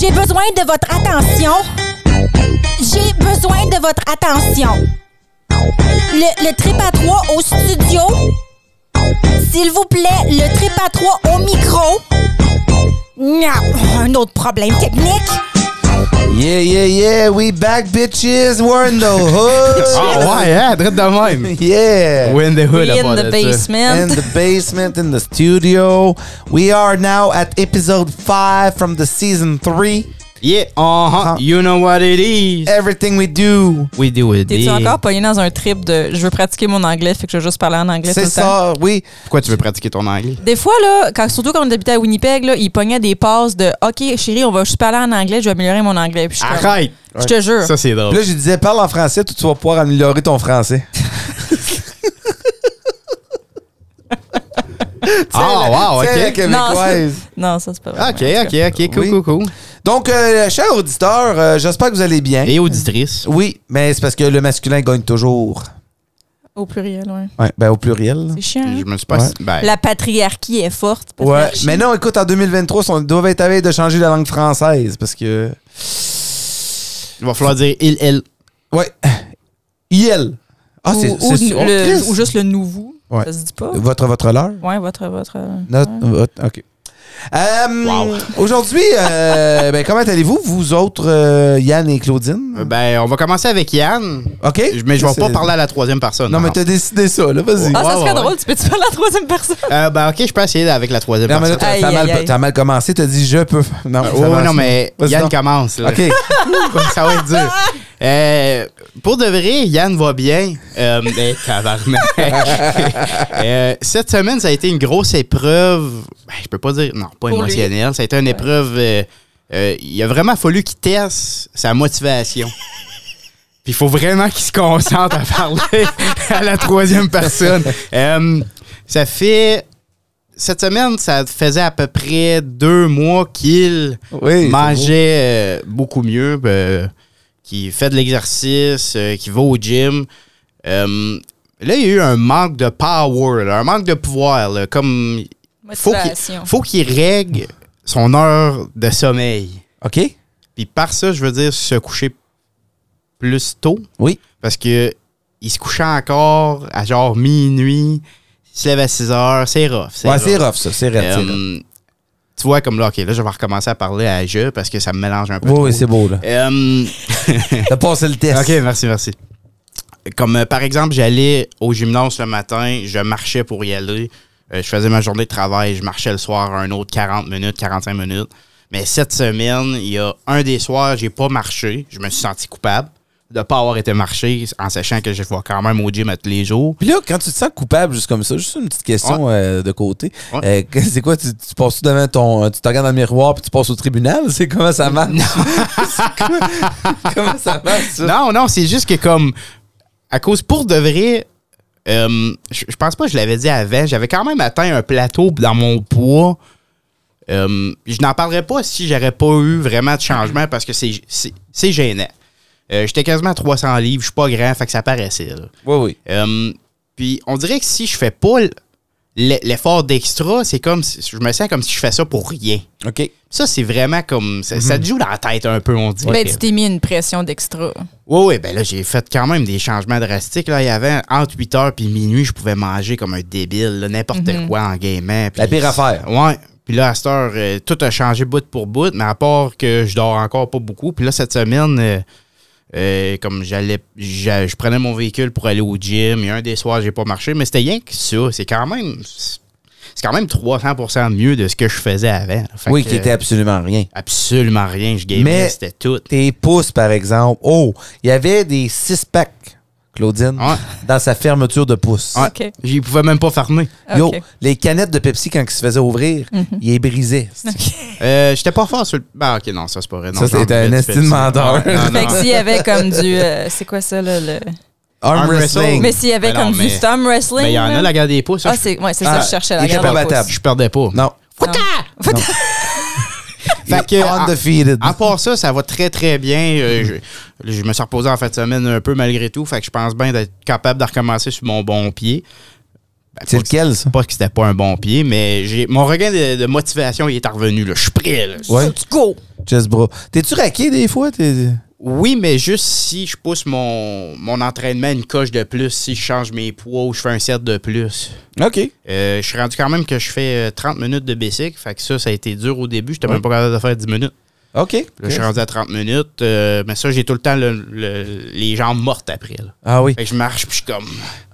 J'ai besoin de votre attention. J'ai besoin de votre attention. Le, le trip à trois au studio. S'il vous plaît, le trip à trois au micro. Nya, un autre problème technique. Yeah, yeah, yeah, we back, bitches. We're in the Ah hood. ouais, hein, drette de même. Yeah. We're in the hood, We à in part the de ça. in basement. the basement, in the studio. We are now at episode five from the season three. Yeah, Ah. uh-huh, you know what it is. Everything we do, We do it. Eh. T'es-tu yeah. encore pogné dans un trip de je veux pratiquer mon anglais, fait que je veux juste parler en anglais tout c'est le temps? ça. Oui, Pourquoi tu veux pratiquer ton anglais? Des fois, là, quand, surtout quand on habitait à Winnipeg, là, ils pognaient des passes de OK, chérie, on va juste parler en anglais, je vais améliorer mon anglais. Puis je suis comme, Arrête! Je te jure. Ça, c'est drôle. Puis là, je disais, parle en français, tout tu vas pouvoir améliorer ton français. Ah, wow, Tu sais, la ok. québécoise. Non, ça, c'est pas vrai. Ok, Ouais, en tout ok, cas. ok, cool, Oui. cool, cool. Donc, euh, chers auditeurs, euh, j'espère que vous allez bien. Et auditrice. Oui, mais c'est parce que le masculin gagne toujours. Au pluriel, ouais. Ouais, ben au pluriel. C'est chiant. hein? Je me suis pas... Ouais. Ben, La patriarchie est forte. Ouais, patriarchie. mais non, écoute, en 2023, on doit être à veille de changer la langue française parce que. il va falloir dire il, elle. Ouais. IL. Ah, ou, c'est. ou c'est- le- oh, Christ. ou juste le nouveau. Ouais. Ça se dit pas? Votre, votre l'heure. Ouais, votre. votre euh, Notre, ouais. votre- OK. Euh, Wow. Aujourd'hui, euh, ben, comment allez-vous, vous autres, euh, Yann et Claudine? Ben, on va commencer avec Yann. OK? Mais je vais pas C'est- parler à Ah. la troisième personne. Non, mais par t'as décidé ça, là, vas-y. Ah, ça Ouais, serait ouais, drôle, tu peux-tu parler en troisième personne? Euh, ben, ok, je peux essayer avec la troisième Non, mais là, personne. t'as Aïe, t'as mal, aïe, aïe. t'as mal commencé, t'as dit je peux. Non, Euh, ça oh, marche. non, mais Vas-y Yann donc. commence. Là. OK. ça va être dur. Euh, pour de vrai, Yann va bien. Euh, eh, tabarnak. Euh, cette semaine, ça a été une grosse épreuve. Ben, je peux pas dire, non, pas Pour lui. émotionnelle. Ça a été une épreuve. euh, euh, il a vraiment fallu qu'il teste sa motivation. Puis il faut vraiment qu'il se concentre à parler à la troisième personne. Euh, ça fait. Cette semaine, ça faisait à peu près deux mois qu'il Oui, c'est mangeait euh, beaucoup mieux, euh, qui fait de l'exercice, euh, qui va au gym. Euh, là, il y a eu un manque de power, là, un manque de pouvoir. là, comme faut qu'il Motivation. faut qu'il règle son heure de sommeil. OK? Puis par ça, je veux dire se coucher plus tôt. Oui. Parce que il se couchait encore à genre minuit, il se lève à 6 heures, c'est rough. C'est Ouais, rough. c'est rough, ça. C'est rough. c'est rough. Euh, tu vois, comme là, OK, là, je vais recommencer à parler à jeu parce que ça me mélange un peu. Oui, oui, trop. c'est beau, là. Euh, T'as passé le test. OK, merci, merci. Comme euh, par exemple, j'allais au gymnase le matin, je marchais pour y aller, euh, je faisais ma journée de travail, je marchais le soir un autre 40 minutes, 45 minutes. Mais cette semaine, il y a un des soirs, j'ai pas marché, je me suis senti coupable de pas avoir été marché en sachant que je vais quand même au gym à tous les jours. Puis là, quand tu te sens coupable, juste comme ça, juste une petite question euh, de côté. Ouais. Euh, que- c'est quoi, tu, tu passes tout devant ton. euh, Tu te regardes dans le miroir puis tu passes au tribunal? C'est comment ça marche? C'est quoi- comment ça marche, ça? Non, non, c'est juste que comme à cause pour de vrai, euh, je je pense pas que je l'avais dit avant, j'avais quand même atteint un plateau dans mon poids. Euh, je n'en parlerai pas si j'aurais pas eu vraiment de changement parce que c'est- c'est c'est gênant. Euh, J'étais quasiment à 300 livres, je suis pas grand, fait que ça paraissait. là. Oui, oui. Euh, puis on dirait que si je fais pas l- l'effort d'extra, c'est comme si, je me sens comme si je fais ça pour rien. OK. Ça, c'est vraiment comme. Ça, ça te joue dans la tête un peu, on dirait. Ben, tu t'es mis une pression d'extra. Oui, oui, ben là, j'ai fait quand même des changements drastiques. Là. Il y avait entre 8 h puis minuit, je pouvais manger comme un débile, là, n'importe quoi en gaming. La pire affaire. Ouais. Puis là, à cette heure, euh, tout a changé bout pour bout, mais à part que je dors encore pas beaucoup. Puis là, cette semaine, euh, euh, comme j'allais, j'a- je prenais mon véhicule pour aller au gym, et un des soirs, j'ai pas marché, mais c'était rien que ça. C'est quand même. C'est quand même 300 mieux de ce que je faisais avant. Fait oui, que, qui était absolument rien. Absolument rien, je Mais- gamais, c'était tout. Tes pouces, par exemple. Oh, il y avait des six-packs, Claudine, Ouais. dans sa fermeture de pouces. Ouais. Ok. J'y pouvais même pas fermer. Yo, Ok. Mhm. les canettes de Pepsi, quand ils se faisaient ouvrir, ils les brisaient. Euh, j'étais pas fort sur le. Ben, ok, non, ça c'est pas vrai. Non, Ça, j'en c'était un voulais esti du de Pepsi. menteur. Ouais, non, Fait non. que s'il y avait comme du. euh, c'est quoi ça, là? Le... Arm Arm wrestle. wrestling. Mais s'il y avait Mais non, comme mais- du storm wrestling. Mais il y en a, là. la garde des pouces. ça, Ah, je- c'est ouais, c'est Ah, ça, je cherchais il la est garde pas des pouces. battable. Je perdais pas. Non. Non. Fait que, ah, en- euh, Undefeated. À part ça, ça va très très bien. Euh, je, je me suis reposé en fin de semaine un peu malgré tout. Fait que je pense bien d'être capable de recommencer sur mon bon pied. Ben, C'est lequel, ça? Pas que c'était pas un bon pied, mais j'ai mon regain de, de motivation il est revenu. là. Je suis prêt. là. Ouais. Let's go! Chest bra. T'es-tu raqué des fois? T'es- Oui, mais juste si je pousse mon, mon entraînement une coche de plus, si je change mes poids ou je fais un set de plus. OK. Euh, je suis rendu quand même que je fais euh, 30 minutes de basic. Fait que ça, ça a été dur au début. J'étais même pas capable de faire 10 minutes. OK. Là, je suis rendu à 30 minutes. euh, mais ça, j'ai tout le temps le- le- les jambes mortes après. là. Ah oui. Fait que je marche, puis je suis comme.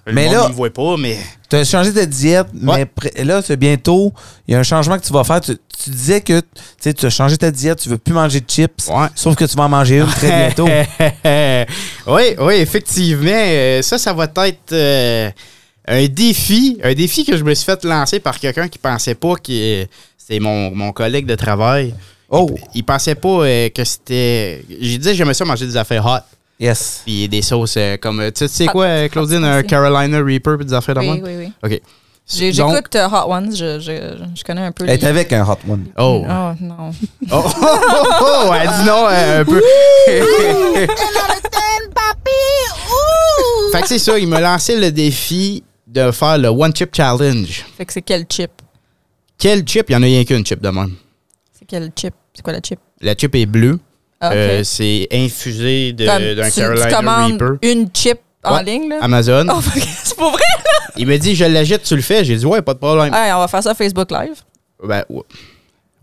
Le Mais monde là- ne me voit pas, mais. Tu as changé de diète, mais Ouais. pr- là, c'est bientôt, il y a un changement que tu vas faire. Tu, tu disais que tu sais, tu as changé ta diète, tu veux plus manger de chips, Ouais. sauf que tu vas en manger une très bientôt. oui, oui, effectivement. euh, ça, ça va être euh, un défi. Un défi que je me suis fait lancer par quelqu'un qui pensait pas que. C'était mon, mon collègue de travail. Oh, Il pensait pas euh, que c'était. J'ai dit, j'aimais ça manger des affaires hot. yes. Puis des sauces euh, comme. euh, Tu sais- tu sais Ah, quoi, euh, Claudine, un aussi. Carolina Reaper, puis des affaires de Oui, même? oui, oui. OK. J'ai- Donc- J'écoute euh, Hot Ones, je, je, je connais un peu. Elle est les- avec un hot one. Oh. Oh, non. Oh, oh, oh, oh, elle dit non euh, un peu. papi! fait que c'est ça, il m'a lancé le défi de faire le One Chip Challenge. Fait que c'est quel chip? Quel chip? Il y en a rien qu'une chip de même. C'est quel chip? C'est quoi la chip? La chip est bleue. Ah, ok. Euh, c'est infusé de- Comme d'un tu, tu Carolina commandes Reaper. une chip en Ouais. ligne, là? Amazon. Oh, fuck, c'est pas vrai? Il me dit, je l'achète, tu le fais. J'ai dit, ouais, pas de problème. Hey, on va faire ça Facebook Live. Ben, ouais.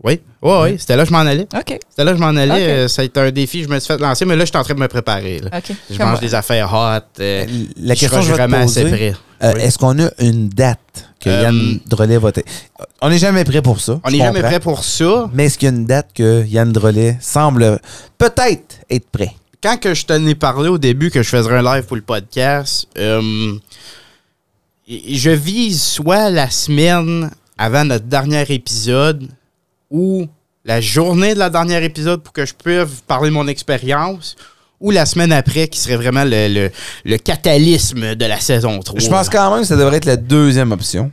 oui, oui, oui, c'était là que je m'en allais. OK. C'était là que je m'en allais. Ok. Euh, Ça a été un défi, je me suis fait lancer, mais là, je suis en train de me préparer. là. OK. Je Comme- mange des affaires hot. euh, La je question que suis je vais te vraiment assez poser, prêt. euh, Oui. est-ce qu'on a une date que Euh, Yann Drolet va... t- On n'est jamais prêt pour ça. On je n'est jamais comprends. prêt pour ça. Mais est-ce qu'il y a une date que Yann Drolet semble peut-être être prêt? quand que je t'en ai parlé au début que je faisais un live pour le podcast, euh, je vise soit la semaine avant notre dernier épisode ou la journée de la dernière épisode pour que je puisse vous parler de mon expérience ou la semaine après qui serait vraiment le, le- le catalysme de la saison 3. Je pense quand même que ça devrait être la deuxième option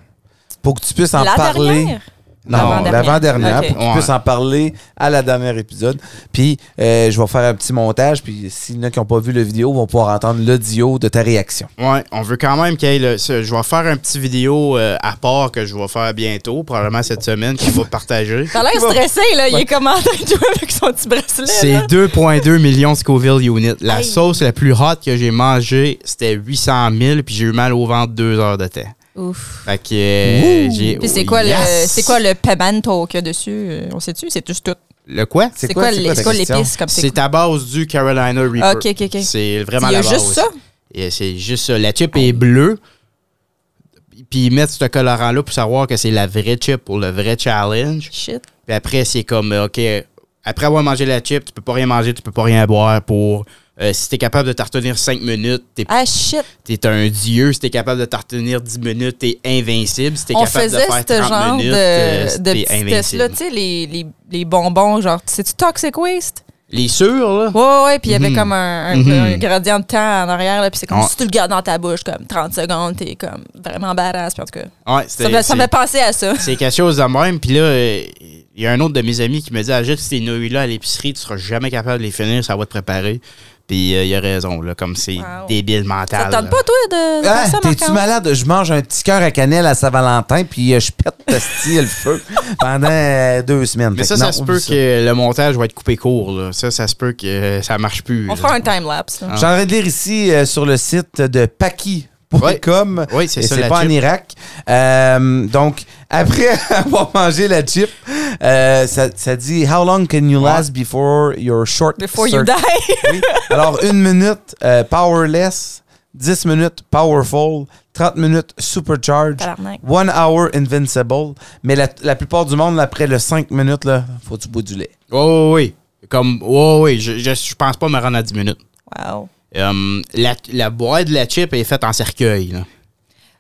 pour que tu puisses en La parler. dernière? Non, L'avant-dernière. l'avant-dernière, Ok. pour qu'on Ouais. puisse en parler à la dernière épisode. Puis, euh, je vais faire un petit montage, puis s'il y en a qui n'ont pas vu le vidéo, vont pouvoir entendre l'audio de ta réaction. Ouais, on veut quand même qu'il y ait le- ce- Je vais faire un petit vidéo euh, à part que je vais faire bientôt, probablement cette semaine, que je vais partager. T'as l'air stressé, là. Il est comme en train de jouer avec son petit bracelet, C'est là. 2,2 millions de Scoville Unit. La hein? Aïe. sauce la plus hot que j'ai mangée, c'était 800 000, puis j'ai eu mal au ventre deux heures de temps. Ouf. Fait que euh, j'ai. Puis oh, c'est quoi, yes! le, c'est quoi le pimento qu'il y a dessus? Euh, On sait-tu? C'est juste tout. Le quoi? C'est C'est quoi- quoi, c'est les- quoi ta c'est quoi question? l'épice? comme C'est à base du Carolina Reaper. Ok, ok, ok. C'est Il y vraiment la a base. juste ça? Et C'est juste ça. La chip est bleue. Puis ils mettent ce colorant-là pour savoir que c'est la vraie chip pour le vrai challenge. Shit. Puis après, c'est comme, euh, OK, euh, après avoir mangé la chip, tu peux pas rien manger, tu peux pas rien boire pour. euh, si t'es capable de t'en retenir 5 minutes, t'es Ah, shit. T'es un dieu, si t'es capable de t'en retenir 10 minutes, t'es invincible. Si t'es on capable de faisait faire ce 30 genre minutes, euh, de, de t'es petits tests-là. invincible. Tu sais, les, les, les bonbons, genre, c'est-tu Toxic Waste? Les sûrs, là. Ouais, ouais, ouais, puis il y avait comme un, un- Mhm. un gradient de temps en arrière, là, puis c'est comme Ouais. si tu le gardes dans ta bouche, comme 30 secondes, t'es comme vraiment badass, puis en tout cas. Ouais, Ça c'était- me, ça me fait c'est penser à ça. c'est quelque chose de même. Puis là, euh, il y a un autre de mes amis qui me dit Ajoute ces nouilles-là à l'épicerie, tu seras jamais capable de les finir, ça va te préparer. Puis euh, il a raison, là, comme c'est Wow. débile mental. Ça te tente là. pas, toi, de de faire Ah, ça, T'es-tu Marc-Antoine? malade? Je mange un petit cœur à cannelle à Saint-Valentin, puis euh, je pète esti, le feu pendant euh, deux semaines. Mais Fait ça, que ça non, se oublie peut que le montage va être coupé court. Là. Ça, ça se peut que euh, ça marche plus. là. On fera un timelapse. là. Ah. J'ai envie de lire ici euh, sur le site de paki.com. Oui, c'est Et ça, C'est la pas en chip. Irak. Euh, donc, après avoir mangé la chip, euh, ça, ça dit How long can you last before your short Before you circuit? die. Oui. Alors, une minute euh, powerless, 10 minutes powerful, 30 minutes supercharge, Tabarnak. one hour invincible. Mais la, la plupart du monde, après le 5 minutes, là, faut du bout du lait. Oh, oui. Comme, oh, oui, je, je, je pense pas me rendre à 10 minutes. Wow. Euh, la, la boîte de la chip est faite en cercueil. là.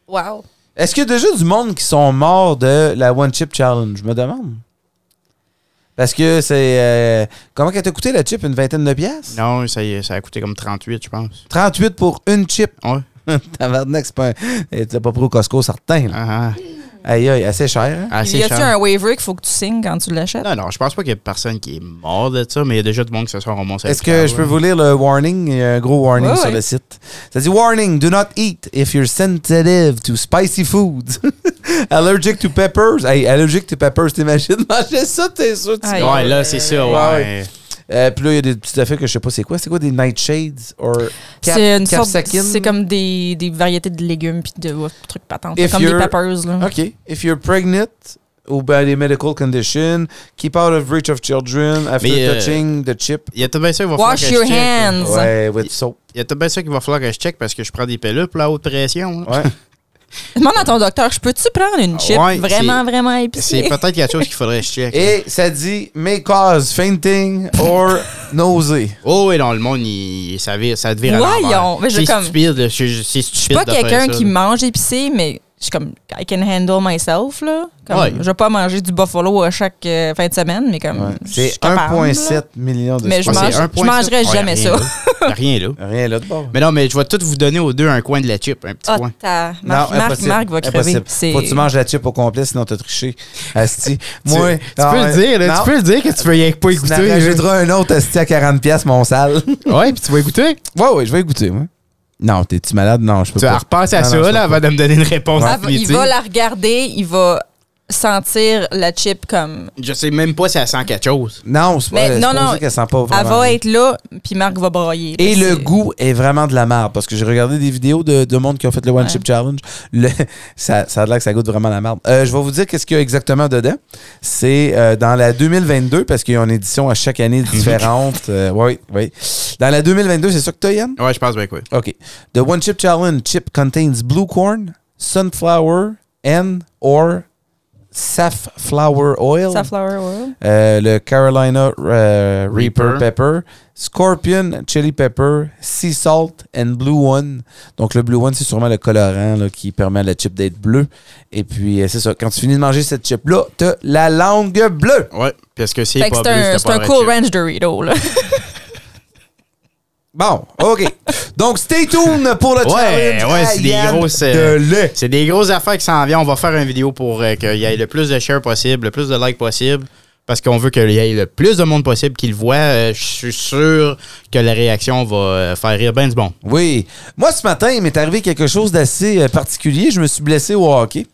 Wow. Est-ce qu'il y a déjà du monde qui sont morts de la One Chip Challenge? Je me demande. Parce que c'est. euh, comment qu'elle t'a coûté la chip? Une vingtaine de pièces? Non, ça, y est, ça a coûté comme 38, je pense. 38 pour une chip. Ouais. Tabarnak, c'est pas. un- eh, T'as pas pris au Costco, certain. là. Ah, ah. Aïe, aïe, assez cher. hein? Assez y a-tu cher. un waiver qu'il faut que tu signes quand tu l'achètes? Non, non, je pense pas qu'il y ait personne qui est mort de ça, mais il y a déjà du monde qui se sont remontés. Est-ce que je peux vous lire le warning? Il y a un gros warning Ouais, sur ouais. le site. Ça dit Warning, do not eat if you're sensitive to spicy foods. allergic to peppers. Hey, allergic to peppers, t'imagines? Manger ça, t'es sûr. Tu... Aïe. Ouais, là, c'est ça, ouais. Ouais, ouais. Euh, Puis là, il y a des petites affaires que je sais pas c'est quoi. C'est quoi des nightshades? Or cap- C'est une sorte. capsicum? C'est comme des, des variétés de légumes puis de ouais, trucs patentes. If Comme des you're- peppers, là. OK. If you're pregnant ou by a medical condition, keep out of reach of children after Mais, euh, touching the chip. Il y a tout bien ça qu'il va falloir que Wash your je check, là. hands. Ouais, with soap. Il y a tout bien ça qu'il va falloir que je check parce que je prends des pellules pour la haute pression. là. Ouais. Demande à ton docteur, je peux-tu prendre une chip Ouais, vraiment, c'est- vraiment C'est épicée? peut-être quelque chose qu'il faudrait que je check. Et ça dit may cause fainting or nausea. Oh oui, dans le monde, il, ça, vire, ça devient à Voyons, l'envers. mais je C'est comme- stupide. là, je- je- C'est Je stupide. suis pas de faire quelqu'un ça, qui là. mange épicé, mais je suis comme, I can handle myself, là. Comme, Ouais. Je vais pas manger du buffalo à chaque euh, fin de semaine, mais comme. Ouais. je C'est suis capable, là. 1,7 million de Mais je spices. mange- c'est un point sept. mangerais y a jamais rien ça. là. Y a rien là. Rien là de bord. Mais non, mais je vais tout vous donner aux deux un coin de la chip, un petit Ah, coin. ta- Marc, Marc, impossible. Marc va crever. Impossible. C'est- Faut que tu manges la chip au complet, sinon t'as triché. Asti. Moi, ah tu, tu peux le dire, là, tu peux le dire que tu peux rien que pas Tu n'en écouter. là. rajouteras un autre Asti à 40$, piastres, mon sale. Ouais, puis tu vas écouter. ouais, ouais, je vais goûter, moi. Non, t'es-tu malade? Non, je peux Tu vas pas. repasser à Non, ça non, je là, avant de me donner une réponse. Ah, il définitive. va la regarder, il va sentir la chip comme. Je sais même pas si elle sent quelque chose. Non, c'est Mais pas, non, non, non, non, qu'elle sent pas vraiment. Elle va être là, puis Marc va broyer. Et Là, le c'est- goût est vraiment de la merde parce que j'ai regardé des vidéos de, de monde qui ont fait le One Ouais. Chip Challenge. Le- ça, ça a l'air que ça goûte vraiment la merde. Euh, je vais vous dire qu'est-ce qu'il y a exactement dedans. C'est euh, dans la 2022 parce qu'il y a une édition à chaque année différente. Euh, oui, oui. Dans la 2022, c'est ça que t'as, Yann? Ouais, je pense bien que oui. OK. The One Chip Challenge chip contains blue corn, sunflower and or safflower oil. Safflower World. Euh, le Carolina euh, Reaper. Reaper. Pepper, Scorpion Chili Pepper, Sea Salt and Blue One. Donc le Blue One, c'est sûrement le colorant là, qui permet à la chip d'être bleue. Et puis euh, c'est ça, quand tu finis de manger cette chip-là, t'as la langue bleue. Ouais, parce que c'est Fait que pas c'est bleu, c'était un, c'est pas un vrai cool chip. ranch Dorito, là. Bon, OK. Donc stay tuned pour le Ouais, challenge. ouais, c'est à des Yann grosses, de euh, lait. C'est des grosses affaires qui s'en viennent. On va faire une vidéo pour euh, qu'il y ait le plus de shares possible, le plus de likes possible, parce qu'on veut qu'il y ait le plus de monde possible qui le voit. Euh, je suis sûr que la réaction va euh, faire rire ben du bon. Oui. Moi, ce matin, il m'est arrivé quelque chose d'assez euh, particulier. Je me suis blessé au hockey.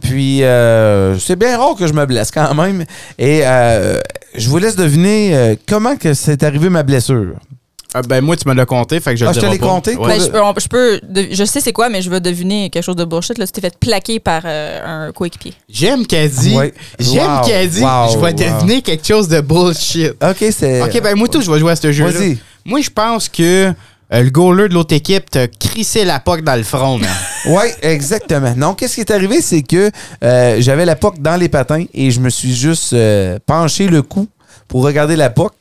Puis, euh, c'est bien rare que je me blesse quand même. Et euh, je vous laisse deviner euh, comment que c'est arrivé ma blessure. Ah, ben moi, tu me l'as compté, fait que je Ah, le je te dirai l'ai pas. compté? Ouais. Ben, je, peux, on- je peux de- je sais c'est quoi, mais je veux deviner quelque chose de bullshit. Là, tu t'es fait plaquer par euh, un coéquipier. J'aime qu'elle dit. Ouais. J'aime Wow, qu'elle dit. wow, je vais wow. deviner quelque chose de bullshit. OK, c'est... Ok, ben moi tout, je vais jouer à ce jeu-là. Vas-y. Moi, je pense que euh, le goaler de l'autre équipe t'a crissé la poque dans le front, man. Oui, exactement. Non, qu'est-ce qui est arrivé, c'est que euh, j'avais la POC dans les patins et je me suis juste euh, penché le cou pour regarder la POC.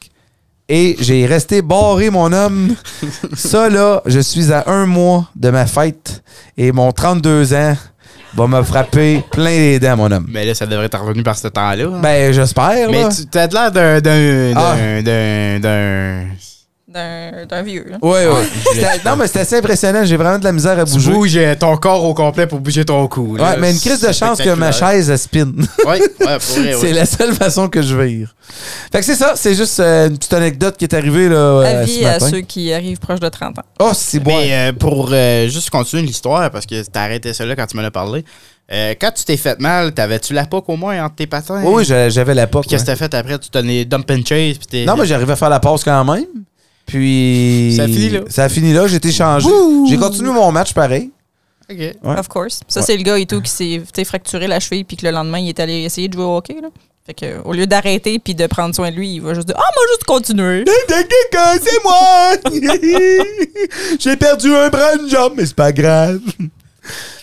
Et j'ai resté barré, mon homme. Ça, là, je suis à un mois de ma fête et mon 32 ans va me frapper plein les dents, mon homme. Mais Ben là, ça devrait être revenu par ce temps-là. hein. Ben, j'espère. Mais là. tu t'as l'air d'un. d'un. Ah. d'un. d'un. d'un. D'un d'un vieux. là. Ouais, ouais. C'était- non, mais c'était assez impressionnant. J'ai vraiment de la misère à Tu bouger. bouges euh, ton corps au complet pour bouger ton cou. là. Ouais, mais une crise de C'est chance que ma spectaculaire. chaise elle spin. Ouais, ouais, pour vrai, C'est ouais. la seule façon que je vire. Fait que c'est ça, c'est juste euh, une petite anecdote qui est arrivée là, euh, ce Avis à matin. ceux qui arrivent proche de 30 ans. Oh, c'est bon. Mais euh, pour euh, juste continuer l'histoire, parce que t'as arrêté ça là quand tu me l'as parlé, euh, quand tu t'es fait mal, t'avais-tu la poque au moins entre tes patins? Oui, oui, j'a- j'avais la POC. Puis euh, qu'est-ce que ouais. t'as fait après? Tu t'es dump and chase, puis t'es. Non, mais j'arrivais à faire la passe quand même. Puis. Ça a fini là. Ça a fini là, j'ai été changé. J'ai continué mon match pareil. Ok. Ouais. Of course. Ça, c'est le gars et tout qui s'est tu sais, fracturé la cheville puis que le lendemain, il est allé essayer de jouer au hockey. Là. Fait que, au lieu d'arrêter puis de prendre soin de lui, il va juste dire Ah, moi, juste continuer. C'est moi! j'ai perdu un bras, une jambe, mais c'est pas grave.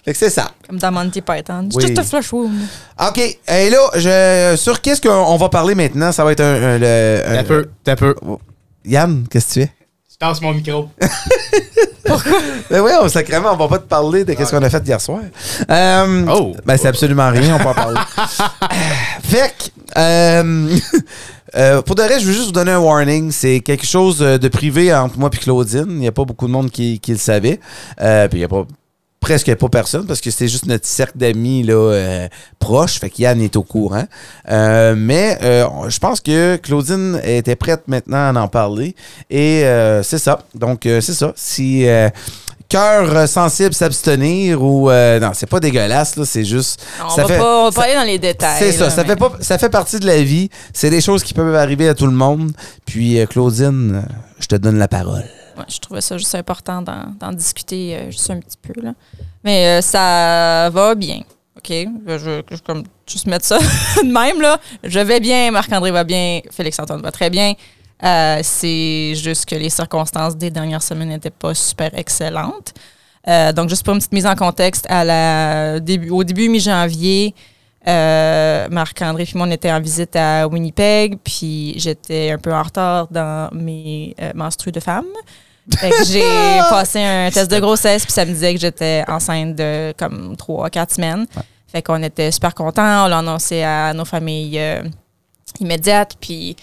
Fait que c'est ça. Comme dans Monty Python. It's Oui. Just a flash wound. OK. Et là, je, sur qu'est-ce qu'on va parler maintenant? Ça va être un. un- le- un- T'as peu, t'as peu. Yann, qu'est-ce que tu fais? Je tasse mon micro. Ben oui, on sacrément, on va pas te parler de qu'est-ce qu'on a fait hier soir. Euh, Oh. Ben c'est absolument rien, on peut en parler. fait que, euh, euh, pour de vrai, je veux juste vous donner un warning. C'est quelque chose euh, de privé entre moi et Claudine. Il n'y a pas beaucoup de monde qui, qui le savait. Euh, Puis il n'y a pas presque pas personne parce que c'est juste notre cercle d'amis là euh, proche. Fait qu'Yann est au courant. Euh, mais euh, on- je pense que Claudine était prête maintenant à en parler. Et euh, c'est ça. Donc, euh, c'est ça. Si. euh, Cœur sensible s'abstenir ou euh, non c'est pas dégueulasse là c'est juste On va pas, on va pas aller dans les détails. c'est ça, là, ça mais- fait, pas, ça fait partie de la vie. C'est des choses qui peuvent arriver à tout le monde. Puis, euh, Claudine, euh, je te donne la parole. Ouais, je trouvais ça juste important d'en d'en discuter euh, juste un petit peu. Là. Mais euh, ça va bien. OK? Je veux que je- comme, juste mettre ça de même. Là. Je vais bien, Marc-André va bien, Félix-Antoine va très bien. Euh, C'est juste que les circonstances des dernières semaines n'étaient pas super excellentes. Euh, donc, juste pour une petite mise en contexte, à la début, au début mi-janvier, euh, Marc-André puis moi, on était en visite à Winnipeg, puis j'étais un peu en retard dans mes euh, menstrues de femme. Fait que j'ai passé un test de grossesse, puis ça me disait que j'étais enceinte de comme trois, quatre semaines. Fait qu'on était super contents, on l'a annoncé à nos familles euh, immédiates, puis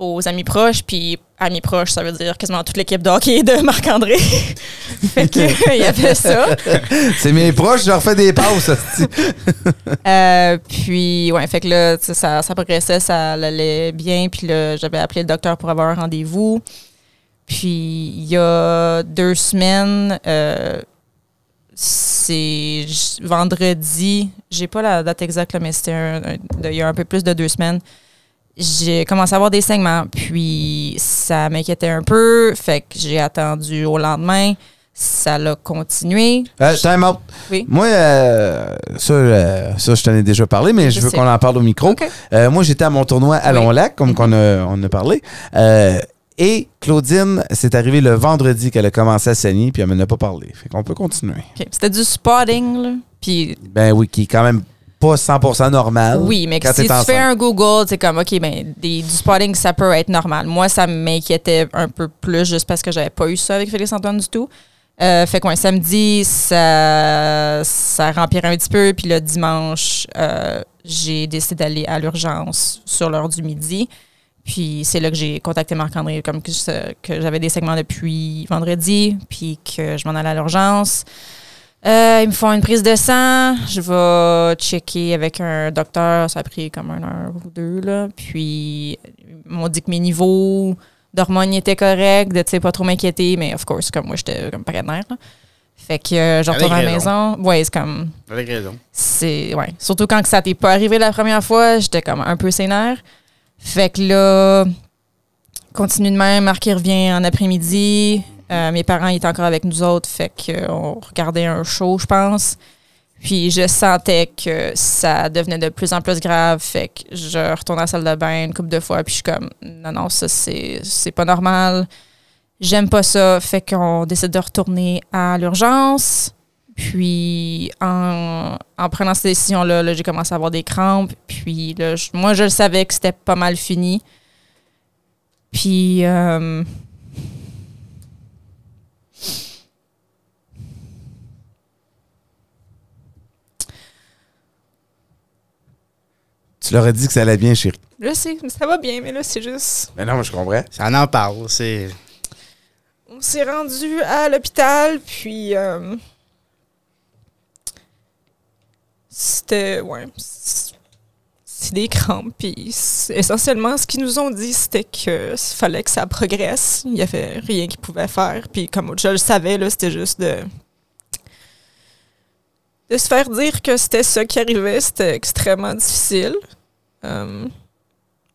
aux amis proches, puis amis proches, ça veut dire quasiment toute l'équipe de hockey de Marc-André. fait que, il y avait ça. C'est mes proches, je leur fais des pauses. Euh, puis, ouais, fait que là, tu sais, ça, ça progressait, ça allait bien. Puis là, j'avais appelé le docteur pour avoir un rendez-vous. Puis, il y a deux semaines, euh, c'est j- vendredi, j'ai pas la date exacte, là, mais c'était un- un- de- il y a un peu plus de deux semaines. J'ai commencé à avoir des saignements, puis ça m'inquiétait un peu. Fait que j'ai attendu au lendemain. Ça l'a continué. Euh, time out. Oui. Moi, euh, ça, euh, ça, je t'en ai déjà parlé, mais je, Je veux sais. qu'on en parle au micro. OK. Euh, moi, j'étais à mon tournoi à Oui. Long-Lac, comme qu'on a, on a parlé. Euh, et Claudine, c'est arrivé le vendredi qu'elle a commencé à saigner, puis elle m'en a pas parlé. Fait qu'on peut continuer. Ok, C'était du spotting, là. Puis Ben oui, qui est quand même pas 100% normal. Oui, mais quand si t'es tu enceinte. fais un Google, c'est comme, OK, ben, des- du spotting, ça peut être normal. Moi, ça m'inquiétait un peu plus juste parce que j'avais pas eu ça avec Félix-Antoine du tout. Euh, fait qu'un samedi, ça, ça rempirait un petit peu. Puis le dimanche, euh, j'ai décidé d'aller à l'urgence sur l'heure du midi. Puis c'est là que j'ai contacté Marc-André, comme que, je- que j'avais des segments depuis vendredi, puis que je m'en allais à l'urgence. Euh, ils me font une prise de sang. Je vais checker avec un docteur. Ça a pris comme une heure ou deux. Là. Puis, ils m'ont dit que mes niveaux d'hormones étaient corrects, de tu sais, pas trop m'inquiéter. Mais, of course, comme moi, j'étais comme partenaire. Fait que euh, je Avec retourne à la raison. maison. Ouais, c'est comme Avec raison. c'est ouais surtout quand que ça t'est pas arrivé la première fois j'étais comme un peu sénère fait que là continue de même Marc il revient en après-midi Euh, mes parents étaient encore avec nous autres fait que euh, on regardait un show je pense puis je sentais que ça devenait de plus en plus grave fait que je retourne à la salle de bain une couple de fois puis je suis comme non non ça c'est c'est pas normal j'aime pas ça fait qu'on décide de retourner à l'urgence puis en, en prenant cette décision-là, là, j'ai commencé à avoir des crampes. Puis là, je- moi, je le savais que c'était pas mal fini. Puis euh, Tu leur as dit que ça allait bien, chérie. là, c'est, ça va bien, mais là, c'est juste. Mais non, mais je comprends. Ça en parle. C'est. On s'est rendu à l'hôpital, puis. euh, c'était. Ouais. C'est c'est des crampes. Puis c'est- essentiellement, ce qu'ils nous ont dit, c'était que s- fallait que ça progresse. Il n'y avait rien qu'ils pouvaient faire. Puis comme je le savais, là, c'était juste de. De se faire dire que c'était ça qui arrivait, c'était extrêmement difficile. Euh,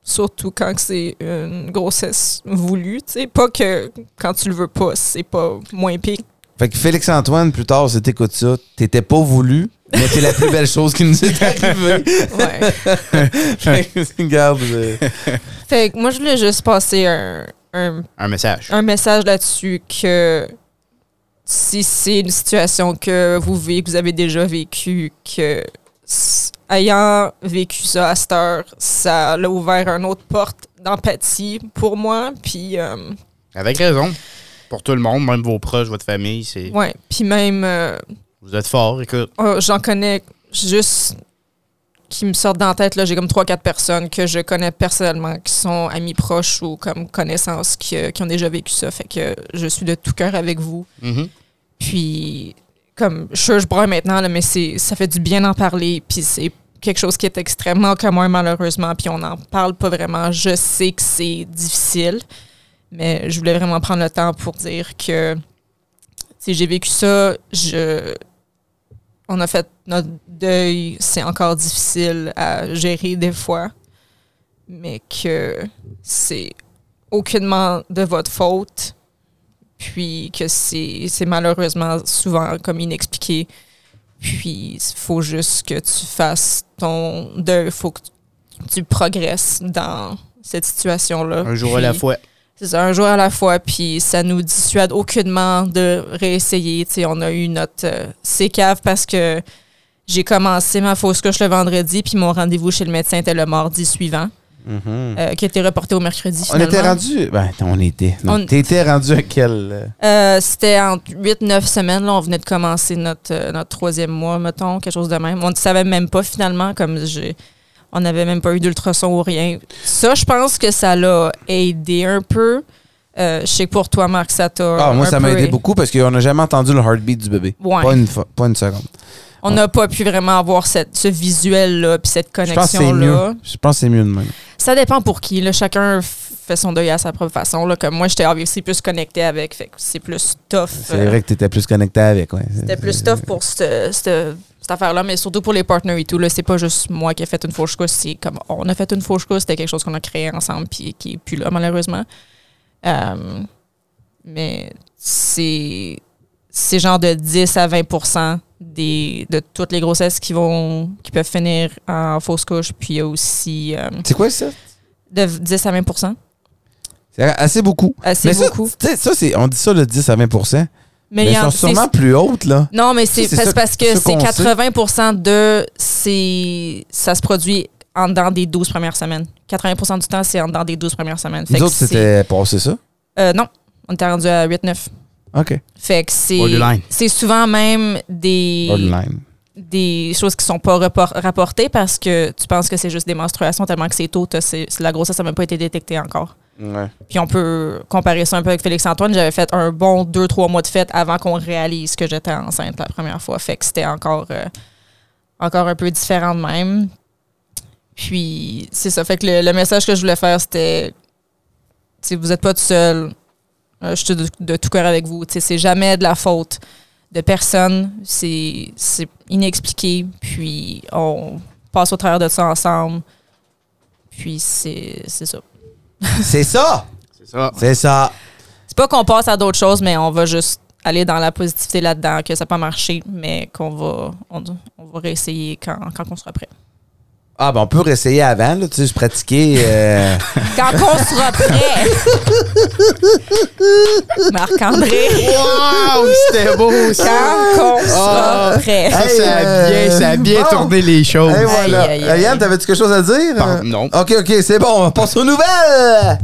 surtout quand que c'est une grossesse voulue, tu sais, pas que quand tu le veux pas, c'est pas moins pire. Fait que Félix-Antoine, plus tard, si t'écoutes ça, t'étais pas voulu, mais t'es la plus belle chose qui nous est arrivée. Ouais. Fait que, Regarde. euh, fait que moi je voulais juste passer un, un, Un message. un message là-dessus que si c'est une situation que vous vivez, que vous avez déjà vécu, que s- ayant vécu ça à cette heure, ça a ouvert une autre porte d'empathie pour moi, puis euh, Avec raison. Pour tout le monde, même vos proches, votre famille, c'est. ouais, puis même euh, Vous êtes forts, écoute. Oh, J'en connais juste qui me sortent dans la tête. là. J'ai comme trois, quatre personnes que je connais personnellement, qui sont amis proches ou comme connaissances Mhm. qui, euh, qui ont déjà vécu ça. Fait que je suis de tout cœur avec vous. Mhm. Puis comme sure, je broie maintenant, là, mais c'est ça fait du bien d'en parler, puis c'est quelque chose qui est extrêmement commun malheureusement, puis on n'en parle pas vraiment. Je sais que c'est difficile, mais je voulais vraiment prendre le temps pour dire que si j'ai vécu ça, je on a fait notre deuil, c'est encore difficile à gérer des fois, mais que c'est aucunement de votre faute, puis que c'est c'est malheureusement souvent comme inexpliqué. Puis il faut juste que tu fasses ton deuil, il faut que tu progresses dans cette situation-là. Un jour à Puis- la fois. c'est ça, un jour à la fois, puis ça nous dissuade aucunement de réessayer. Tu sais, on a eu notre euh, sécave parce que j'ai commencé ma fausse couche le vendredi, puis mon rendez-vous chez le médecin était le mardi suivant, euh, qui a été reporté au mercredi. Mm-hmm. On Finalement. était rendu. Ben, on était. Non, On- t'étais rendu à quel. euh, Euh, C'était entre 8-9 semaines. Là, on venait de commencer notre, euh, notre troisième mois, mettons, quelque chose de même. On ne savait même pas finalement, comme j'ai. On n'avait même pas eu d'ultrason ou rien. Ça, je pense que ça l'a aidé un peu. Euh, je sais que pour toi, Marc, ça t'a. Ah, moi, un ça m'a peu aidé aidé. beaucoup parce qu'on n'a jamais entendu le heartbeat du bébé. Ouais. Pas, une fois- pas une seconde. On n'a pas pu vraiment avoir cette, ce visuel-là, puis cette Je pense que c'est connexion-là. mieux. Je pense que c'est mieux de même. Ça dépend pour qui. Là. Chacun f- fait son deuil à sa propre façon. Là. Comme moi, j'étais obviously plus connecté avec. Fait que c'est plus tough. C'est euh, vrai que t'étais plus connecté avec. Ouais. C'était plus tough pour ce- ce- cette affaire-là, mais surtout pour les partners et tout. là. C'est pas juste moi qui ai fait une fausse couche. C'est comme on a fait une fausse couche. C'était quelque chose qu'on a créé ensemble puis qui est plus là, malheureusement. Euh, mais c'est c'est genre de 10 à 20 des, de toutes les grossesses qui vont qui peuvent finir en fausse couche. Puis il y a aussi euh, C'est quoi ça? de 10 à 20 C'est assez beaucoup. Euh, C'est Mais ça, beaucoup. tu sais, ça, c'est- on dit ça de 10 à 20 Mais, il y ils en- sont c'est- sûrement plus hautes, là. Non, mais c'est Ça, c'est parce, ça- parce que ça c'est qu'on 80 de. c'est- Ça se produit en dedans des 12 premières semaines. 80 du temps, c'est en dedans des 12 premières semaines. Fait Nous que autres, c'est- c'était passé ça. euh, non, on était rendu à 8-9. OK. Fait que c'est. Borderline. C'est souvent même des. Online. Des choses qui sont pas repor- rapportées parce que tu penses que c'est juste des menstruations tellement que c'est tôt. t'as- c'est- La grossesse n'a même pas été détectée encore. Ouais. Puis on peut comparer ça un peu avec Félix-Antoine. J'avais fait un bon deux, trois mois de fête avant qu'on réalise que j'étais enceinte la première fois. Fait que c'était encore, euh, encore un peu différent de même. Puis c'est ça. Fait que le, le message que je voulais faire, c'était tu sais, vous n'êtes pas tout seul. Euh, je suis de, de tout cœur avec vous. Tu sais, C'est jamais de la faute de personne. C'est c'est inexpliqué. Puis on passe au travers de ça ensemble. Puis c'est c'est ça. C'est ça! C'est ça. C'est ça! C'est pas qu'on passe à d'autres choses, mais on va juste aller dans la positivité là-dedans, que ça n'a pas marché, mais qu'on va, on, on va réessayer quand, quand on sera prêt. Ah, ben, on peut réessayer avant, là, tu sais, se pratiquer. euh, Quand on sera prêt! Marc-André, Wow, c'était beau ça. quand on sera Ah. prêt! Ça, Hey, ça a euh, bien, ça a bien bon. tourné les choses. Et voilà. aïe, aïe. Euh, Yann, t'avais-tu quelque chose à dire? Pardon, Euh, non. OK, OK, c'est bon. On passe aux nouvelles!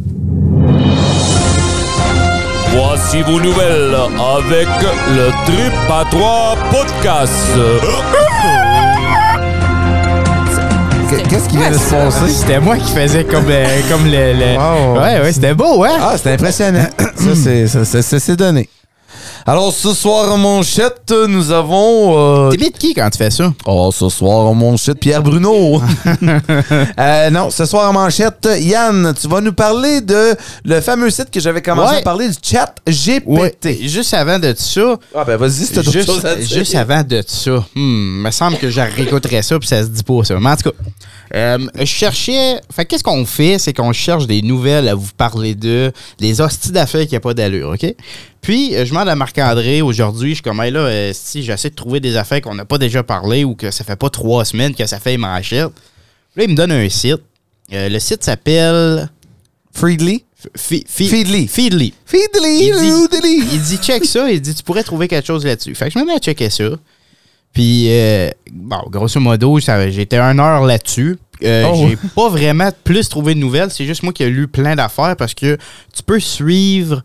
Voici vos nouvelles avec le Trip à 3 podcast. Qu- Qu'est-ce qui vient de se passer? C'était moi qui faisais comme, euh, comme le. le- Wow. Ouais, ouais, c'était beau, hein? Ah, c'est impressionnant. ça, c'est- ça, ça, ça, c'est donné. Alors, ce soir, en manchette, nous avons... euh, T'es bien de qui quand tu fais ça? Oh, ce soir, en manchette, Pierre Bruno. Euh, non, ce soir, en manchette, Yann, tu vas nous parler de le fameux site que j'avais commencé Ouais. à parler, du chat GPT. Juste avant de ça, Ah, ben vas-y, si t'as d'autres choses à juste, dire. juste avant de ça, hmm, me semble que je réécouterais ça puis ça se dit pas ça. Mais en tout cas, euh, je cherchais. Fait qu'est-ce qu'on fait, c'est qu'on cherche des nouvelles à vous parler de, des hosties d'affaires qui a pas d'allure, ok Puis euh, je demande à Marc-André aujourd'hui, je suis comme Hey, là, euh, si j'essaie de trouver des affaires qu'on n'a pas déjà parlé ou que ça fait pas trois semaines que ça fait une manchette. Là, il me donne un site. Euh, le site s'appelle Freely. Fi- Fi- Feedly. Feedly. Feedly, Il dit- loodly. Il dit check ça, il dit tu pourrais trouver quelque chose là-dessus. Fait que je me mets à checker ça. Puis, euh, bon, grosso modo, ça- j'étais une heure là-dessus. Euh, Oh. J'ai pas vraiment plus trouvé de nouvelles. C'est juste moi qui ai lu plein d'affaires parce que tu peux suivre,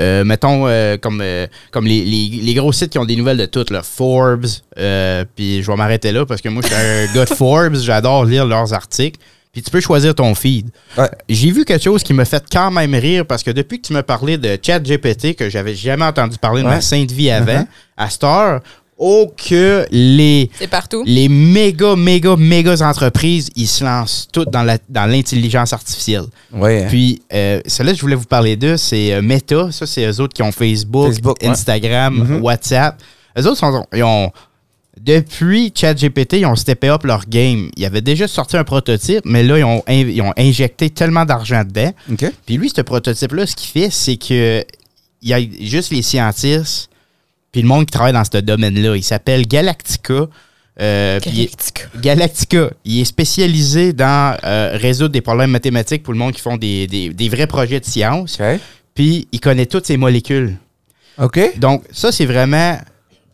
euh, mettons, euh, comme, euh, comme les, les- les gros sites qui ont des nouvelles de toutes, là, Forbes. euh, puis je vais m'arrêter là parce que moi, je suis un gars de Forbes. J'adore lire leurs articles. Puis tu peux choisir ton feed. Ouais. J'ai vu quelque chose qui m'a fait quand même rire parce que depuis que tu m'as parlé de ChatGPT, que j'avais jamais entendu parler de ma Ouais. sainte vie avant, à cette heure, Oh que les, C'est partout. les méga, méga, méga entreprises, ils se lancent toutes dans la- dans l'intelligence artificielle. Ouais. hein. Puis, euh, celle-là, que je voulais vous parler d'eux, c'est euh, Meta. Ça, c'est eux autres qui ont Facebook, Facebook, ouais. Mm-hmm. Instagram, WhatsApp. Eux autres, sont, ils ont, depuis ChatGPT, ils ont steppé up leur game. Ils avaient déjà sorti un prototype, mais là, ils ont, in- ils ont injecté tellement d'argent dedans. OK. Puis lui, ce prototype-là, ce qu'il fait, c'est que il y a juste les scientifiques puis le monde qui travaille dans ce domaine-là. Il s'appelle Galactica. Euh, puis il- Galactica. Galactica. Il est spécialisé dans euh, résoudre des problèmes mathématiques pour le monde qui font des, des- des vrais projets de science. OK. Puis il connaît toutes ces molécules. OK. Donc, ça, c'est vraiment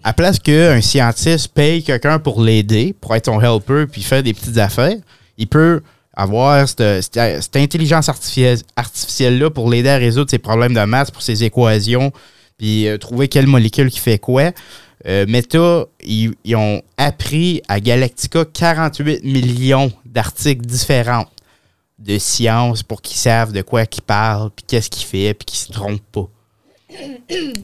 à place qu'un scientiste paye quelqu'un pour l'aider, pour être son helper, puis faire des petites affaires, il peut avoir cette, cette- cette intelligence artificie- artificielle-là pour l'aider à résoudre ses problèmes de maths, pour ses équations, puis euh, trouver quelle molécule qui fait quoi. Euh, Meta, ils, ils ont appris à Galactica 48 millions d'articles différents de science pour qu'ils savent de quoi qu'ils parlent, puis qu'est-ce qu'ils fait, puis qu'ils se trompent pas.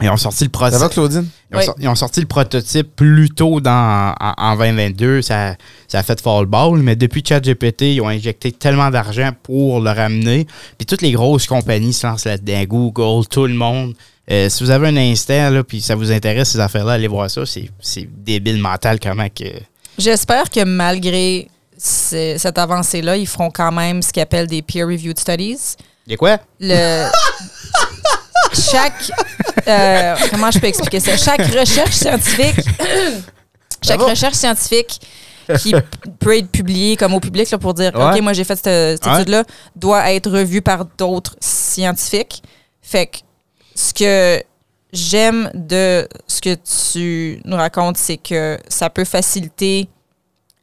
Ils ont sorti le Ça process. va, Claudine? Ils ont, Oui. sorti, ils ont sorti le prototype plus tôt dans, en, en 2022. Ça, ça a fait fall ball, mais depuis ChatGPT, ils ont injecté tellement d'argent pour le ramener. Puis toutes les grosses compagnies se lancent là-dedans. Google, tout le monde. Euh, si vous avez un instant, là, puis ça vous intéresse, ces affaires-là, allez voir ça. C'est c'est débile mental comment que. J'espère que malgré ce- cette avancée-là, ils feront quand même ce qu'ils appellent des peer-reviewed studies. Des quoi? Le... Chaque. euh, comment je peux expliquer ça? Chaque recherche scientifique. chaque recherche scientifique qui p- peut être publiée comme au public là, pour dire Ouais. OK, moi j'ai fait cette, cette Ouais. étude-là, doit être revue par d'autres scientifiques. Fait que ce que j'aime de ce que tu nous racontes, c'est que ça peut faciliter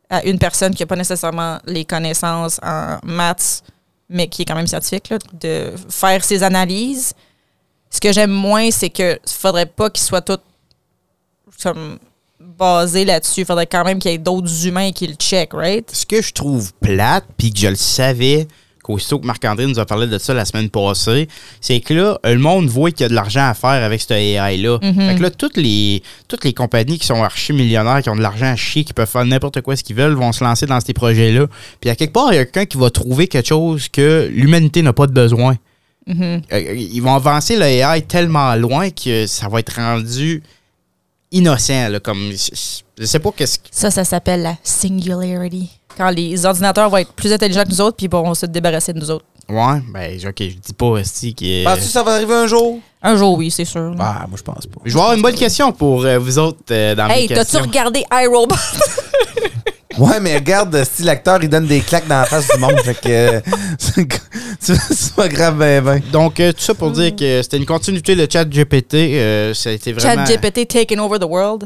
à une personne qui n'a pas nécessairement les connaissances en maths, mais qui est quand même scientifique, là, de faire ses analyses. Ce que j'aime moins, c'est que faudrait pas qu'ils soient tous comme basés là-dessus. faudrait quand même qu'il y ait d'autres humains qui le check, right? ce que je trouve plate, puis que je le savais, qu'aussitôt que Marc-André nous a parlé de ça la semaine passée, c'est que là, le monde voit qu'il y a de l'argent à faire avec cette AI-là. Fait que là, toutes les, toutes les compagnies qui sont archi-millionnaires, qui ont de l'argent à chier, qui peuvent faire n'importe quoi ce qu'ils veulent, vont se lancer dans ces projets-là. Puis à quelque part, il y a quelqu'un qui va trouver quelque chose que l'humanité n'a pas de besoin. Euh, Ils vont avancer le AI tellement loin que ça va être rendu innocent. Là, comme, je- je sais pas qu'est-ce que- Ça, ça s'appelle la singularity. Quand les ordinateurs vont être plus intelligents que nous autres, puis bon, on va se débarrasser de nous autres. Ouais, ben, ok, je dis pas aussi Penses-tu que que. Bah, ça va arriver un jour? Un jour, oui, c'est sûr. Ah, moi, je pense pas. Je vais avoir une bonne question pour euh, vous autres euh, dans mes Hey, t'as-tu questions. regardé iRobot? Ouais, mais regarde, si l'acteur, il donne des claques dans la face du monde, fait que euh, c'est c'est pas grave, ben, ben. Donc, euh, tout ça pour dire que c'était une continuité de chat GPT. euh, ça a été vraiment. ChatGPT taking over the world?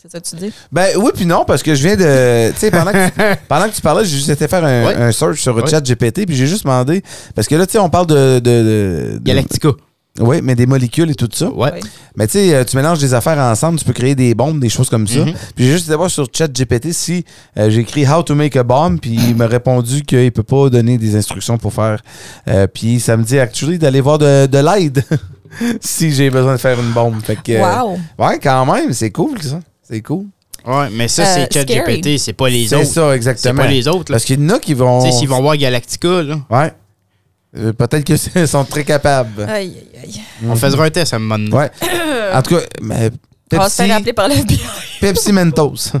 C'est ça que tu dis? Ben oui, puis non, parce que je viens de. Tu sais, pendant, que tu- pendant que tu parlais, j'ai juste été faire un, Ouais. un search sur Ouais. chat GPT, puis j'ai juste demandé. Parce que là, tu sais, on parle de. de, de- de- Galactica. Oui, mais des molécules et tout ça. Ouais. Oui. Mais tu sais, euh, tu mélanges des affaires ensemble, tu peux créer des bombes, des choses comme ça. Mhm. Puis j'ai juste été voir sur ChatGPT si euh, j'ai écrit How to make a bomb, puis il m'a répondu qu'il peut pas donner des instructions pour faire. Euh, puis ça me dit actually d'aller voir de, de l'aide si j'ai besoin de faire une bombe. Fait que, euh, Wow. Ouais, quand même, c'est cool ça. C'est cool. Ouais, mais ça, Euh, c'est chat scary. GPT, c'est pas les C'est autres. ça, exactement. C'est pas les autres, là. Parce qu'il y en a qui vont. Tu sais, s'ils vont voir Galactica, là, Ouais. Euh, Peut-être qu'ils sont très capables. Aïe, aïe, aïe. on Mhm. faisait un test à un moment donné. Ouais. En tout cas, mais On va se Pepsi, faire appeler par la FBI. Pepsi Mentos.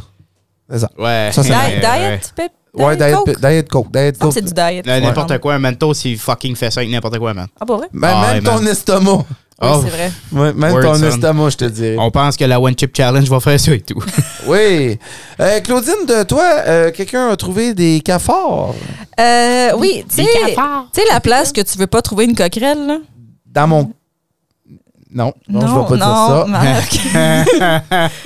C'est ça. Ouais. Ça, c'est Ouais, Diet, ouais. diet, pep- Ouais, diet Diet, Coke? Pe- Diet Coke. Diet Il me semble Coke. que C'est du diet. Euh, N'importe quoi, Mentos, il fucking fait ça avec n'importe quoi, man. Ah, pas vrai? Oui, Ben, Ah, même ouais, ton man. estomac. Oh, c'est vrai. Ouais, même Word, ton son. estomac, je te dirais. On pense que la One Chip Challenge va faire ça et tout. Oui. Euh, Claudine, de toi, euh, quelqu'un a trouvé des cafards Euh, oui, tu sais, tu sais la place que tu veux pas trouver une coquerelle, là? dans mon. Non, non, je vais pas dire ça. Marc.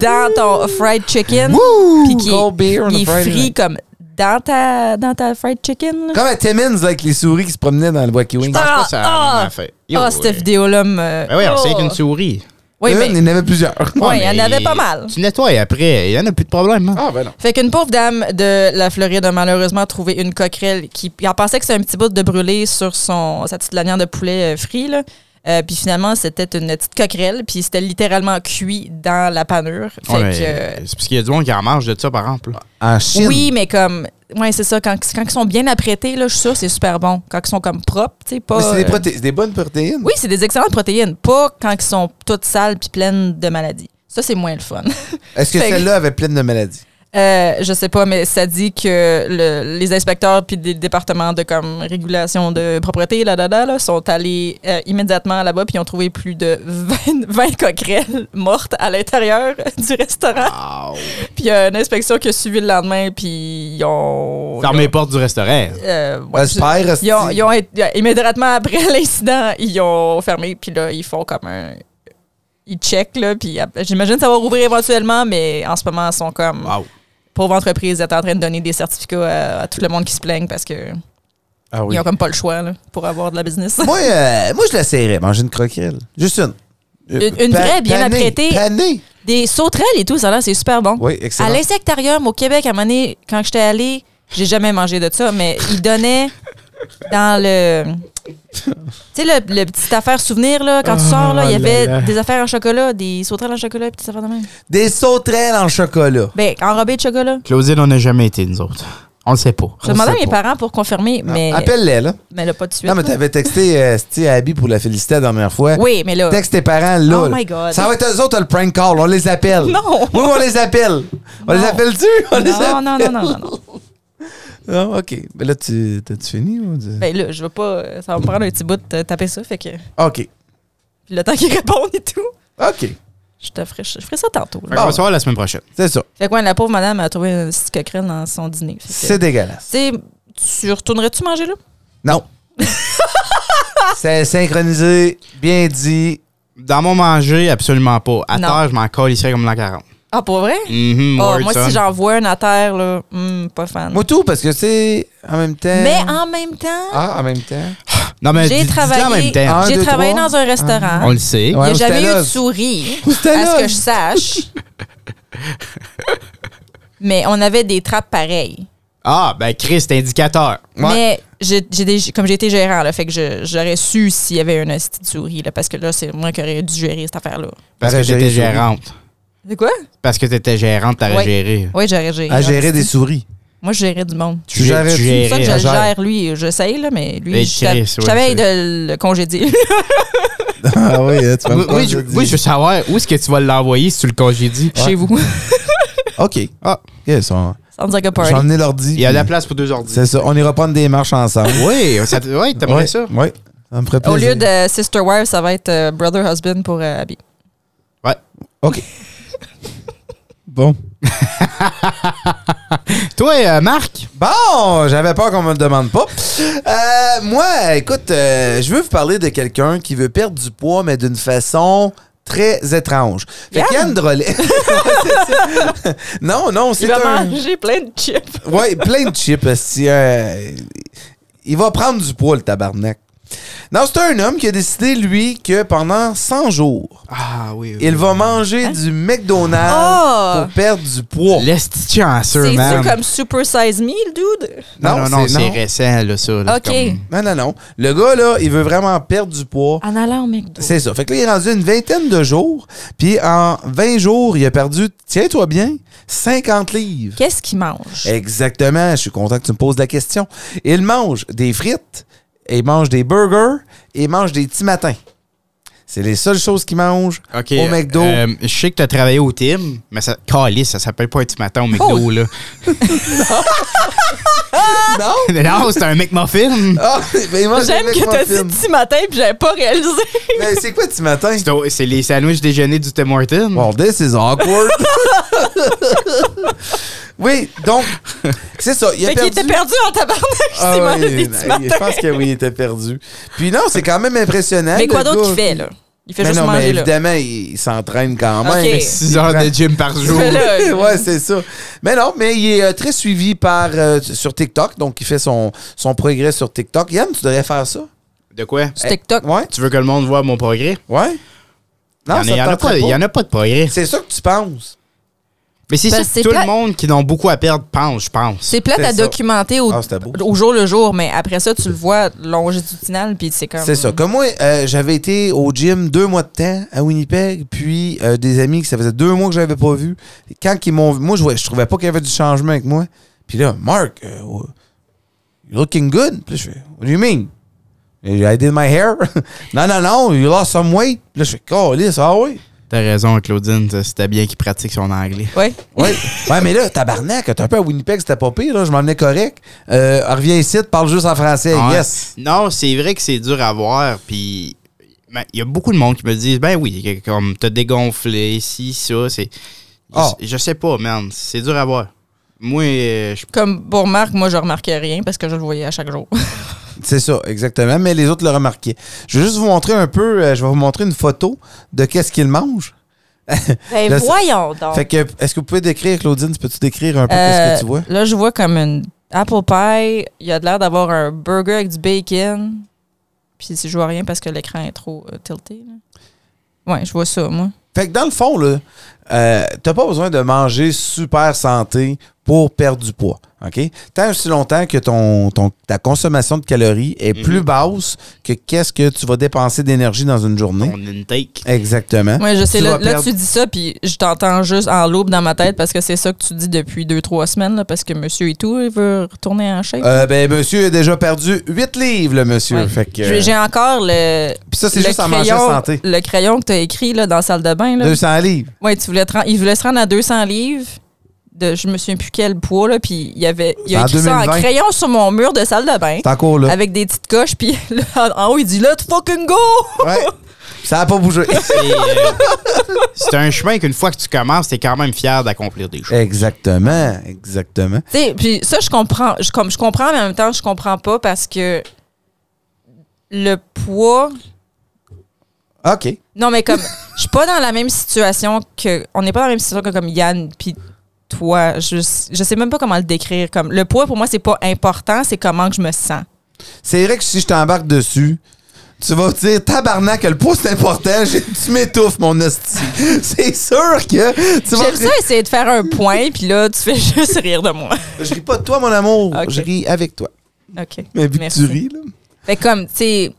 dans ton fried chicken. Wouh! Puis qui est- Cold beer on il a est Friday frit night. comme dans ta, dans ta fried chicken, là. Comme à Timmins, là, avec les souris qui se promenaient dans le Wacky Wing. pense Ah, pas que ça a ah, vraiment fait. Yo, Ah, cette ouais. vidéo-là me. Ben oui, on sait Oh. qu'une souris. Oui, Euh, Une, mais. Il y en avait plusieurs. Ouais, il y en mais avait pas mal. Tu nettoies après, il y en a plus de problème. hein. Ah, ben non. Fait qu'une pauvre dame de la Floride a malheureusement trouvé une coquerelle qui. Elle pensait que c'était un petit bout de brûlé sur son, sa petite lanière de poulet euh, frit, là. Euh, puis finalement, c'était une petite coquerelle, puis c'était littéralement cuit dans la panure. Fait Ouais, que, euh, mais C'est parce qu'il y a du monde qui en mange de ça par exemple. là. En Chine. oui, mais comme. Oui, c'est ça. Quand, quand ils sont bien apprêtés, là, je suis sûre, c'est super bon. Quand ils sont comme propres, tu sais, pas. Mais c'est des, euh, proté- c'est des bonnes protéines. Oui, c'est des excellentes protéines. Pas quand ils sont toutes sales puis pleines de maladies. Ça, c'est moins le fun. Est-ce que Fait que- celle-là avait plein de maladies? Euh, je sais pas, mais ça dit que le- les inspecteurs puis des départements de comme régulation de propreté, là, là, là, là, sont allés euh, immédiatement là-bas puis ils ont trouvé plus de 20, 20 coquerelles mortes à l'intérieur du restaurant. Ah, oh, Puis il y a une inspection qui a suivi le lendemain puis ils ont... Ferme les portes du restaurant. Euh, ouais, J'espère. ils ont, ils ont été- immédiatement après l'incident, ils ont fermé, puis là, ils font comme un. Ils checkent, là, puis après- j'imagine que ça va rouvrir éventuellement, mais en ce moment, ils sont comme. Wow. Pauvre entreprise, ils sont en train de donner des certificats à, à tout le monde qui se plaignent parce que Ah oui. ils ont comme pas le choix, là, pour avoir de la business. moi, euh, moi, je l'essayerais, manger une croquerelle. Juste une. Euh, Une- une vraie, bien panée, apprêtée. Panée. Des sauterelles et tout, ça là, c'est super bon. Oui, À excellent. l'insectarium au Québec, à un moment donné, quand j'étais allée, j'ai jamais mangé de ça, mais ils donnaient dans le. Tu sais, le, le petite affaire souvenir, là, quand tu sors, là, il y avait des affaires en chocolat, des sauterelles en chocolat, puis des affaires de même. Des sauterelles en chocolat. Ben, enrobées de chocolat. Claudine, on n'a jamais été, nous autres. On le sait pas. Je demandais à mes parents pour confirmer, mais, Appelle-les, là. mais là, pas de suite. Non, mais là. t'avais texté euh, Sti à Abby pour la féliciter la dernière fois. Oui, mais là. Texte tes parents, là. Oh là. my God. Ça va être eux autres, le prank call. On les appelle. Non. Oui, on les appelle. On Non. les appelle-tu? On les Non, appelle. non, non, non, non, non. Non, OK. Mais là, tu, t'as-tu fini? Ou... tu- Ben là, je vais pas. Ça va me prendre un petit bout de taper ça, fait que. OK. Puis le temps qu'ils répondent et tout. OK. Je te ferai, je ferai ça tantôt. là. Fait qu'on va se voir la semaine prochaine. C'est ça. Fait que ouais, la pauvre madame a trouvé une petite coquerelle dans son dîner. Fait que- C'est dégueulasse. Tu sais, tu retournerais-tu manger là? Non. C'est synchronisé, bien dit. Dans mon manger, absolument pas. À Non. terre, je m'en colle ici comme l'an 40. Ah, pour vrai? Mm, Mhm, Oh, word, moi, son. si j'en vois un à terre, là, hmm, pas fan. Moi, tout, parce que c'est en même temps. Mais en même temps, Ah, en même temps. Non, mais dis- j'ai dis-le en même travaillé, temps. Un, j'ai deux, travaillé trois. Ah. dans un restaurant. On le Ouais, sait. Il où n'y a jamais c'était eu là? de souris, Où à c'était là? ce que je sache. Mais on avait des trappes pareilles. Ah, ben Chris, c'est indicateur. Mais j'ai- j'ai des- comme j'ai été gérant, là, fait que je- j'aurais su s'il y avait une petite souris, là, parce que là, c'est moi qui aurais dû gérer cette affaire-là. Parce que T'aurais t'étais géré les gérante. C'est quoi? Parce que t'étais gérante, t'aurais Ouais. géré. Oui, j'aurais géré. À gérer des souris. Moi, je gérais du monde. Tu gérais- tu tu- C'est pour ça que je gérais. le gère. gère, lui. J'essaye, là, mais lui, Et je t'a- Chris, je ouais, t'avais c'est- de le congédier. Ah oui, hein, tu vas Oui, me oui, je, contredire. oui, je veux savoir où est-ce que tu vas l'envoyer si tu le congédies. Chez vous. OK. Ah, Yes, on... Sounds like a Je party. vais emmener l'ordi. il y a de la puis- place pour deux ordi. C'est ça. On ira prendre des marches ensemble. Oui, ça te- ouais, t'aimerais Ouais, ça. Oui. Ça me ferait Au plaisir. lieu de Sister Wife, ça va être euh, Brother Husband pour euh, Abby. Ouais. OK. Bon. Toi, euh, Marc, Bon, j'avais peur qu'on me le demande pas. Euh, moi, écoute, euh, je veux vous parler de quelqu'un qui veut perdre du poids, mais d'une façon très étrange. Fait Yann? qu'Yann Drolet. C'est ça. non, non, Il c'est va un... manger plein de chips. Ouais, plein de chips. esti, euh, il va prendre du poids, le tabarnak. Non, c'est un homme qui a décidé, lui, que pendant 100 jours, Ah oui. oui. il va manger du McDonald's Hein? Oh! pour perdre du poids. Laisse-tu chanceux, C'est ça man. comme Super Size Me, le dude? Non, non, non, c'est- c'est récent, là, ça. là, OK. comme- Non, non, non. Le gars, là, il veut vraiment perdre du poids. En allant au McDo. C'est ça. Fait que là, il est rendu une vingtaine de jours. Puis en 20 jours, il a perdu, tiens-toi bien, 50 livres. Qu'est-ce qu'il mange? Exactement. Je suis content que tu me poses la question. Il mange des frites, il mange des burgers, il mange des petits matins. C'est les seules choses qu'il mange OK. au McDo. euh, je sais que t'as travaillé au Tim, mais ça. Calice, ça s'appelle pas un petit matin au McDo, Oh. là. Non? non, c'est un McMuffin. Ah, ben, il mange des J'aime que McMuffins. t'as dit petit matin puis j'avais pas réalisé. Mais c'est quoi petit matin? C'est au- C'est les sandwichs déjeuner du Tim Hortons. Well, this is awkward. oui, donc, c'est ça. Il a Fait qu'il perdu. était perdu en tabarnak. Ah oui, c'est mangé des non, petits je pense matins. que oui, il était perdu. Puis non, c'est quand même impressionnant. Mais quoi le d'autre gars. qu'il fait, là? Il fait Mais juste non, mais manger, là. évidemment, il, il s'entraîne quand même. Ok. 6 heures de gym par jour. Mais là- ouais, c'est ça. Mais non, mais il est euh, très suivi par euh, sur TikTok, donc il fait son, son progrès sur TikTok. Yann, tu devrais faire ça. Eh, De quoi? Sur TikTok. Ouais, Tu veux que le monde voie mon progrès? ouais. Il Non, ça te n'y en, a tenterait pas- pas. y en a pas de progrès. C'est ça que tu penses. Mais c'est Ben, ça, c'est tout plat- le monde qui n'a beaucoup à perdre pense, je pense. C'est plate C'était à ça. documenter au, Ah, c'était beau. au jour le jour, mais après ça, tu le vois longitudinal, puis c'est comme. C'est ça. Comme moi, euh, j'avais été au gym deux mois de temps à Winnipeg, puis euh, des amis que ça faisait deux mois que je n'avais pas vu. Quand ils m'ont vu, moi, je, vois- je trouvais pas qu'il y avait du changement avec moi. Puis là, Mark, euh, you're looking good. Puis là, je fais, What do you mean? I did my hair. non, non, non, you lost some weight. Puis là, je fais, Calisse, ah oui. T'as raison, Claudine, ça, c'était bien qu'il pratique son anglais. Ouais. Oui. Ouais, mais là, tabarnak, t'es un peu à Winnipeg, c'était pas pire, là. Je m'emmenais correct. Euh, reviens ici, parle juste en français. Ouais. Yes. Non, c'est vrai que c'est dur à voir, puis ben, il y a beaucoup de monde qui me disent, ben oui, que- comme t'as dégonflé, ci, ça, c'est... je- Ah. Je, sais pas, man, c'est dur à voir. Moi, euh, je- Comme pour Marc, moi, je remarquais rien parce que je le voyais à chaque jour. C'est ça, exactement. Mais les autres le remarquaient. Je vais juste vous montrer un peu, euh, je vais vous montrer une photo de qu'est-ce qu'il mange. Ben Là, ça- voyons Ah. donc. Fait que, est-ce que vous pouvez décrire, Claudine, peux-tu décrire un peu qu'est-ce que tu vois? Euh, Là, je vois comme une apple pie. Il a de l'air d'avoir un burger avec du bacon. Puis je vois rien parce que l'écran est trop euh, tilté. là. Ouais, je vois ça, moi. Fait que dans le fond, là, euh, t'as pas besoin de manger super santé pour perdre du poids. OK? Tant et aussi longtemps que ton, ton- ta consommation de calories Mhm. est plus basse que qu'est-ce que tu vas dépenser d'énergie dans une journée. mon intake. Exactement. Ouais, je sais. Tu là, vas là, perdre- tu dis ça, puis je t'entends juste en loupe dans ma tête parce que c'est ça que tu dis depuis deux, trois semaines, là, parce que monsieur et tout, il veut retourner en shape. Euh, ben, monsieur a déjà perdu 8 livres, le monsieur. Ouais. Fait que, euh, J'ai- J'ai encore le. Puis ça, c'est le juste en mangeant crayon- santé. Le crayon que tu as écrit là, dans la salle de bain. Là. 200 livres. Ouais, tu voulais te rend- il voulait se rendre à 200 livres. De, je me souviens plus quel poids, là, puis il, y avait, il En a écrit ça en 2020. crayon sur mon mur de salle de bain C'est encore là. avec des petites coches, puis là, en- en haut, il dit là, fucking go! Ouais. Ça a pas bougé. Et, euh, c'est un chemin qu'une fois que tu commences, t'es quand même fier d'accomplir des choses. exactement, exactement. Tu sais, puis ça, je comprends. Je, comme, je comprends, mais en même temps, je comprends pas parce que le poids. OK. Non, mais comme, je suis pas dans la même situation que. On n'est pas dans la même situation que comme Yann, puis toi. Je, je sais même pas comment le décrire. Comme, le poids, pour moi, c'est pas important, c'est comment que je me sens. C'est vrai que si je t'embarque dessus, tu vas te dire tabarnak, le poids c'est important, j'ai- tu m'étouffes mon hostie. C'est sûr que tu vas J'aime ça essayer de faire un point, puis là, tu fais juste rire de moi. Je ris pas de toi mon amour, OK. je ris avec toi. OK. Mais vu que Merci. tu ris là. Fait comme, tu sais.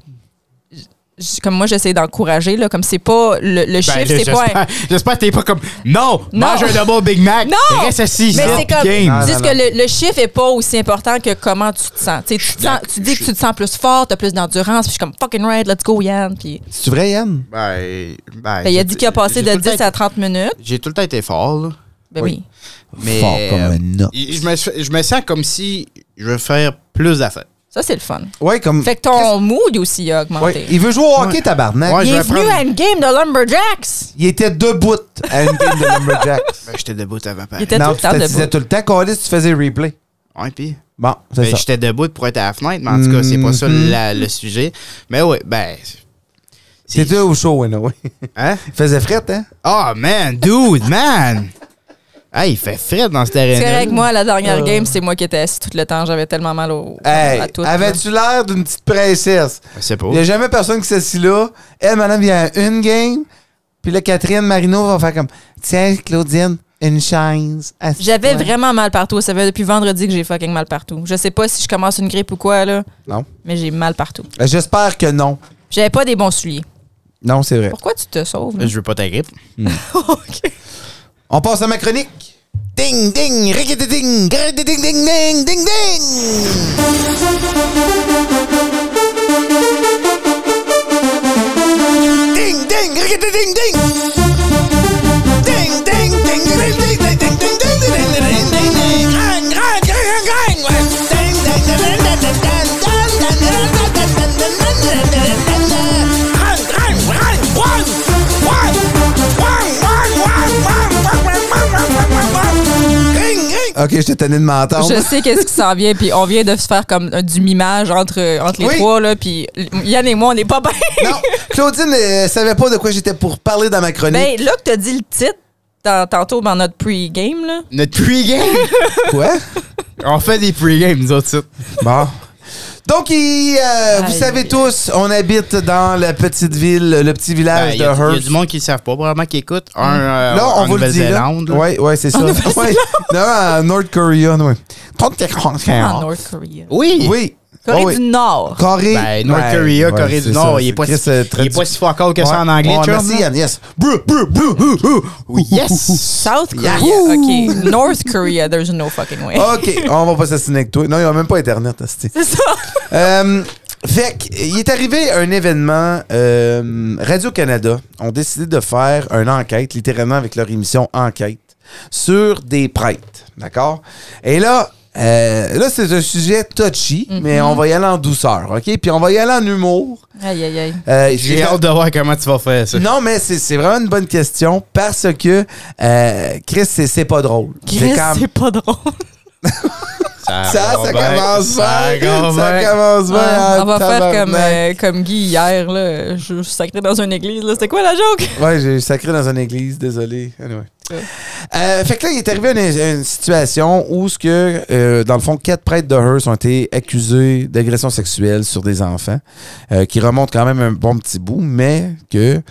j- j- Comme moi, j'essaie d'encourager, là. Comme c'est pas. Le, le Ben, chiffre, là, c'est pas. un- j'espère, j'espère que t'es pas comme Non, mange un double Big Mac, Non! reste assis, ici, Mais c'est puis comme. game. Ah, Dis non, que le, le chiffre est pas aussi important que comment tu te sens. Tu sais, tu te sens- tu dis que tu te sens plus fort, t'as plus d'endurance, puis je suis comme fucking right, let's go, Yann. Puis, C'est vrai Yann Ben, ben, Fait, il a dit qu'il a passé j'ai de tout le temps 10 à 30 minutes. été- J'ai tout le temps été fort, là. Ben Oui. oui. Mais, Fort euh, comme un os. Je me, je me sens comme si je veux faire plus d'affaires. Ça, c'est le fun. Ouais, comme Fait que ton mood aussi a augmenté. Ouais, il veut jouer au hockey tabarnak. Ouais, il je est vais venu prendre- à une game de Lumberjacks. Il était debout à une game de Lumberjacks. Ben, j'étais debout avant Il pareil. était non, tout le tu temps te debout. disais tout le temps Callis, tu faisais replay. Ouais, puis. Bon, c'est Ben, ça. Mhm. j'étais debout pour être à la fenêtre, mais en tout cas, c'est pas ça la- le sujet. Mais ouais, ben. c'est- C'était au show, anyway. Hein? Il faisait frette, hein? Oh man, dude, man! Hey, il fait frais dans cette C'est arène. correct, moi, à la Euh. dernière game, c'est moi qui étais assis tout le temps. J'avais tellement mal au, Hey, à tout. avais-tu l'air d'une petite princesse? Je sais pas. Il n'y a jamais personne qui s'assit là. Elle, madame, vient à une game. Puis là, Catherine Marino va faire comme Tiens, Claudine, une chaise. Ah, assis-toi. J'avais vraiment mal partout. Ça fait depuis vendredi que j'ai fucking mal partout. Je sais pas si je commence une grippe ou quoi, là, Non. mais j'ai mal partout. Euh, J'espère que non. J'avais pas des bons souliers. Non, c'est vrai. Pourquoi tu te sauves? là? Je veux pas ta grippe. OK. On passe à ma chronique. Ding, ding, rickety ding, ding, ding, ding, ding, ding, ding. Ding, ding, rickety ding, ding. Ding, ding, ding, ding, ding, ding, ding, ding, ding, ding, ding, ding, ding, ding. Grang, grang, grang, grang, grang. Ding, ding, ding, ding, ding, ding, ding, ding, ding, ding, ding, ding, ding, ding, ding, ding, ding, ding, ding, ding. Grang, grang, grang, grang, grang, grang, grang, grang, grang, grang, grang, grang, grang, grang, grang. Ring, ring. Je sais qu'est-ce qui s'en vient, puis on vient de se faire comme euh, du mimage entre, entre les Oui. trois, là, puis Yann et moi, on n'est pas bien. Non, Claudine euh, savait pas de quoi j'étais pour parler dans ma chronique. Ben, là que t'as dit le titre dans- tantôt dans notre pre-game, là, Notre pre-game! Ben. Quoi? On fait des pre-games, nous autres. ça. Bon. Donc, il, euh, vous Aïe, savez aïe, tous, on habite dans la petite ville, le petit village Ben, Il y, a- de y a Hearst. du monde qui ne savent pas, probablement qui écoute. Un euh, Là, on en vous le dit. là. Nouvelle-Zélande. là. Ouais, ouais, c'est ça. Ouais. Non, en North Korea, oui. En Ah, North Korea. Oui. Oui. Corée Ah oui. du Nord. Corée. Ben, North Ben, Korea, ouais, Corée c'est du Nord, ça. il est pas, Chris, si, euh, il est traduit- pas si fort que ça Ouais. en anglais, Ouais, chum, Merci, euh, là. Yann. Yes. Brr, brr, brr, brr, brr. Yes. South Korea. Oh. OK. North Korea, there's no fucking way. OK, on va pas s'assiner avec toi. Non, il n'y a même pas Internet. hostie. C'est ça. Euh, fait qu'il est arrivé un événement. euh, Radio-Canada ont décidé de faire une enquête, littéralement avec leur émission Enquête, sur des prêtres. D'accord? Et là, euh, là c'est un sujet touchy, Mhm. mais on va y aller en douceur. OK? Puis on va y aller en humour. Aïe, aïe, aïe. Euh, J'ai hâte de voir comment tu vas faire ça. Non, mais c'est c'est vraiment une bonne question parce que euh, Chris, c'est c'est pas drôle. Chris, quand- c'est pas drôle. Ça, ça commence Ça bien. commence Ça bien. commence bien. Ouais, hein, on va faire tabarnak. comme, euh, comme Guy hier, là. Je je suis sacré dans une église, là. C'était quoi la joke? Ouais, j'ai sacré dans une église, désolé. Anyway. Ouais. Euh, fait que là, il est arrivé une, une situation où, ce que, euh, dans le fond, quatre prêtres de Hearst ont été accusés d'agression sexuelle sur des enfants, euh, qui remontent quand même un bon petit bout, mais que,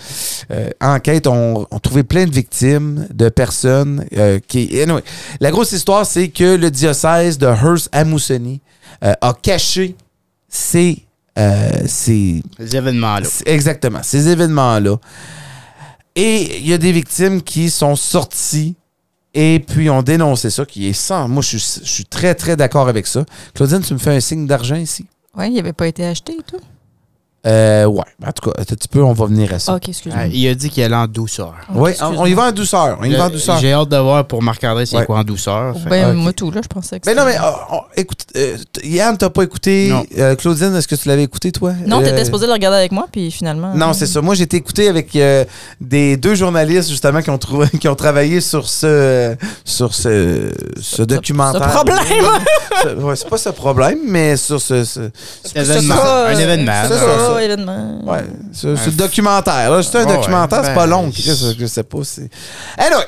euh, enquête, on, on trouvé plein de victimes, de personnes euh, qui. Anyway, la grosse histoire, c'est que le diocèse de Hearst à Moussonie euh, a caché ses. euh, ses Les événements-là. c'est- Exactement, ces événements-là. Et il y a des victimes qui sont sorties et puis ont dénoncé ça, qui est sans. Moi, je suis, je suis très, très d'accord avec ça. Claudine, tu me fais un signe d'argent ici? Ouais, il avait pas été acheté et tout. Euh, ouais. En tout cas, un petit peu, on va venir à ça. OK, excuse-moi. Ah, Il a dit qu'il allait en douceur. Oui, on, on y va en douceur. On y Le- va en douceur. J'ai hâte de voir pour Marc-André c'est Ouais. quoi en douceur. fait. Ben, Ok. moi tout, là, je pensais que Mais non, mais c'était- oh, oh, écoute, euh, t- Yann, t'as pas écouté. Non. Euh, Claudine, est-ce que tu l'avais écouté, toi? Non, Euh, t'étais supposé le regarder avec moi, puis finalement... euh, Non, c'est ça. Moi, j'ai été écouté avec euh, des deux journalistes justement qui ont trouvé, qui ont travaillé sur ce sur ce, ce documentaire. ce problème. Ce- ouais, c'est pas ce problème, mais sur ce, ce- Un événement. Ça, Un événement. ça, Ça, ça, ça, ça. événement. ouais, ce, ce documentaire. là. C'est un Ouais, documentaire, c'est ben, pas long. je- Chris, je sais pas. c'est- Anyway.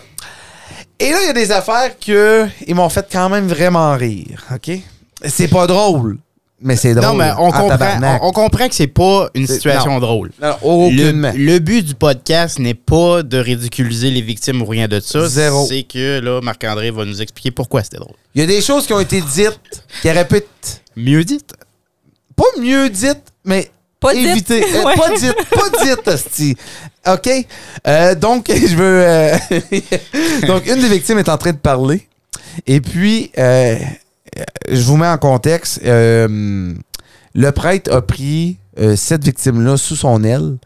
Et là, il y a des affaires que ils m'ont fait quand même vraiment rire. Ok, c'est pas drôle, mais c'est drôle. Non, mais en on comprend, tabarnak. on, on comprend que c'est pas une C'est- situation drôle. Non, Le, aucunement. le but du podcast n'est pas de ridiculiser les victimes ou rien de ça. Zéro. C'est que là, Marc-André va nous expliquer pourquoi c'était drôle. Il y a des choses qui ont été dites qui auraient pu être Mieux dit. pas mieux dites, mais Pas dites. évitées. Euh, Ouais. Pas dites, pas dites, hostie. OK? Euh, donc, je veux... euh, donc, une des victimes est en train de parler. Et puis, euh, euh, je vous mets en contexte. Euh, le prêtre a pris euh, cette victime-là sous son aile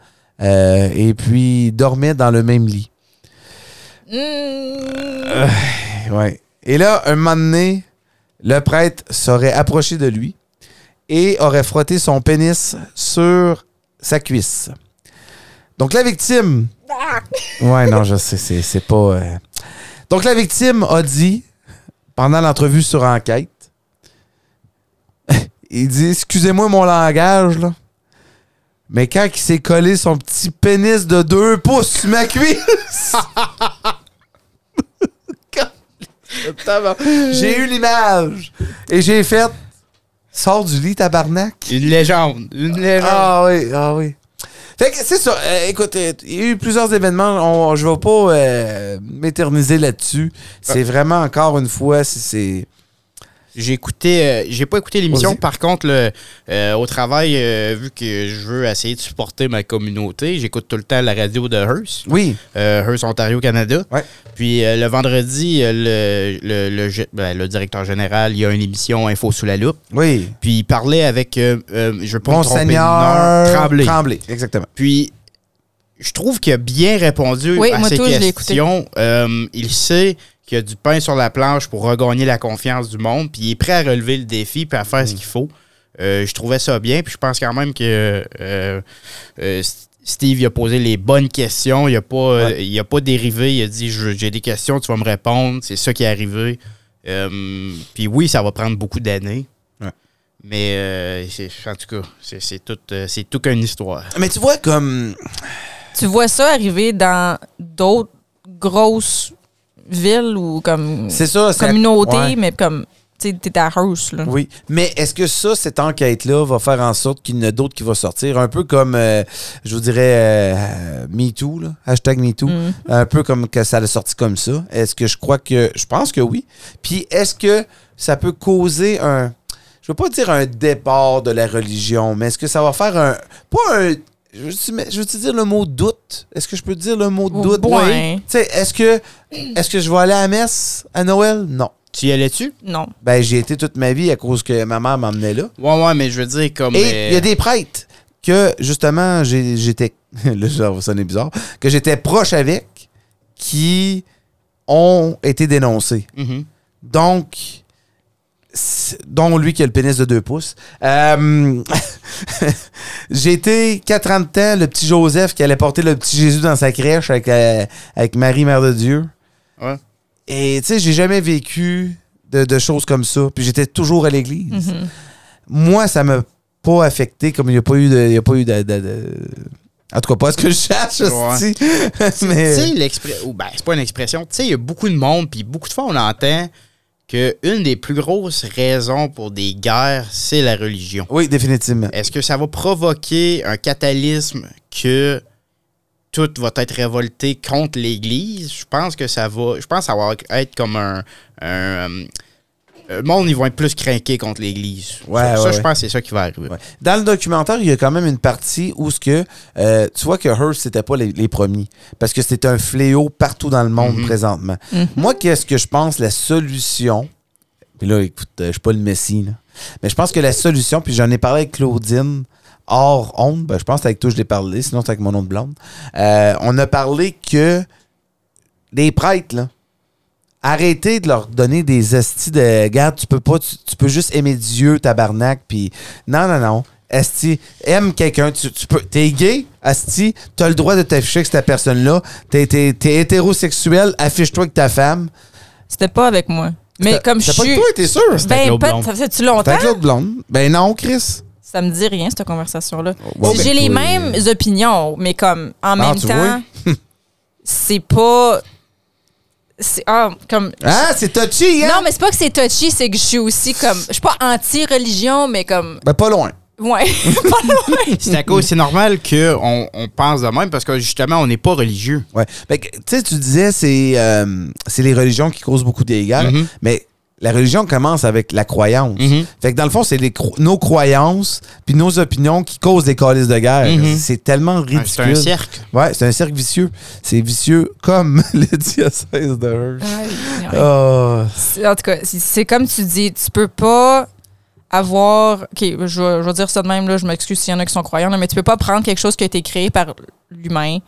euh, et puis dormait dans le même lit. Mmh. Ouais. Et là, un moment donné, le prêtre serait approché de lui et aurait frotté son pénis sur sa cuisse. Donc la victime. Ouais, non, je sais, c'est, c'est pas. euh. Donc la victime a dit, pendant l'entrevue sur enquête, il dit Excusez-moi mon langage, là. Mais quand il s'est collé son petit pénis de deux pouces sur ma cuisse. J'ai eu l'image. Et j'ai fait Sors du lit, tabarnak. Une légende. Une légende. Ah oui, ah oui. Fait que c'est ça. Euh, écoute, euh, il y a eu plusieurs événements. On- je vais pas euh, m'éterniser là-dessus. C'est vraiment encore une fois, c'est- c'est. J'ai écouté, euh, j'ai pas écouté l'émission. Vas-y. Par contre, le, euh, au travail, euh, vu que je veux essayer de supporter ma communauté, j'écoute tout le temps la radio de Hearst, Oui. euh, Hearst Ontario Canada. Ouais. Puis euh, le vendredi, euh, le, le, le gé- ben, le directeur général, il y a une émission Info sous la loupe. Oui. Puis il parlait avec, euh, euh, je veux pas me tromper, Monseigneur non, Tremblay. Exactement. Puis, je trouve qu'il a bien répondu Oui, à moi ces tout, je l'ai écouté. questions. Euh, il sait qu'il y a du pain sur la planche pour regagner la confiance du monde, puis il est prêt à relever le défi puis à faire ce qu'il faut. Euh, je trouvais ça bien, puis je pense quand même que euh, euh, S- Steve il a posé les bonnes questions. Il n'a pas, euh, il a pas dérivé. Il a dit Je- J'ai des questions, tu vas me répondre. C'est ça qui est arrivé. Euh, puis oui, ça va prendre beaucoup d'années. Ouais. Mais euh, c'est- en tout cas, c'est- c'est tout, euh, c'est tout qu'une histoire. Mais tu vois, comme. Tu vois ça arriver dans d'autres grosses villes ou comme C'est ça, c'est- communautés, Ouais. mais comme... tu t'sais, t'es à house, là. Oui. Mais est-ce que ça, cette enquête-là, va faire en sorte qu'il y en a d'autres qui vont sortir? Un peu comme, euh, je vous dirais, euh, MeToo, là, hashtag MeToo. Un peu comme que ça a sorti comme ça. Est-ce que je crois que. Je pense que oui. Puis est-ce que ça peut causer un. Je veux pas dire un départ de la religion, mais est-ce que ça va faire un. Pas un. Je veux-tu mais- je veux-tu dire le mot doute? Est-ce que je peux dire le mot Oh, doute? boy. Oui. Tu sais, est-ce que, est-ce que je vais aller à la messe à Noël? Non. Tu y allais-tu? Non. Ben, j'y ai été toute ma vie à cause que ma mère m'emmenait là. Ouais, ouais, mais je veux dire, comme. Et il y euh, a des prêtres que, justement, j'ai- j'étais. là, ça va sonner bizarre. Que j'étais proche avec qui ont été dénoncés. Mhm. Donc. c'est- Dont lui qui a le pénis de deux pouces. Euh, j'ai été quatre ans de temps, le petit Joseph qui allait porter le petit Jésus dans sa crèche avec, euh, avec Marie, Mère de Dieu. Ouais. Et tu sais, j'ai jamais vécu de, de choses comme ça. Puis j'étais toujours à l'église. Mhm. Moi, ça m'a pas affecté comme il n'y a pas eu de. Il y a pas eu de, de- de- En tout cas, pas ce que je cherche. Ouais. hostie. Tu Mais. sais, l'expression. ben, c'est pas une expression. Tu sais, il y a beaucoup de monde, puis beaucoup de fois, on entend que une des plus grosses raisons pour des guerres, c'est la religion. Oui, définitivement. Est-ce que ça va provoquer un catalysme que tout va être révolté contre l'Église? Je pense que ça va. Je pense que ça va être comme un. un, euh, le monde, ils vont être plus craqués contre l'Église. Ouais, ça, ouais, ça, je ouais. pense que c'est ça qui va arriver. Ouais. Dans le documentaire, il y a quand même une partie où ce que euh, tu vois que Hearst c'était pas les, les premiers parce que c'est un fléau partout dans le monde présentement. Moi, qu'est-ce que je pense la solution Puis là, écoute, euh, je suis pas le messie là. mais je pense que la solution, puis j'en ai parlé avec Claudine hors honte, ben, je pense que avec toi je l'ai parlé, sinon c'est avec mon nom de blonde. Euh, on a parlé que les prêtres là Arrêtez de leur donner des estis de garde, tu peux pas, tu, tu peux juste aimer Dieu, tabarnak, puis non, non, non. Esti, aime quelqu'un, tu, tu peux. T'es gay, Esti, t'as le droit de t'afficher avec cette personne-là. T'es, t'es- t'es hétérosexuel, affiche-toi avec ta femme. C'était pas avec moi. Mais comme je T'as pas suis. de toi, t'es sûr? avec Ben, l'autre pas- blonde. ça fait-tu T'es longtemps? avec l'autre blonde? Ben non, Chris. Ça me dit rien, cette conversation-là. Ouais, ben, J'ai toi, les euh, Ah, mêmes opinions, mais comme en même tu temps, c'est pas. c'est- ah, comme. Ah, c'est touchy, hein? Non, mais c'est pas que c'est touchy, c'est que je suis aussi comme. Je suis pas anti-religion, mais comme. Ben pas loin. Ouais. pas loin. C'est à cause, c'est normal qu'on on pense de même parce que justement, on n'est pas religieux. Ouais. Fait que, tu sais, tu disais, c'est, euh, c'est les religions qui causent beaucoup d'égards, Mhm. mais la religion commence avec la croyance. Mhm. Fait que dans le fond, c'est les cro- nos croyances puis nos opinions qui causent des calices de guerre. Mhm. C'est tellement ridicule. C'est un cercle. Ouais, c'est un cercle vicieux. C'est vicieux comme le diocèse de Hearst. Ouais. Ah. C'est- En tout cas, c'est- c'est comme tu dis, tu peux pas avoir. OK, je, vais- je vais dire ça de même, là, je m'excuse s'il y en a qui sont croyants, là, mais tu peux pas prendre quelque chose qui a été créé par l'humain,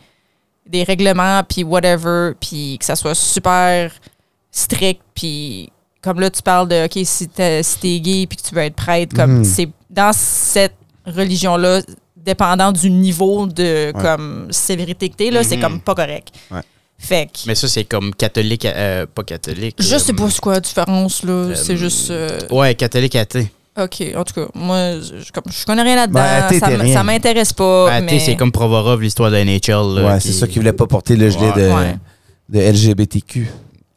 des règlements, puis whatever, puis que ça soit super strict, puis comme là, tu parles de, OK, si t'es si t'es gay, puis que tu veux être prêtre, comme Mhm. c'est dans cette religion-là, dépendant du niveau de comme sévérité que t'es, là, c'est Mhm. comme pas correct. Ouais. Fait que. Mais ça, c'est comme catholique, euh, pas catholique. Je euh, sais pas c'est quoi la différence, là. c'est juste. euh, Ouais, catholique athée. OK, en tout cas, moi, je, comme, je connais rien là-dedans. Ben, athée, ça t'es m- rien. Bah, ça m'intéresse pas. athée, Oh, mais... c'est comme Provorov, l'histoire de NHL. là, Ouais, qui- c'est ça qui voulait pas porter le gilet de, Ouais. de LGBTQ.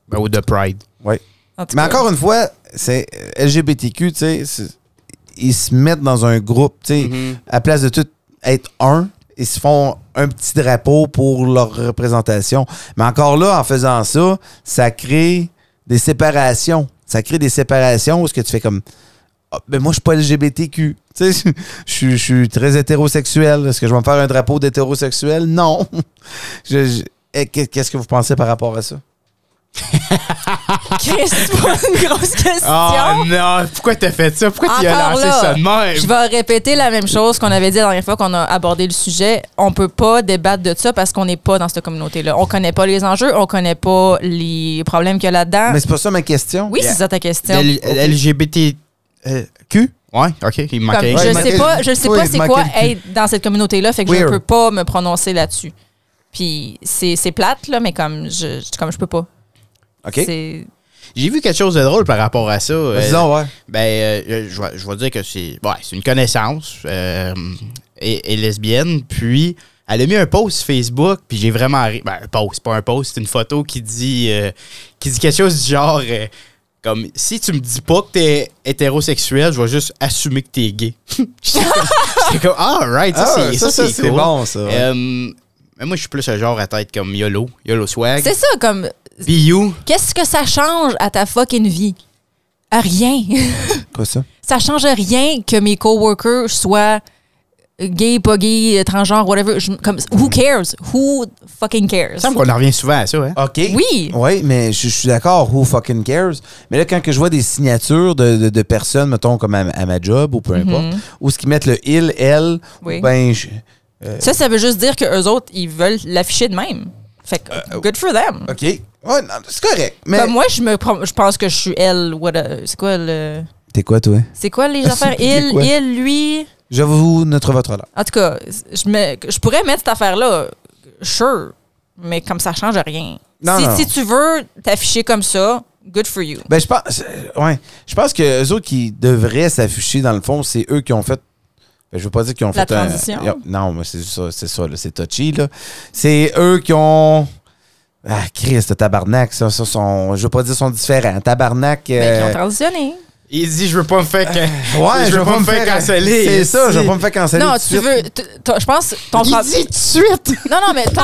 Ben, Ou de Pride. Ouais. en tout Mais cas. encore une fois, c'est euh, LGBTQ, tu sais, c'est- ils se mettent dans un groupe, tu sais, à place de tout être un, ils se font un petit drapeau pour leur représentation. Mais encore là, en faisant ça, ça crée des séparations. Ça crée des séparations où ce que tu fais comme Ah, ben moi je suis pas LGBTQ. Tu sais, je suis- je suis très hétérosexuel. Est-ce que je vais me faire un drapeau d'hétérosexuel Non. Je- je- eh, qu'est- Qu'est-ce que vous pensez par rapport à ça Chris, c'est pas une grosse question. Ah non, pourquoi t'as fait ça? Pourquoi tu as Encore lancé là, ça de même? Je vais répéter la même chose qu'on avait dit la dernière fois qu'on a abordé le sujet. On peut pas débattre de ça parce qu'on n'est pas dans cette communauté-là. On connaît pas les enjeux, on connaît pas les problèmes qu'il y a là-dedans. Mais c'est pas ça ma question. Ah. Oui, c'est ça ta question. L- LGBT. euh, Q Ouais, ok, il Comme, manquait. Ouais, je manquer- sais pas, je sais Oui, pas c'est quoi manquer le être dans cette communauté-là, fait que je Weird. peux pas me prononcer là-dessus. Puis c'est c'est plate, là, mais comme je, je- comme je peux pas. OK. C'est- J'ai vu quelque chose de drôle par rapport à ça. euh, Disons, ouais. ben, euh, je vais- je vais dire que c'est ouais, c'est une connaissance euh, et, et lesbienne. Puis, elle a mis un post sur Facebook, puis j'ai vraiment ri. Ben, un post, pas un post, c'est une photo qui dit, euh, qui dit quelque chose du genre euh, Comme, si tu me dis pas que t'es hétérosexuel, je vais juste assumer que t'es gay. J'étais comme- j'étais comme, ah, right, ça, Ah, c'est ça, c'est cool. bon, ça. ouais. Euh, mais moi, je suis plus le genre à tête comme YOLO, YOLO swag. C'est ça, comme. Be you. Qu'est-ce que ça change à ta fucking vie? À rien. Quoi ça? ça change rien que mes coworkers soient gays, pas gays, transgenres, whatever. Je- comme, who cares? Who fucking cares? Il me semble qu'on en revient souvent à ça, hein? OK. Oui. Oui, mais je, je suis d'accord, who fucking cares? Mais là, quand que je vois des signatures de, de- de personnes, mettons, comme à, à ma job ou peu importe, ou ce qu'ils mettent le il, elle, Mhm. Oui. ben, je- Ça, ça veut juste dire qu'eux autres, ils veulent l'afficher de même. Fait que, good for them. Euh, OK. Ouais, non, c'est correct. Mais. Comme Ben, moi, je me prom- je pense que je suis elle. what a- C'est quoi le. T'es quoi, toi? C'est quoi les Ah, affaires? c'est- c'est Il, quoi? il, lui. J'avoue, notre votre là. En tout cas, je, me- je pourrais mettre cette affaire-là, sure, mais comme ça change rien. Non, si, non. si tu veux t'afficher comme ça, good for you. Ben, je pense. euh, Ouais. Je pense que eux autres qui devraient s'afficher, dans le fond, c'est eux qui ont fait. ben, je veux pas dire qu'ils ont La fait un- transition. Yo- non, mais c'est ça, c'est ça, là, c'est touchy, là. C'est eux qui ont. Ah, Christ, le tabarnak, ça, ça, sont, je veux pas dire sont différents. Tabarnak. Ben, ils euh, ont transitionné. Il dit, je veux pas me faire. can- Ouais, je veux pas me faire canceller. euh, C'est ça, je veux pas me faire canceller. Non, tout de tu suite. veux. t- t- Je pense ton Il pro- dit tout de suite. Non, non, mais ton-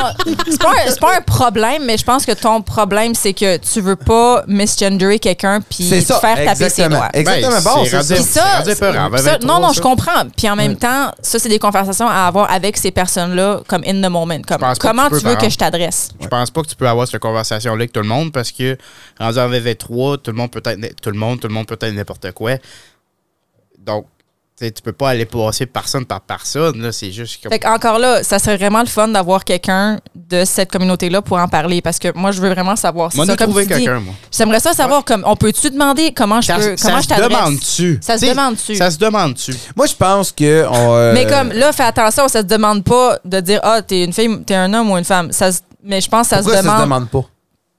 c'est pas, un- c'est pas un problème, mais je pense que ton problème, c'est que tu veux pas misgendrer quelqu'un puis C'est te ça. faire taper ses exactement. doigts. Exactement. Ben, bon, c'est c'est rendu- ça. Puis ça, C'est rendu épeurant, ça- 23, non, non, ça. je comprends. Puis en même temps, ça, c'est des conversations à avoir avec ces personnes-là, comme in the moment. Comme, pense pas comment que tu tu, peux, veux par que exemple. je t'adresse? Je pense pas que tu peux avoir cette conversation-là avec tout le monde parce que, rendu en VV3, tout le monde peut être tout le monde, tout le monde peut être n'importe quoi. Donc, tu sais, tu peux pas aller passer personne par personne. Là, c'est juste comme. Fait encore là, ça serait vraiment le fun d'avoir quelqu'un de cette communauté-là pour en parler parce que moi, je veux vraiment savoir. C'est Moi, ça, j'ai comme trouvé tu dis. quelqu'un, moi. J'aimerais ça savoir, comme, on peut-tu demander comment je Ça, peux, ça comment je se t'adresse? demande-tu? Ça se Tu sais, demande-tu? Ça se demande-tu? Moi, je pense que. on, euh, Mais comme là, fais attention, ça te demande pas de dire ah t'es une fille, t'es un homme ou une femme. Ça, se- mais je pense que ça se pourquoi ça se demande. demande pas?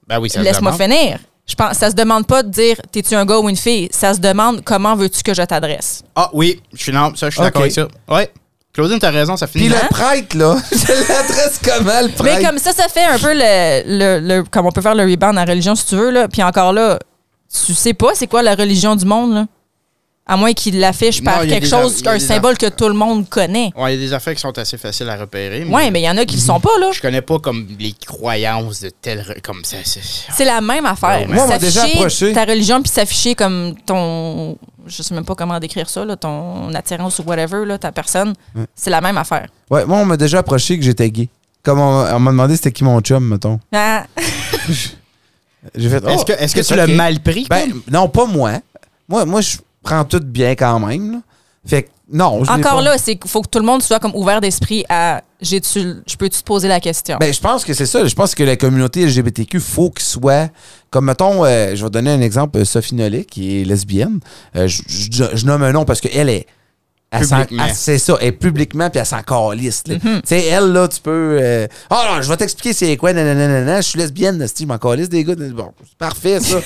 Ben oui, ça se Laisse-moi demande. finir. Je pense, ça se demande pas de dire t'es-tu un gars ou une fille. Ça se demande comment veux-tu que je t'adresse. Ah oui, je suis, non, ça, je suis Ok. d'accord avec ça. Ouais. Claudine, t'as raison, ça finit. Puis mal. le prêtre, là, je l'adresse comment, le prêtre? Hein? Mais comme ça, ça fait un peu le, le, le- comme on peut faire le rebound en religion si tu veux là. Puis encore là, tu sais pas c'est quoi la religion du monde là. À moins qu'il l'affiche par Non, il y a quelque des chose, a- il y a un des symbole que tout le monde connaît. Ouais, il y a des affaires qui sont assez faciles à repérer. Ouais, mais il y en a qui le sont pas là. Je connais pas comme les croyances de tel re- comme ça. c'est- C'est la même affaire. Ben Moi, on m'a S'afficher déjà approché. Ta religion, puis s'afficher comme ton. Je sais même pas comment décrire ça, là, ton attirance ou whatever, là, ta personne. C'est la même affaire. Ouais, moi, on m'a déjà approché que j'étais gay. Comme on, on m'a demandé c'était qui mon chum, mettons. Ah, J'ai fait. Est-ce oh, que, est-ce que tu ok. l'as mal pris? Ben, non, pas moi. Moi, moi je prends tout bien quand même. là. Fait que, non. je l'ai encore pas- là, c'est faut que tout le monde soit comme ouvert d'esprit à j'ai-tu- je peux-tu te poser la question? Ben, je pense que c'est ça. Je pense que la communauté LGBTQ, faut qu'il soit. Comme, mettons, euh, je vais donner un exemple, euh, Sophie Nollet, qui est lesbienne. Euh, je, je- je nomme un nom parce qu'elle est. elle s'en- Publiquement. elle- C'est ça, elle est publiquement, puis elle s'en calisse. là. Mm-hmm. Tu sais, elle, là, tu peux. euh, Ah non, je vais t'expliquer c'est quoi, nanana, nanana, je suis lesbienne, esti, je m'en calisse des gars. Bon, c'est parfait, ça.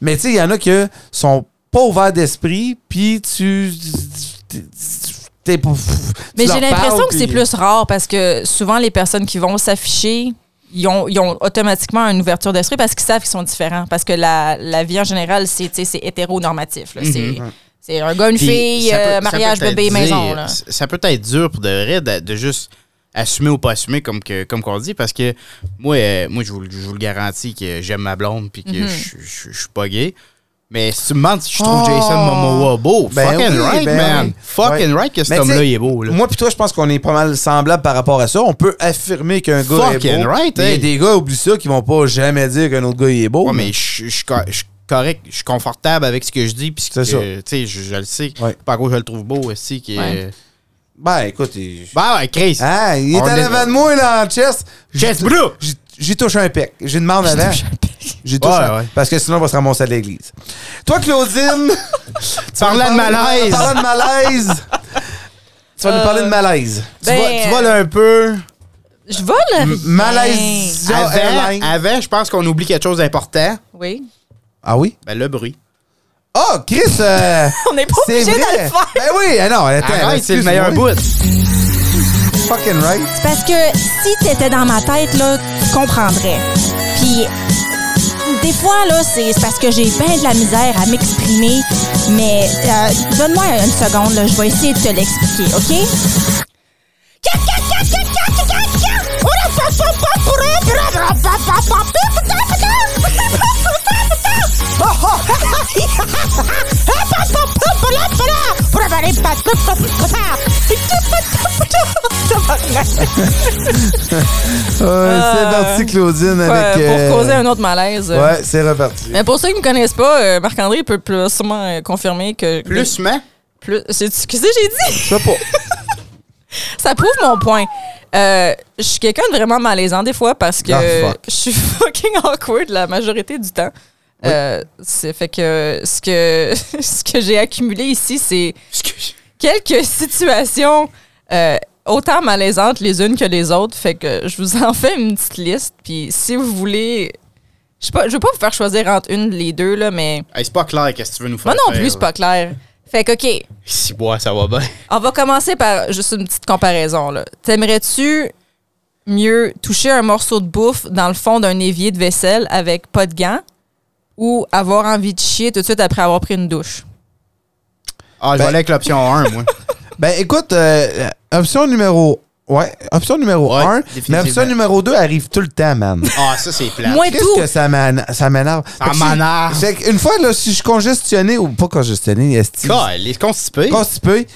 Mais tu sais, il y en a qui sont pas ouverts d'esprit, puis tu. t'es- t'es pas- tu Mais leur j'ai l'impression parles, que c'est puis- plus rare parce que souvent, les personnes qui vont s'afficher, ils ont, ils ont automatiquement une ouverture d'esprit parce qu'ils savent qu'ils sont différents. Parce que la, la vie en général, c'est tu sais, c'est hétéronormatif. là. C'est- Mhm. C'est un gars, une Puis fille, ça peut- euh, ça peut mariage, être bébé, dur. maison. là. Ça ça peut être dur pour de vrai de, de juste assumer ou pas assumer comme que comme qu'on dit parce que moi euh, moi je vous, le- je vous le garantis que j'aime ma blonde puis que Mhm. je- je je suis pas gay mais si tu me demandes si je trouve Oh. Jason Momoa beau Ben fucking oui, right ben man oui. fucking Ouais. right que cet Mais homme-là tu sais, il est beau là. Moi puis toi, je pense qu'on est pas mal semblables par rapport à ça. On peut affirmer qu'un gars est Fucking beau. right, mais Il y a hey. des gars, oublie ça, qui vont pas jamais dire qu'un autre gars il est beau. Ouais, mais je je suis co- je suis correct, je suis confortable avec ce que je dis, puis C'est ça. que, tu sais, je, je le sais. Ouais. Par contre, je le trouve beau aussi. Qui Ouais. Ben, écoute, il... Bah ouais, Chris. Ah, il est On en est- avant de moi, là, en chest. Chest J'ai- bro. j'ai- J'ai touché un pec. J'ai demande avant. J'ai touché Ouais, un- ouais. Parce que sinon, on va se ramasser à l'église. Toi, Claudine. tu Parlant vas nous de parler- malaise. Parlant de malaise. tu vas nous parler de malaise. Tu, Ben, voles, tu voles un peu. Je vole rien. malaise. Vision Airline. Avant, avant, je pense qu'on oublie quelque chose d'important. Oui. Ah oui? Ben, le bruit. Oh, Chris. euh, On n'est pas c'est obligé de vrai. le faire. Ben oui, ah non, attends. Arrête, c'est le excuse-moi. meilleur bout. Fucking right. C'est parce que si t'étais dans ma tête, là, tu comprendrais. Puis des fois, là, c'est c'est parce que j'ai bien de la misère à m'exprimer, mais euh, donne-moi une seconde, là, je vais essayer de te l'expliquer, OK? Euh, c'est parti, Claudine, Pour, avec. euh, pour causer un autre euh. malaise. Ouais, c'est reparti. Mais pour ceux qui me connaissent pas, euh, Marc-André peut plus- sûrement euh, confirmer que. Plus, mais. plus c'est ce que j'ai dit. Je sais pas. Ça prouve mon point. Euh, je suis quelqu'un de vraiment malaisant des fois parce que Ah, fuck. je suis fucking awkward la majorité du temps. Euh, c'est fait que ce que ce que j'ai accumulé ici, c'est quelques situations euh, autant malaisantes les unes que les autres. Fait que je vous en fais une petite liste. Puis si vous voulez, je sais pas, je veux pas vous faire choisir entre une les deux là, mais Hey, c'est pas clair, qu'est-ce que tu veux nous faire? moi non faire, plus, là? c'est pas clair. Fait que ok, Si bois, ça va bien. on va commencer par juste une petite comparaison. là. T'aimerais-tu mieux toucher un morceau de bouffe dans le fond d'un évier de vaisselle avec pas de gants ou avoir envie de chier tout de suite après avoir pris une douche? Ah, Ben- je vais aller avec l'option 1, moi. Ben écoute, euh, option numéro. Ouais, option numéro Ouais, 1. Mais définitivement. option numéro 2 arrive tout le temps, man. Ah, ça, c'est plat. Moi- Et Qu'est-ce tout. que ça m'en- ça m'énerve? Ça Fait que si- m'énerve. Fait qu'une fois, là, si je suis congestionné ou pas congestionné, est il est constipé. constipé,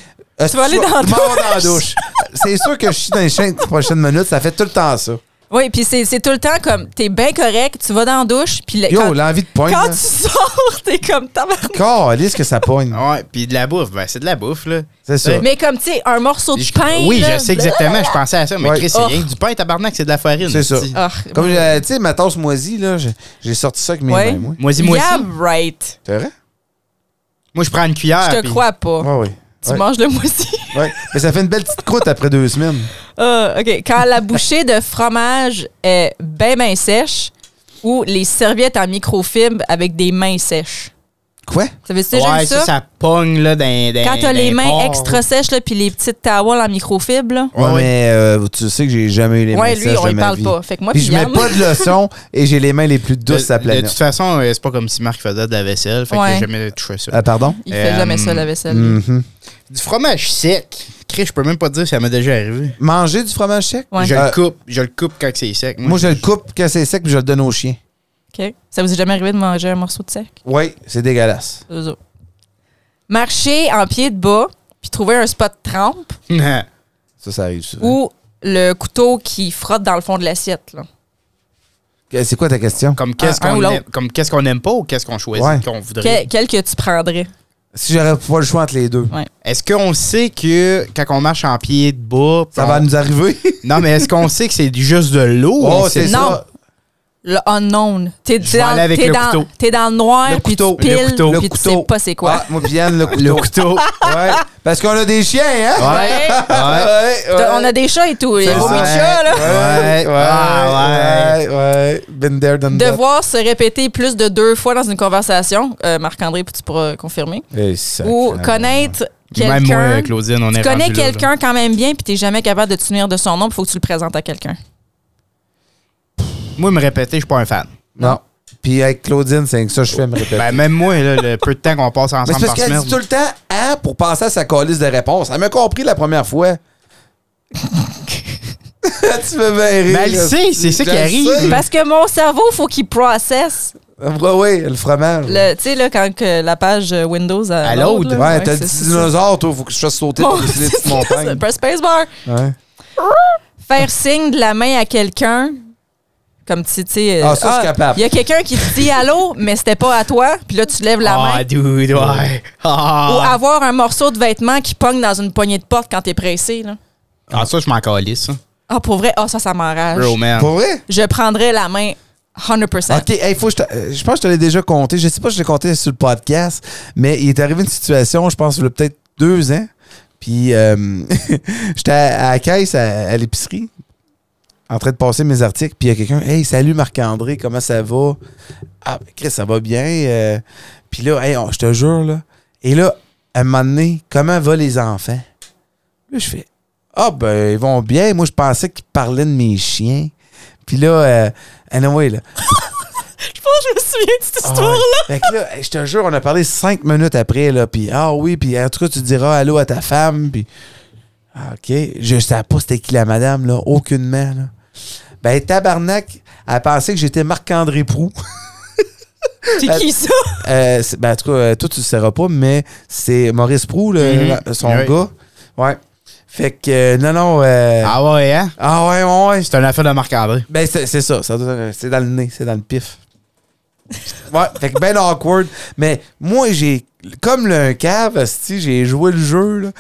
tu vas aller dans la dans la douche. C'est sûr que je suis dans les chaînes les prochaines minutes, ça fait tout le temps ça. Oui, puis c'est c'est tout le temps comme, t'es bien correct, tu vas dans la douche, puis le- Yo, quand, l'envie de pointe. quand hein. là. tu sors, t'es comme tabarnak. Calisse que ça poigne. Ouais, puis de la bouffe, ben c'est de la bouffe, là. C'est ça. Mais comme, tu sais, un morceau de Je- pain. oui, là, je sais exactement, je pensais à ça, mais Ouais. Chris, c'est Oh. rien que du pain, tabarnak, c'est de la farine. C'est ça. petit. Ah, Comme, euh, tu sais, ma tasse moisie, là, j'ai- j'ai sorti ça avec mes Ouais. mains, moi. Moisi, moisi. yeah, right. C'est vrai? Moi, je prends une cuillère. Je te Ah, puis- crois pas. Ouais, oui. Tu manges le moisi. Ouais. Mais ça fait une belle petite croûte après deux semaines. Ah, OK. Quand la bouchée de fromage est ben, ben sèche ou les serviettes en microfibre avec des mains sèches. Quoi? Ça veut dire Ouais, ça, ça? ben, ça pogne, là, dans. dans- Quand t'as les dans mains porc. extra sèches, là, puis les petites towels en microfibre, là. Ouais, Ouais, ouais. mais euh, tu sais que j'ai jamais eu les mains Ouais, lui, sèches on de y ma parle vie. pas. Fait que moi, Puis puis je mets Yann- pas de leçon et j'ai les mains les plus De, douces de la de toute planète. façon, euh, c'est pas comme si Marc faisait de la vaisselle, fait que Ouais. j'ai jamais touché ça. Ah, pardon? Il fait Euh, jamais ça, la vaisselle. hmm. Mhm. Du fromage sec. Chris, je peux même pas te dire si ça m'est déjà arrivé. Manger du fromage sec? Ouais. Je Euh, le coupe, je le coupe quand c'est sec. Moi, je le coupe quand c'est sec puis je le donne aux chiens. OK. Ça vous est jamais arrivé de manger un morceau de sec? Oui, c'est dégueulasse. Eux autres. Marcher en pied de bas, puis trouver un spot de trempe Ça, ça arrive souvent. ou le couteau qui frotte dans le fond de l'assiette, là. Que- Euh, C'est quoi ta question? Comme qu'est-ce Ah, Un- un ou qu'on l'autre. aime, comme qu'est-ce qu'on aime pas ou qu'est-ce qu'on choisit Ouais. qu'on voudrait. Que- quel que tu prendrais? Si j'aurais pas le choix entre les deux, Est-ce qu'on sait que quand on marche en pied de bas, ça on- va nous arriver. non mais est-ce qu'on sait que c'est juste de l'eau Oh, On sait c'est pas. Non. ça. Le unknown. T'es Je vais dans, aller avec t'es le dans, couteau. t'es dans le noir, Le puis couteau, tu piles, le couteau, puis le tu couteau. sais pas c'est quoi. Ah, moi, puis Yann, le Le couteau. couteau. ouais. Parce qu'on a des chiens, hein? Ouais. Ouais. Ouais. Ouais, ouais. On a des chats et tout, les C'est vomis de ça. chats, là. Ouais, ouais, Ah, ouais, ouais. Been there, done that. Devoir se répéter plus de deux fois dans une conversation, euh, Marc-André, tu pourras confirmer, Eh, sacrément. ou connaître Même moi, quelqu'un. euh, Claudine, on Tu est connais rendu là, genre. quelqu'un quand même bien, puis t'es jamais capable de te souvenir de son nom, puis faut que tu le présentes à quelqu'un. Moi, me répéter, je suis pas un fan. Non. Puis avec Claudine, c'est que ça je fais me répéter. Ben, même moi, là, le peu de temps qu'on passe Mais c'est ensemble parce par qu'elle semaine. dit tout le temps « hein » pour passer à sa calice de réponse. Elle m'a compris la première fois. tu me bien rire. Mais elle sait, c'est ça qui Je le arrive. sais. Parce que mon cerveau, faut qu'il processe. Ouais, ouais, le fromage. Le- Tu sais, là, quand que la page euh, Windows à À l'autre, l'aude. là, Ouais, t'as c'est- dit c'est- dinosaure, toi, faut que je fasse sauter Bon, pour les petites c'est- c'est montagnes. pas spacebar. Ouais. faire signe de la main à quelqu'un. Comme si, tu sais. Ah, ça, je suis capable. Il y a quelqu'un qui te dit allô, mais c'était pas à toi, puis là, tu lèves la Ah, main. dude, ouais. Ou Ah, avoir un morceau de vêtement qui pogne dans une poignée de porte quand t'es pressé, là. Ah, ça, je m'en calisse, ça. Ah, pour vrai, ah, ça, ça m'enrage. Bro, man. Pour vrai? Je prendrais la main 100%. OK, hey, faut que je, te- euh, je pense que je te l'ai déjà compté. Je sais pas si je l'ai compté sur le podcast, mais il est arrivé une situation, je pense, il y a peut-être deux ans. Puis euh, j'étais à, à la caisse, à, à l'épicerie, en train de passer mes articles. Puis il y a quelqu'un, « Hey, salut Marc-André, comment ça va? »« Ah, ben, Chris, ça va bien. euh. Puis là, hey, on- je te jure, là. Et là, à un moment donné, « Comment vont les enfants? » Là, je fais, « Ah, ben, ils vont bien. Moi, je pensais qu'ils parlaient de mes chiens. » Puis là, euh, anyway, là, Je pense je me souviens de cette Ah histoire-là. ouais. Fait que là, hey, je te jure, on a parlé cinq minutes après, là, puis ah oui, puis en tout cas, tu diras allô à ta femme, puis ah, OK. Je savais pas c'était qui la madame, là, aucunement, là. Ben, tabarnak, elle pensait que j'étais Marc-André Proux. C'est qui ça? Euh, c'est- ben, en tout cas, euh, toi, tu le sauras pas, mais c'est Maurice Proux, le- Mhm. la- son Oui. gars. Ouais. Fait que, euh, non, non. euh, ah. Ah ouais, hein? ouais, ouais, ouais. C'est un affaire de Marc-André. Ben, c'est c'est ça. ça doit- c'est dans le nez, c'est dans le pif. Ouais, fait que ben awkward. Mais moi, j'ai. Comme le cave, si j'ai joué le jeu, là.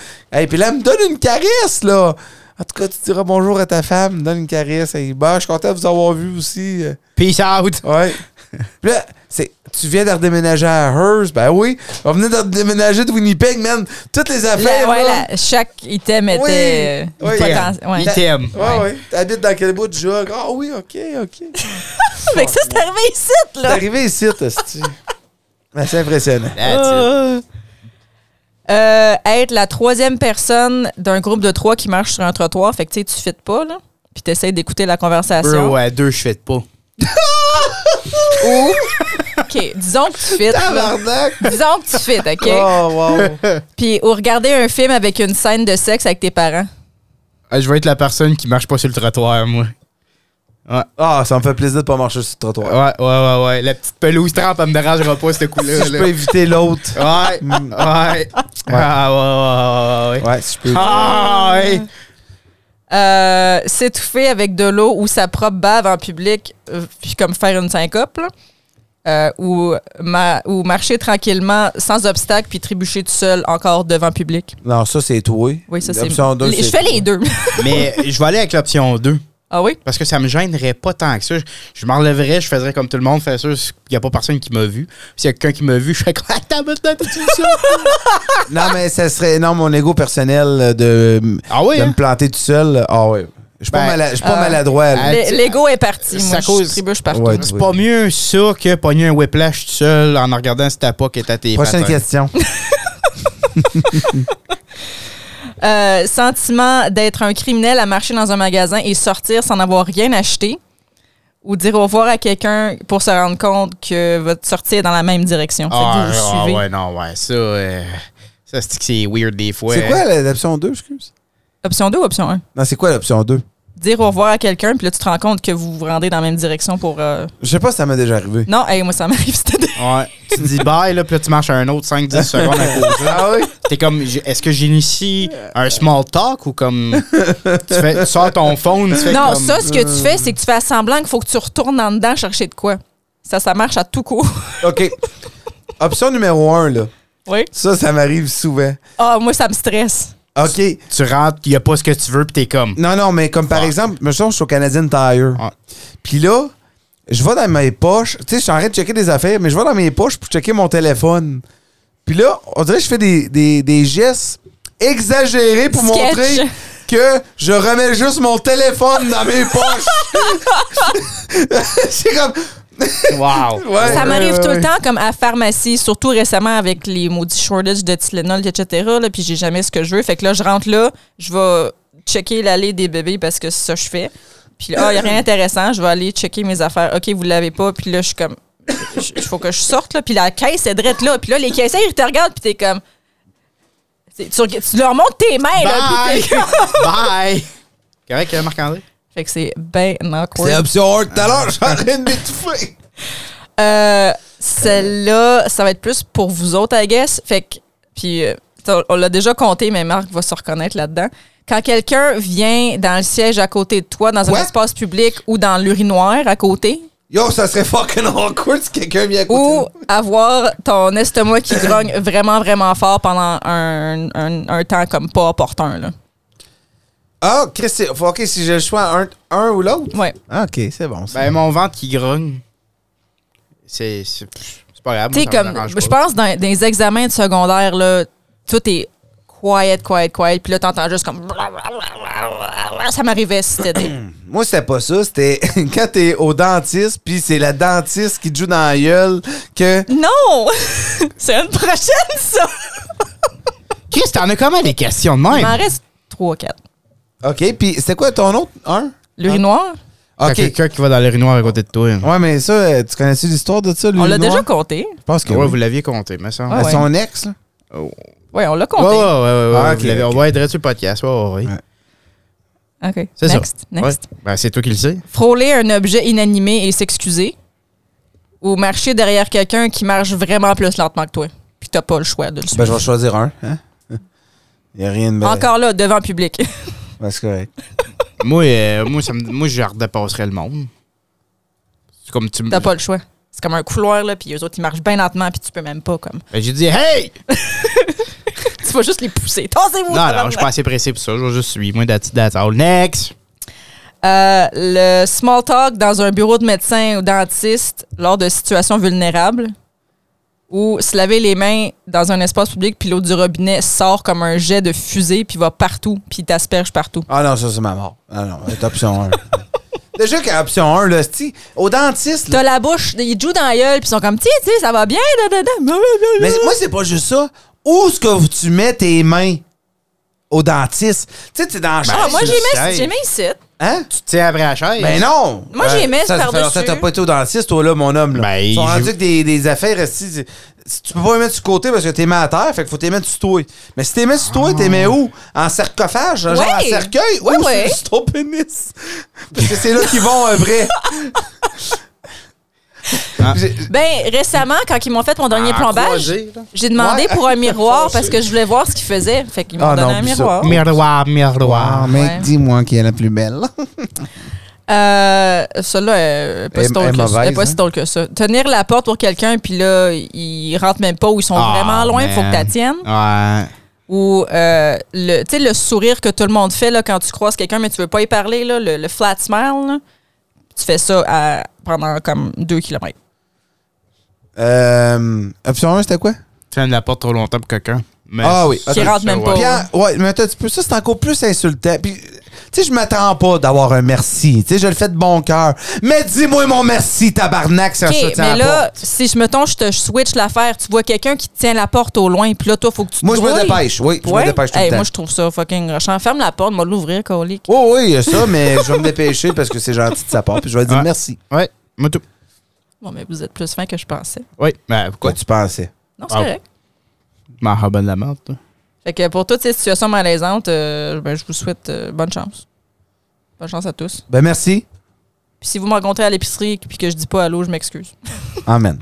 Et puis là, elle me donne une caresse, là. En tout cas, tu diras bonjour à ta femme, donne une caresse. Et, ben, je suis content de vous avoir vu aussi. euh. Peace out! Ouais. Puis là, c'est, tu viens de redéménager à Hearst, ben oui. On venait de redéménager de Winnipeg, man. Toutes les affaires. La- ouais, là. la- chaque item était euh, Oui. potent- ouais. Il t'aime. Ouais, ouais. T'habites dans quel bout du jeu? Ah oui, ok, ok. Fait que ça, c'est arrivé ici, T'es là. arrivé ici, t'as-tu. Ben, c'est impressionnant. Ah, That's it. Euh, être la troisième personne d'un groupe de trois qui marche sur un trottoir, fait que tu sais, tu fites pas, là. Puis t'essayes d'écouter la Bro, conversation. à deux, je fais de pas. Ou. OK, disons que tu fites. là. Tabarnak! Disons que tu fites, OK? Oh, wow. Puis, ou regarder un film avec une scène de sexe avec tes parents. Ah, je vais être la personne qui marche pas sur le trottoir, moi. Ah, ça me fait plaisir de pas marcher sur le Ouais, trottoir. ouais, ouais, ouais. La petite pelouse trempe, elle me dérangera pas, ce coup-là. Si je là. peux éviter l'autre. Ouais, Hmm. ouais. Ah, ouais, ouais, ouais, ouais. Ouais, si je peux. Ah, ouais. Euh, S'étouffer avec de l'eau ou sa propre bave en public, euh, puis comme faire une syncope, là. Euh, ou, ma- ou marcher tranquillement, sans obstacle, puis trébucher tout seul, encore devant public. Non, ça, c'est toi. Oui, ça, c'est. L'option deux, Les- c'est Je fais toi. les deux. Mais je vais aller avec l'option 2. ah oui? Parce que ça me gênerait pas tant que ça. Je, je m'enlèverais, je ferais comme tout le monde, faire sûr qu'il n'y a pas personne qui m'a vu. S'il y a quelqu'un qui m'a vu, je fais comme Attends, mais t'as tout ça. Non, mais ça serait. Non, mon ego personnel de, Ah oui, de me hein? planter tout seul. Ah ouais. Je suis pas, Ben, mala- je suis pas euh, maladroit. là. euh, L- tu- L'ego est parti. ça Moi, cause- je trébuche partout. Ouais, C'est oui. pas mieux ça que pogner un whiplash tout seul en regardant si ta POC est à tes Prochaine patins. question. Euh, sentiment d'être un criminel à marcher dans un magasin et sortir sans avoir rien acheté. Ou dire au revoir à quelqu'un pour se rendre compte que votre sortie est dans la même direction. Fait que Ah, vous vous ah, suivez. ouais, non, ouais. Ça, euh, ça c'est que c'est weird des fois. C'est quoi la- l'option 2, excuse? Option 2 ou option 1? Non, c'est quoi l'option 2? Dire au revoir à quelqu'un, puis là, tu te rends compte que vous vous rendez dans la même direction pour. euh, Je sais pas si ça m'est déjà arrivé. Non, hey, moi, ça m'arrive. c'était- Ouais. Tu dis bye, là, puis là, tu marches un autre 5-10 secondes à cause. Ah oui? T'es comme, j- est-ce que j'initie un small talk ou comme. Tu, fais, tu sors ton phone, tu fais Non, comme. euh, ça, ce que tu fais, c'est que tu fais semblant qu'il faut que tu retournes en dedans chercher de quoi. Ça, ça marche à tout court. OK. Option numéro 1, là. Oui. Ça, ça m'arrive souvent. Ah, moi, ça me stresse. OK. Tu rentres, il n'y a pas ce que tu veux, puis t'es comme. Non, non, mais comme par Fuck. exemple, je me souviens, je suis au Canadian Tire. Ouais. Puis là, je vais dans mes poches. Tu sais, je suis en train de checker des affaires, mais je vais dans mes poches pour checker mon téléphone. Puis là, on dirait que je fais des, des- des gestes exagérés pour Sketch. montrer que je remets juste mon téléphone dans mes poches. C'est comme. Ouais, Wow! Ça ouais, m'arrive ouais, tout ouais. le temps, comme à la pharmacie, surtout récemment avec les maudits shortages de Tylenol, etc. Là, puis j'ai jamais ce que je veux. Fait que là, je rentre là, je vais checker l'allée des bébés parce que c'est ça que je fais. Puis là, il n'y a rien d'intéressant, je vais aller checker mes affaires. OK, vous l'avez pas. Puis là, je suis comme, il faut que je sorte. Là. Puis la caisse est drette là. Puis là, les caissières, ils te regardent, puis t'es comme... c'est- Tu, reg- tu leur montres tes mains, là. Bye! puis t'es comme- Bye! Correct, euh, Marc-André? Fait que c'est ben awkward. C'est option 1 tout à l'heure, je suis en train de m'étouffer. Euh, Celle-là, ça va être plus pour vous autres, I guess. Fait que, puis, euh, on- on l'a déjà compté, mais Marc va se reconnaître là-dedans. Quand quelqu'un vient dans le siège à côté de toi, dans What? un espace public ou dans l'urinoir à côté, Yo, ça serait fucking awkward si quelqu'un vient à côté. de ou moi. avoir ton estomac qui grogne vraiment, vraiment fort pendant un, un- un temps comme pas opportun, là. Ah, Chris, c'est- faut- ok, si j'ai le choix, un, un ou l'autre. Ouais. Ah, Ok, c'est bon. ça. Ben, mon ventre qui grogne. C'est. C'est c'est pas grave. Tu sais, moi, ça me comme, dérange je pas. pense, dans, dans les examens de secondaire, là, tout est quiet, quiet, quiet, puis là, t'entends juste comme... Ça m'arrivait, c'était des- Moi, c'était pas ça. C'était quand t'es au dentiste, puis c'est la dentiste qui te joue dans la gueule que. Non! C'est une prochaine, ça! Chris, t'en as comment des questions de Il m'en même? reste 3 4. Hein? OK, puis c'était quoi ton autre? Un? L'urinoir? T'as OK. quelqu'un qui va dans le noire à côté de toi. hein. Ouais, Ouais, mais ça, euh, tu connais-tu l'histoire de ça, le On l'a noir? déjà compté. Je pense que oui. vous l'aviez compté, mais ça. À ouais. Son ex, là. Oui, Ouais, on l'a ouais, ouais. compté. ouais, ouais, Ah, vous ok, l'avez- ok. On va être sur le podcast. Ouais, ouais, ouais. Ouais. OK. C'est ça. Next. Next. Ouais. Ben, c'est toi qui le sais. Frôler un objet inanimé et s'excuser. Ou marcher derrière quelqu'un qui marche vraiment plus lentement que toi. Puis t'as pas le choix de Ben, le je vais suivre. choisir un. Hein? Il n'y a rien de mal. Encore là, devant public. Ben, c'est correct. moi, euh, moi, ça me, moi, je redépasserais le monde. C'est comme tu me. t'as pas le choix. C'est comme un couloir, là, puis eux autres, ils marchent bien lentement, puis tu peux même pas, comme. Ben, j'ai dit, hey! Tu vas juste les pousser. Tassez-vous! Non, non, tabarnak! je suis pas assez pressé pour ça. Je vais juste suivre. Moi, that's, that's all. Next! Euh, le small talk dans un bureau de médecin ou dentiste lors de situations vulnérables ou se laver les mains dans un espace public puis l'eau du robinet sort comme un jet de fusée puis va partout puis t'asperge partout. Ah non, ça, c'est ma mort. Ah non, c'est option 1. déjà qu'à option 1, là, c'ti, au dentiste, là. T'as la bouche, ils jouent dans la gueule puis ils sont comme tiens, tiens, ça va bien, da, da, da. Mais moi, c'est pas juste ça. Où est-ce que tu mets tes mains au dentiste? Tu sais, t'es dans la Ah, chaise, moi là. j'ai mis, Hey. j'ai mis ici. Hein? Tu te tiens après la chaise. Ben non! Moi, j'ai aimé ça, ça ce fait longtemps par-dessus. que T'as pas été au dentiste, toi, là, mon homme. Là. Ben, Ils sont j'ai- rendus que des, des affaires, si, si- si tu peux pas les mettre sur le côté parce que t'es mis à terre, fait qu'il faut t'es mettre sur toi. Mais si t'es mis sur toi, t'es mis où? En sarcophage? Genre Ouais. en cercueil? Ouais, ou ouais. sur- sur ton pénis? Parce que c'est là qu'ils vont, euh, après. J'ai- Ben récemment quand ils m'ont fait mon dernier En plombage, croisé, là. j'ai demandé Ah, Ouais. pour un miroir parce que je voulais voir ce qu'ils faisaient. Fait qu'ils m'ont Ah, donné non, un puis ça. miroir. Miroir, miroir. mec, Ouais. dis-moi qui est la plus belle. Euh, Celle-là, elle est pas, Elle- si drôle elle est que ça. Elle est mauvaise, pas si hein? drôle que ça. Tenir la porte pour quelqu'un, puis là, ils rentrent même pas ou ils sont Ah, vraiment loin, il faut que man. tu la tiennes. Ouais. Ou, euh, le- tu sais, le sourire que tout le monde fait là, quand tu croises quelqu'un, mais tu veux pas y parler, là, le, le flat smile, là. tu fais ça à- pendant comme deux kilomètres. Euh, option 1, c'était quoi? Tu fermes la porte trop longtemps pour quelqu'un. Mais Ah oui, ça, ok. Qui rentre ça, même ouais. pas. Puis, en- ouais, mais attends un petit peu, ça, c'est encore plus insultant. Puis, tu sais, je m'attends pas d'avoir un merci. Tu sais, je le fais de bon cœur. Mais dis-moi mon merci, tabarnak, ça OK, se tient mais à là, pas. si je me tombe, je te switch l'affaire, tu vois quelqu'un qui te tient la porte au loin, puis là, toi, faut que tu te Moi, je me grouilles. dépêche, oui, je me Ouais. dépêche tout Hey, le temps. Moi, je trouve ça fucking rushant. Ferme la porte, moi, l'ouvrir, colique. Oh oui, il y a ça, mais je vais me dépêcher parce que c'est gentil de sa part. Puis je vais dire Ouais. merci. Ouais. Moi, tout. Bon, mais vous êtes plus fin que je pensais. Oui. Ben, pourquoi Quoi tu tu pensais? Non, c'est Ah. correct. m'en rabonnes la merde, toi? Fait que pour toutes ces situations malaisantes, euh, ben, je vous souhaite euh, bonne chance. Bonne chance à tous. Ben merci. Puis si vous me rencontrez à l'épicerie puis que je dis pas allô, je m'excuse. Amen.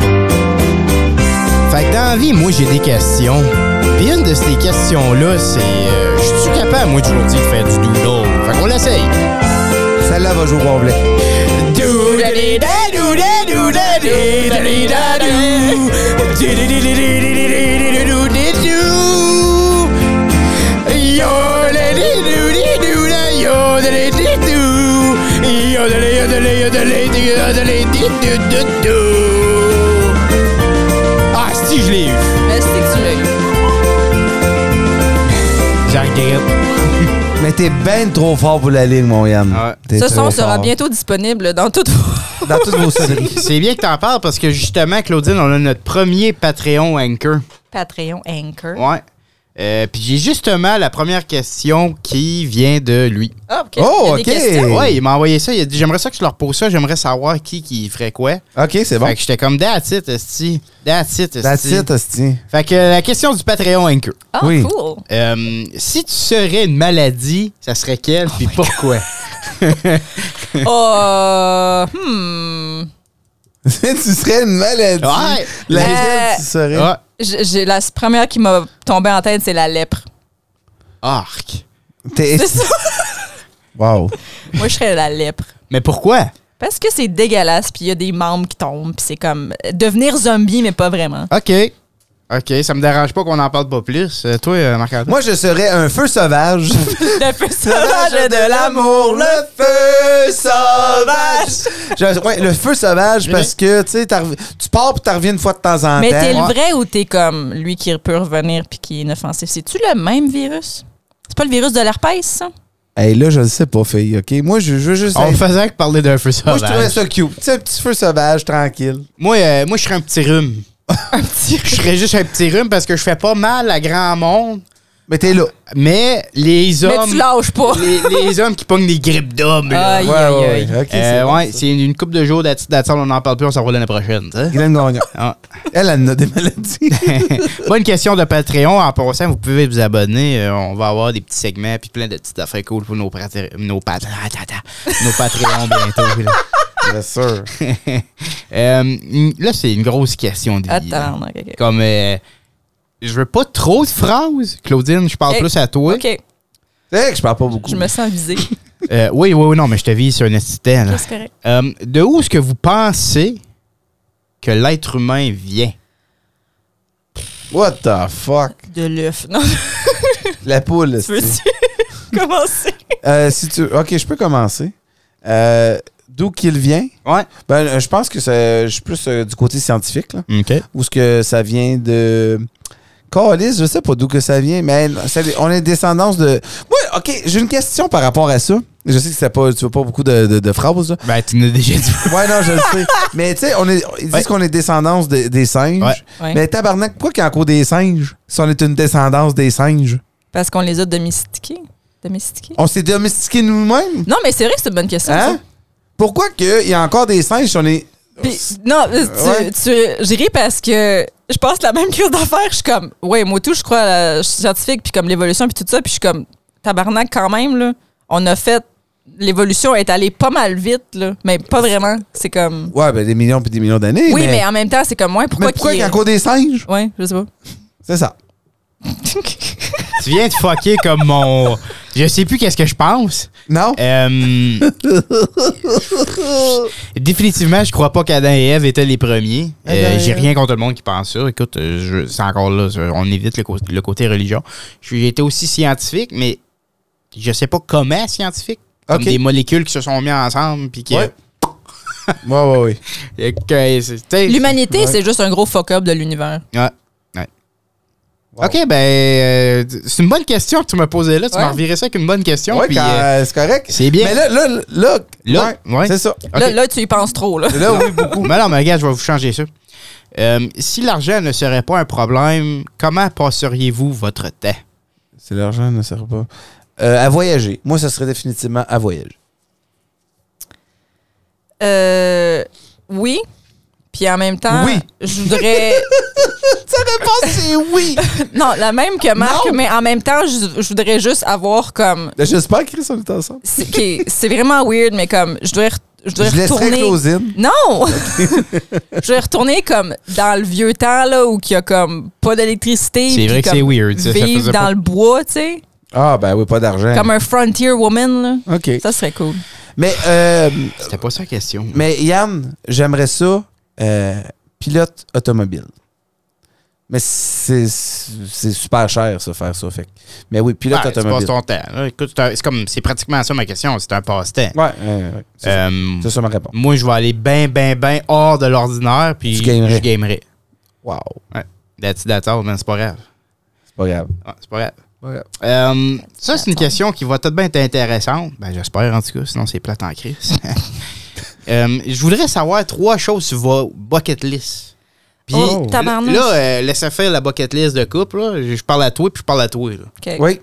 Fait que dans la vie, moi, j'ai des questions. Puis une de ces questions-là, c'est euh, Je suis capable, moi, toujours dit, de faire du doodle. Fait qu'on l'essaye. Celle-là va jouer au complet. Ah, Ah, si, je l'ai eu. Mais c'est que tu l'as eu. J'en regrette. Mais t'es ben trop fort pour la ligne, mon Yann. Ouais. T'es Ce trop son sera fort. bientôt disponible dans toutes vos... Dans toutes vos séries. C'est bien que t'en parles parce que justement, Claudine, on a notre premier Patreon Anchor. Patreon Anchor. Ouais. Euh, Puis j'ai justement la première question qui vient de lui. Ah, OK. Oh, Il y a OK. des questions. Hey. Ouais, il m'a envoyé ça. Il a dit J'aimerais ça que tu leur poses ça. J'aimerais savoir qui qui ferait quoi. OK, c'est bon. Fait que j'étais comme That's it, esti. That's it, esti. That's it, hostie. Fait que la question du Patreon Anchor. Ah, Oui. cool. Euh, si tu serais une maladie, ça serait Oh quelle puis pourquoi Oh, Euh, hmm. tu serais une maladie. Ouais. Laquelle Euh, tu serais? Ah, J'ai j'ai- la première qui m'a tombé en tête, c'est la lèpre. arc. T'es- C'est ça. Wow. Moi, je serais la lèpre. Mais pourquoi Parce que c'est dégueulasse, puis il y a des membres qui tombent, puis c'est comme euh, devenir zombie, mais pas vraiment. OK. OK, ça me dérange pas qu'on en parle pas plus. Euh, toi, euh, Marc-André. Moi, je serais un feu sauvage. Le feu sauvage de l'amour, le feu sauvage. Je- ouais, le feu sauvage parce que tu sais, t'en rev- tu pars puis tu reviens une fois de temps en Mais temps. t'es le Ouais. vrai ou t'es comme lui qui peut revenir puis qui est inoffensif? C'est-tu le même virus? C'est pas le virus de l'herpès, ça? Hey, là, je le sais pas, fille, OK? Moi, je je veux juste... On Hey, faisait que parler d'un feu moi, sauvage. je trouvais ça cute. Tu sais, un petit feu sauvage, tranquille. Moi, euh, moi, je serais un petit rhume. un petit Je serais juste un petit rhume parce que je fais pas mal à grand monde. Mais t'es là. Mais les Mais hommes. tu lâches pas. les, les hommes qui pognent des grippes d'hommes. là. Aïe, Ouais, aïe, ouais, aïe. ouais. Ok, c'est Euh, bon, ouais, ça. c'est une, une coupe de jours d'attitude d'attitude, on n'en parle plus, on s'en va l'année prochaine. tu sais. Guylaine Gagnon. Ah. Elle, elle en a des maladies. Bonne question de Patreon. En passant, vous pouvez vous abonner. Euh, on va avoir des petits segments puis plein de petites affaires cool pour nos, prat- nos, pat- ah, ta- ta- nos Patreons bientôt. Là, Bien sûr. Euh, une- là, c'est une grosse question. des- Attends, ok, ok. Comme, euh, je veux pas trop de phrases. Claudine, je parle Hey. plus à toi. Ok, C'est vrai que je parle pas beaucoup. je me sens visée. Euh, oui, oui, oui, non, mais je te vise sur un assistant. là. C'est correct. Euh, de où est-ce que vous pensez que l'être humain vient? What the fuck? De l'œuf. Non, La poule. tu veux-tu commencer? Euh, si tu... Ok, je peux commencer. Euh, D'où qu'il vient? Ouais. Ben, euh, je pense que c'est- je suis plus euh, du côté scientifique, là. OK. Ou ce que ça vient de. Calice, je sais pas d'où que ça vient, mais ça- on est descendance de. Ouais, ok, j'ai une question par rapport à ça. Je sais que c'est pas, tu veux pas beaucoup de, de, de phrases, là. Ben, tu nous as déjà dit. Ouais, non, je le sais. Mais tu sais, on est- ils disent Ouais. qu'on est descendance de- des singes. Ouais. Ouais. Mais tabarnak, pourquoi qu'en cours des singes, si on est une descendance des singes? Parce qu'on les a domestiqués. Domestiqués? On s'est domestiqué nous-mêmes? Non, mais c'est vrai que c'est une bonne question. Hein? Pourquoi qu'il y a encore des singes si on est. ça. Puis, non, tu, Ouais. tu- je ris parce que je passe la même crise d'affaires. Je suis comme, ouais, moi tout, je crois, à la- je suis scientifique, puis comme l'évolution, puis tout ça, puis je suis comme, tabarnak quand même, là. On a fait. L'évolution est allée pas mal vite, là. Mais pas vraiment. C'est comme. Ouais, ben des millions puis des millions d'années. Oui, mais, en même temps, c'est comme, moi pourquoi mais pourquoi qu'il qu'il y y ait- a encore des singes? Ouais, je sais pas. C'est ça. Tu viens de fucker comme mon. Je sais plus qu'est-ce que je pense. Non? Euh, Définitivement, je crois pas qu'Adam et Ève étaient les premiers. Euh, Adam et J'ai Ève. rien contre le monde qui pense ça. Écoute, euh, je- c'est encore là. ça, On évite le, cô- le côté religion. Je suis- J'étais aussi scientifique, mais je sais pas comment scientifique. Comme Ok. des molécules qui se sont mises ensemble. Puis qui. Ouais. Eh, Ouais, ouais, ouais. Euh, que- c'est- tu sais- L'humanité, Ouais. c'est juste un gros fuck-up de l'univers. Ouais. Ouais. Wow. OK, ben, euh, c'est une bonne question que tu m'as posée là. Tu Ouais. m'as reviré ça avec une bonne question. Ouais, puis, quand, euh, euh, c'est correct. c'est bien. Mais là, là, là, Là, ouais, ouais. c'est ça. OK. Là, là, tu y penses trop, là. Là, oui, beaucoup. Mais non, mais regarde, je vais vous changer ça. Euh, si l'argent ne serait pas un problème, comment passeriez-vous votre temps? C'est l'argent ne sert pas. Euh, à voyager. Moi, ça serait définitivement à voyager. Euh, oui. Puis en même temps, Oui. je voudrais. Ta réponse, c'est oui! non, la même que Marc, Non. mais en même temps, je, je voudrais juste avoir comme. Ben, J'espère, Chris, on est ensemble. C'est qui- c'est vraiment weird, mais comme. Je voudrais, re- je voudrais Je laisserais retourner. Claudine. Non! je vais retourner comme dans le vieux temps, là, où il y a comme pas d'électricité. C'est puis vrai que comme c'est weird, ça, ça Vivre faisait dans pas- le bois, tu sais. Ah, ben oui, pas d'argent. Comme un frontier woman, là. OK. Ça serait cool. Mais, euh, C'était pas ça la question. mais Yann, j'aimerais ça, euh, pilote automobile. Mais c'est c'est super cher, ça, faire ça. Fait. que- Mais oui, Ouais, pilote tu passes automobile. ton temps. là. Écoute, c'est un- c'est comme, c'est pratiquement ça ma question. C'est un passe-temps. Ouais, ouais, ouais. C'est ça. Euh, C'est ça ma réponse. moi, je vais aller ben, ben, ben hors de l'ordinaire, puis Tu gamerais. je gamerais. Wow. Ouais. That's, that's all, man. C'est pas grave. C'est pas grave. Ouais, c'est pas grave. Pas grave. Euh, ça, c'est une question qui va tout de bien être intéressante. Ben, j'espère, en tout cas. Sinon, c'est plate en crise. Euh, je voudrais savoir trois choses sur votre bucket list. Puis, Oh, tabarnak. là, euh, laissez faire la bucket list de couple. là. Je je parle à toi, puis je parle à toi. là. OK. Oui.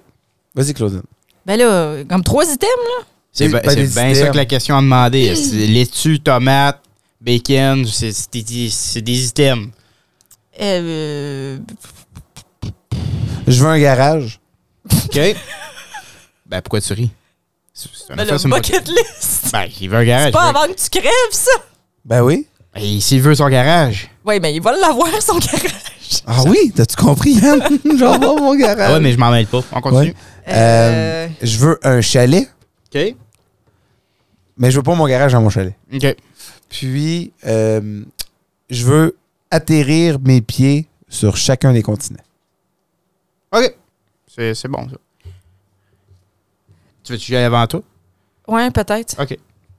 Vas-y, Claudine. Ben là, comme trois items, là. C'est Des- ben- ben, c'est des bien items. ça que la question a demandé. C'est Laitue, tomate, bacon, c'est- c'est des- c'est des items. Euh, Je veux un garage. OK? ben, pourquoi tu ris? C'est- c'est une ben affaire, le c'est une bucket list. Ben, il veut un garage. C'est pas avant que tu crèves, ça. Ben oui. il veut- Ben, S'il veut son garage. Oui, mais ben, il va l'avoir, son garage. Ah oui, t'as-tu compris, Yann? J'en vais mon garage. Ah ouais, mais je m'en mêle pas. On continue. Ouais. Euh, Euh, Je veux un chalet, OK? mais je veux pas mon garage dans mon chalet. OK. Puis, euh, je veux atterrir mes pieds sur chacun des continents. OK. C'est c'est bon, ça. Tu veux-tu y aller avant toi? Ouais, peut-être. OK.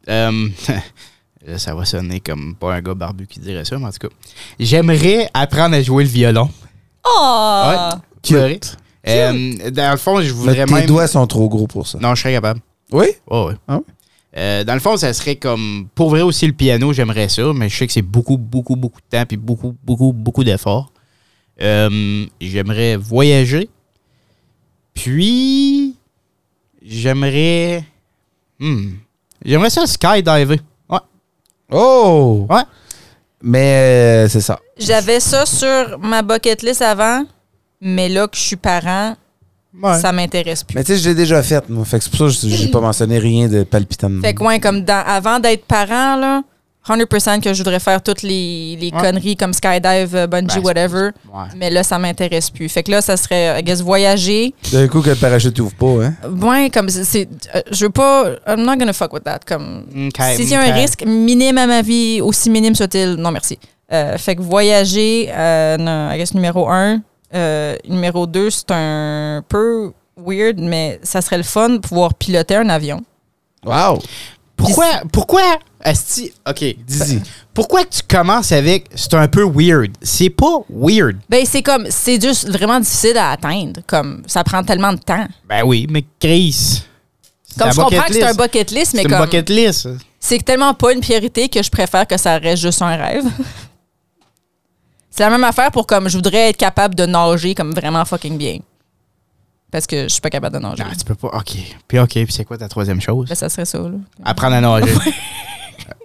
Euh, là, ça va sonner comme pas un gars barbu qui dirait ça, mais en tout cas. J'aimerais apprendre à jouer le violon. Oh! Cute. Ouais. Euh, dans le fond, je Mais voudrais tes même... doigts sont trop gros pour ça. Non, je serais capable. Oui? Ouais, ouais. Ah ouais? Euh, dans le fond, ça serait comme. Pour vrai aussi, le piano, j'aimerais ça, mais je sais que c'est beaucoup, beaucoup, beaucoup de temps puis beaucoup, beaucoup, beaucoup d'efforts. Euh, j'aimerais voyager. Puis, j'aimerais. hmm, J'aimerais ça skydiver. Ouais. Oh! Ouais. Mais euh, c'est ça. J'avais ça sur ma bucket list avant, mais là que je suis parent, Ouais. ça m'intéresse plus. Mais tu sais, je l'ai déjà fait, moi. Fait que c'est pour ça que j'ai pas mentionné rien de palpitant. de Fait que, ouais, comme dans, avant d'être parent, là, 100% que je voudrais faire toutes les, les Ouais. conneries comme skydive, euh, Ben, bungee, c'est- whatever. Ouais. Mais là, ça m'intéresse plus. Fait que là, ça serait, I guess, voyager. D'un coup que le parachute ouvre pas, hein? Ouais, comme c'est. c'est- euh, je veux pas. I'm not gonna fuck with that. Comme. Ok, S'il y a ok. un risque minime à ma vie, aussi minime soit-il, non merci. Euh, fait que voyager, euh, non, I guess numéro un. Euh, numéro deux, c'est un peu weird, mais ça serait le fun de pouvoir piloter un avion. Wow! Pourquoi, pourquoi, Asti, ok, Dizzy. pourquoi que tu commences avec c'est un peu weird? C'est pas weird. Ben, c'est comme, c'est juste vraiment difficile à atteindre. Comme, ça prend tellement de temps. Ben oui, mais Chris. c'est Comme, ta je comprends bucket que c'est un list. bucket list, mais C'est une comme, bucket list. c'est tellement pas une priorité que je préfère que ça reste juste un rêve. c'est la même affaire pour comme, je voudrais être capable de nager comme vraiment fucking bien. Parce que je suis pas capable de nager. Non, tu peux pas. Ok. Puis ok, puis c'est quoi ta troisième chose? Ben, ça serait ça, là. Apprendre à nager.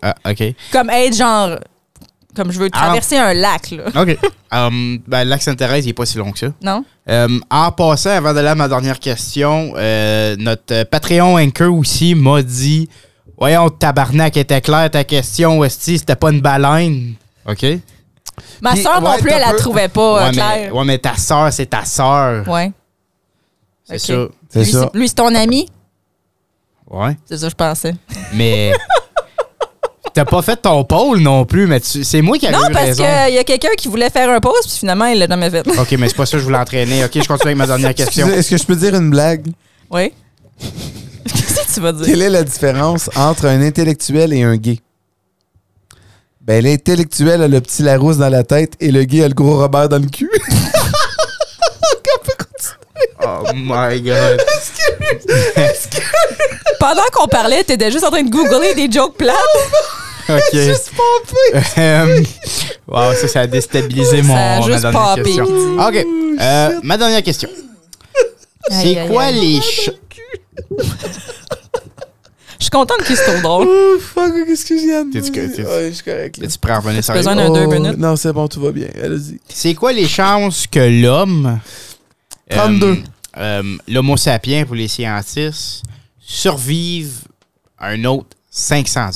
Ah, ok. Comme être genre, comme je veux Ah traverser un lac, là. Ok. Hum, ben, le lac Sainte-Thérèse, il est pas si long que ça. Non? Euh, en passant, avant d'aller à ma dernière question, euh, notre euh, Patreon Anchor aussi m'a dit Voyons, tabarnak, était clair ta question, Esti, c'était pas une baleine. OK? Ouais, Ma Puis, soeur non ouais, plus, t'as elle la peu- trouvait pas euh, mais, claire. ouais, mais ta soeur, c'est ta soeur. Ouais. c'est ok. ça. C'est Lui, ça. lui, c'est ton ami? Ouais. C'est ça, que je pensais. Mais. T'as pas fait ton pôle non plus, mais tu- c'est moi qui avais Non, eu parce raison. Ah. qu'il y a quelqu'un qui voulait faire un pause, puis finalement, il l'a jamais fait. OK, mais c'est pas ça que je voulais entraîner. OK, je continue avec ma dernière question. Excusez, Est-ce que je peux dire une blague? Oui. Qu'est-ce que tu vas dire? Quelle est la différence entre un intellectuel et un gay? Ben, l'intellectuel a le petit Larousse dans la tête et le gay a le gros Robert dans le cul. Oh my God. Pendant qu'on parlait, t'étais juste en train de googler des jokes plates. Oh, OK. juste wow, ça, ça a déstabilisé mon. a juste ma dernière popé. question. OK. Euh, ma dernière question. Aïe, C'est aïe, quoi aïe. les cho- Je suis contente qu'il se tourne drôle. Oh, fuck, qu'est-ce que j'ai à T'es- t'es- Ouais, je suis correct. là. Tu pourrais en revenir sur les- besoin d'un deux minutes? Oh, Non, c'est bon, tout va bien. Allez-y. C'est quoi les chances que l'homme. 32. euh, euh, L'homo sapiens, pour les scientistes, survive à un autre 500 ans.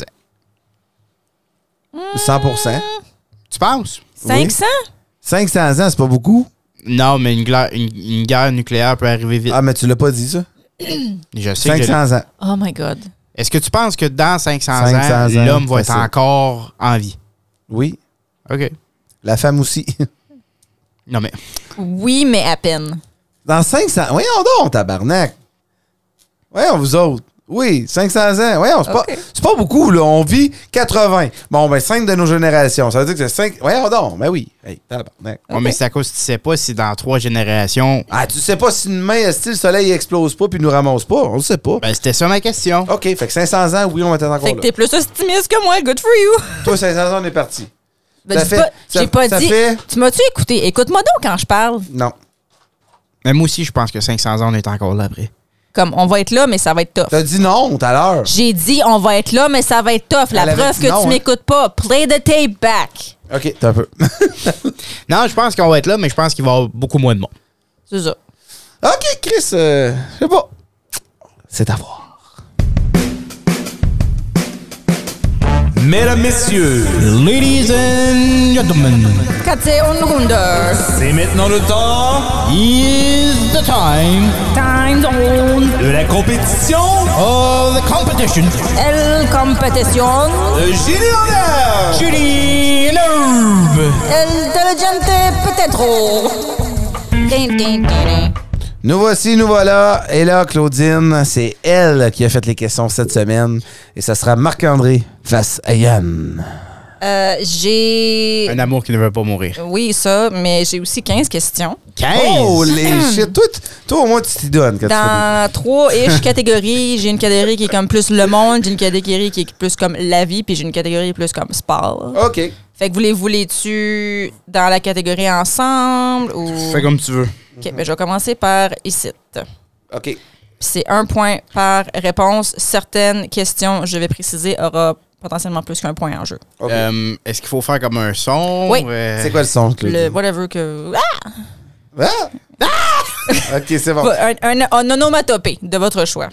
100 Tu penses? 500? 500 ans, c'est pas beaucoup. Non, mais une, gla- une- une guerre nucléaire peut arriver vite. Ah, mais tu l'as pas dit, ça? Je sais que je- 500 ans. Oh my God. Est-ce que tu penses que dans 500, 500 ans, ans, l'homme va être facile. encore en vie? Oui. OK. La femme aussi. Non, mais. Oui, mais à peine. Dans 500... Voyons donc, tabarnak. Voyons, vous autres. Oui, 500 ans. Voyons, c'est pas, Ok. c'est pas beaucoup, là. On vit 80. Bon, ben, 5 de nos générations. Ça veut dire que c'est 5... Voyons donc. Ben oui. Hey, tabarnak. Ouais, mais c'est à cause que tu sais pas si dans trois générations. Ah, tu sais pas si demain, est-ce que le soleil explose pas puis nous ramasse pas? On le sait pas. Ben, c'était ça ma question. OK, fait que 500 ans, oui, on va être encore Fait que Oh là. t'es plus optimiste que moi. Good for you. Toi, 500 ans, on est parti. Ben, Ça dis fait- pas- ça- J'ai pas ça dit. fait- Tu m'as-tu écouté? Écoute-moi donc quand je parle. Non. Mais moi aussi, je pense que 500 ans, on est encore là après. Comme on va être là, mais ça va être tough. T'as dit non tout à l'heure. J'ai dit on va être là, mais ça va être tough. La Elle avait preuve dit que non, tu hein. m'écoutes pas. Play the tape back. OK, t'as un peu. Non, je pense qu'on va être là, mais je pense qu'il va y avoir beaucoup moins de monde. C'est ça. OK, Chris, euh, je sais pas. C'est à voir. Mesdames, Messieurs, Ladies and gentlemen, Quand c'est une ronde. c'est maintenant le temps is the time Time zone. de la compétition of the competition. Elle compétition. de Génie en l'air. Julie Loeb! Intelligente peut-être. Din, din, din, din. Nous voici, nous voilà. Et là, Claudine, c'est elle qui a fait les questions cette semaine. Et ça sera Marc-André face à Yann. Euh, j'ai. Un amour qui ne veut pas mourir. Oui, ça, mais j'ai aussi 15 questions. 15! Oh, les shit. Toi, t- toi, au moins, tu t'y donnes. Quand Dans trois ish catégories, j'ai une catégorie qui est comme plus le monde, j'ai une catégorie qui est plus comme la vie, puis j'ai une catégorie plus comme sport. tu fais des- OK. Fait que vous les voulez-tu dans la catégorie ensemble ou. Fais comme tu veux. Ok, ben, je vais commencer par ici. OK. C'est un point par réponse. Certaines questions, je vais préciser, aura potentiellement plus qu'un point en jeu. OK. Euh, Est-ce qu'il faut faire comme un son? Oui. Euh, c'est quoi le son, Claude? Le whatever que. Ah! Ah! Ah! OK, c'est bon. Un, un- un onomatopée de votre choix.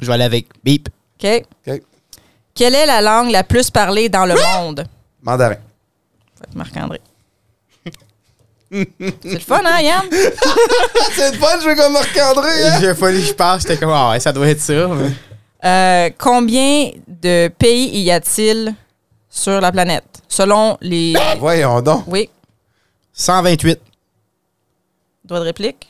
Je vais aller avec beep. OK? OK. Quelle est la langue la plus parlée dans le monde? Mandarin. Fait que Marc-André. C'est le fun, hein, Yann? C'est le fun, je veux comme Marc-André. hein? J'ai pas dit que je passe, j'étais comme, ah ouais, ça doit être ça. mais- Euh, combien de pays y a-t-il sur la planète? Selon les. Voyons donc. Oui, 128. droit de réplique.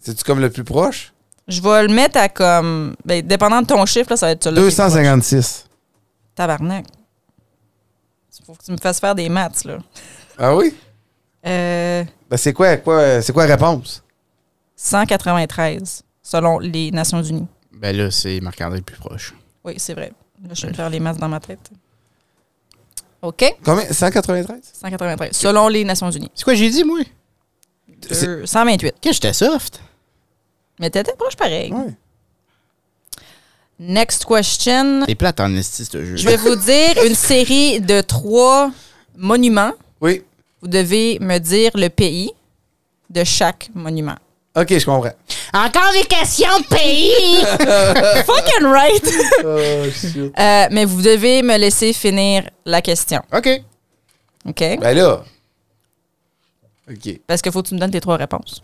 C'est-tu comme le plus proche? Je vais le mettre à comme. Ben, dépendant de ton chiffre, là, ça va être ça. là, qui est proche. 256. Tabarnak. Faut que tu me fasses faire des maths, là. Ah oui? Euh, Ben c'est quoi, quoi, c'est quoi la réponse? 193, selon les Nations Unies. Ben là, c'est Marc-André le plus proche. Oui, c'est vrai. Là, je vais me faire les maths dans ma tête. OK. Combien? 193? 193, selon les Nations Unies. C'est quoi j'ai dit, moi? C'est- Euh, 128. Que j'étais soft. Mais t'étais proche pareil. Oui. Next question. T'es plate en esti, ce jeu. Je vais vous dire une série de trois monuments. Oui. Vous devez me dire le pays de chaque monument. OK, je comprends. Encore des questions pays! Fucking right! oh, shit. Euh, mais vous devez me laisser finir la question, OK. OK? Ben là. OK, Parce qu'il faut que tu me donnes tes trois réponses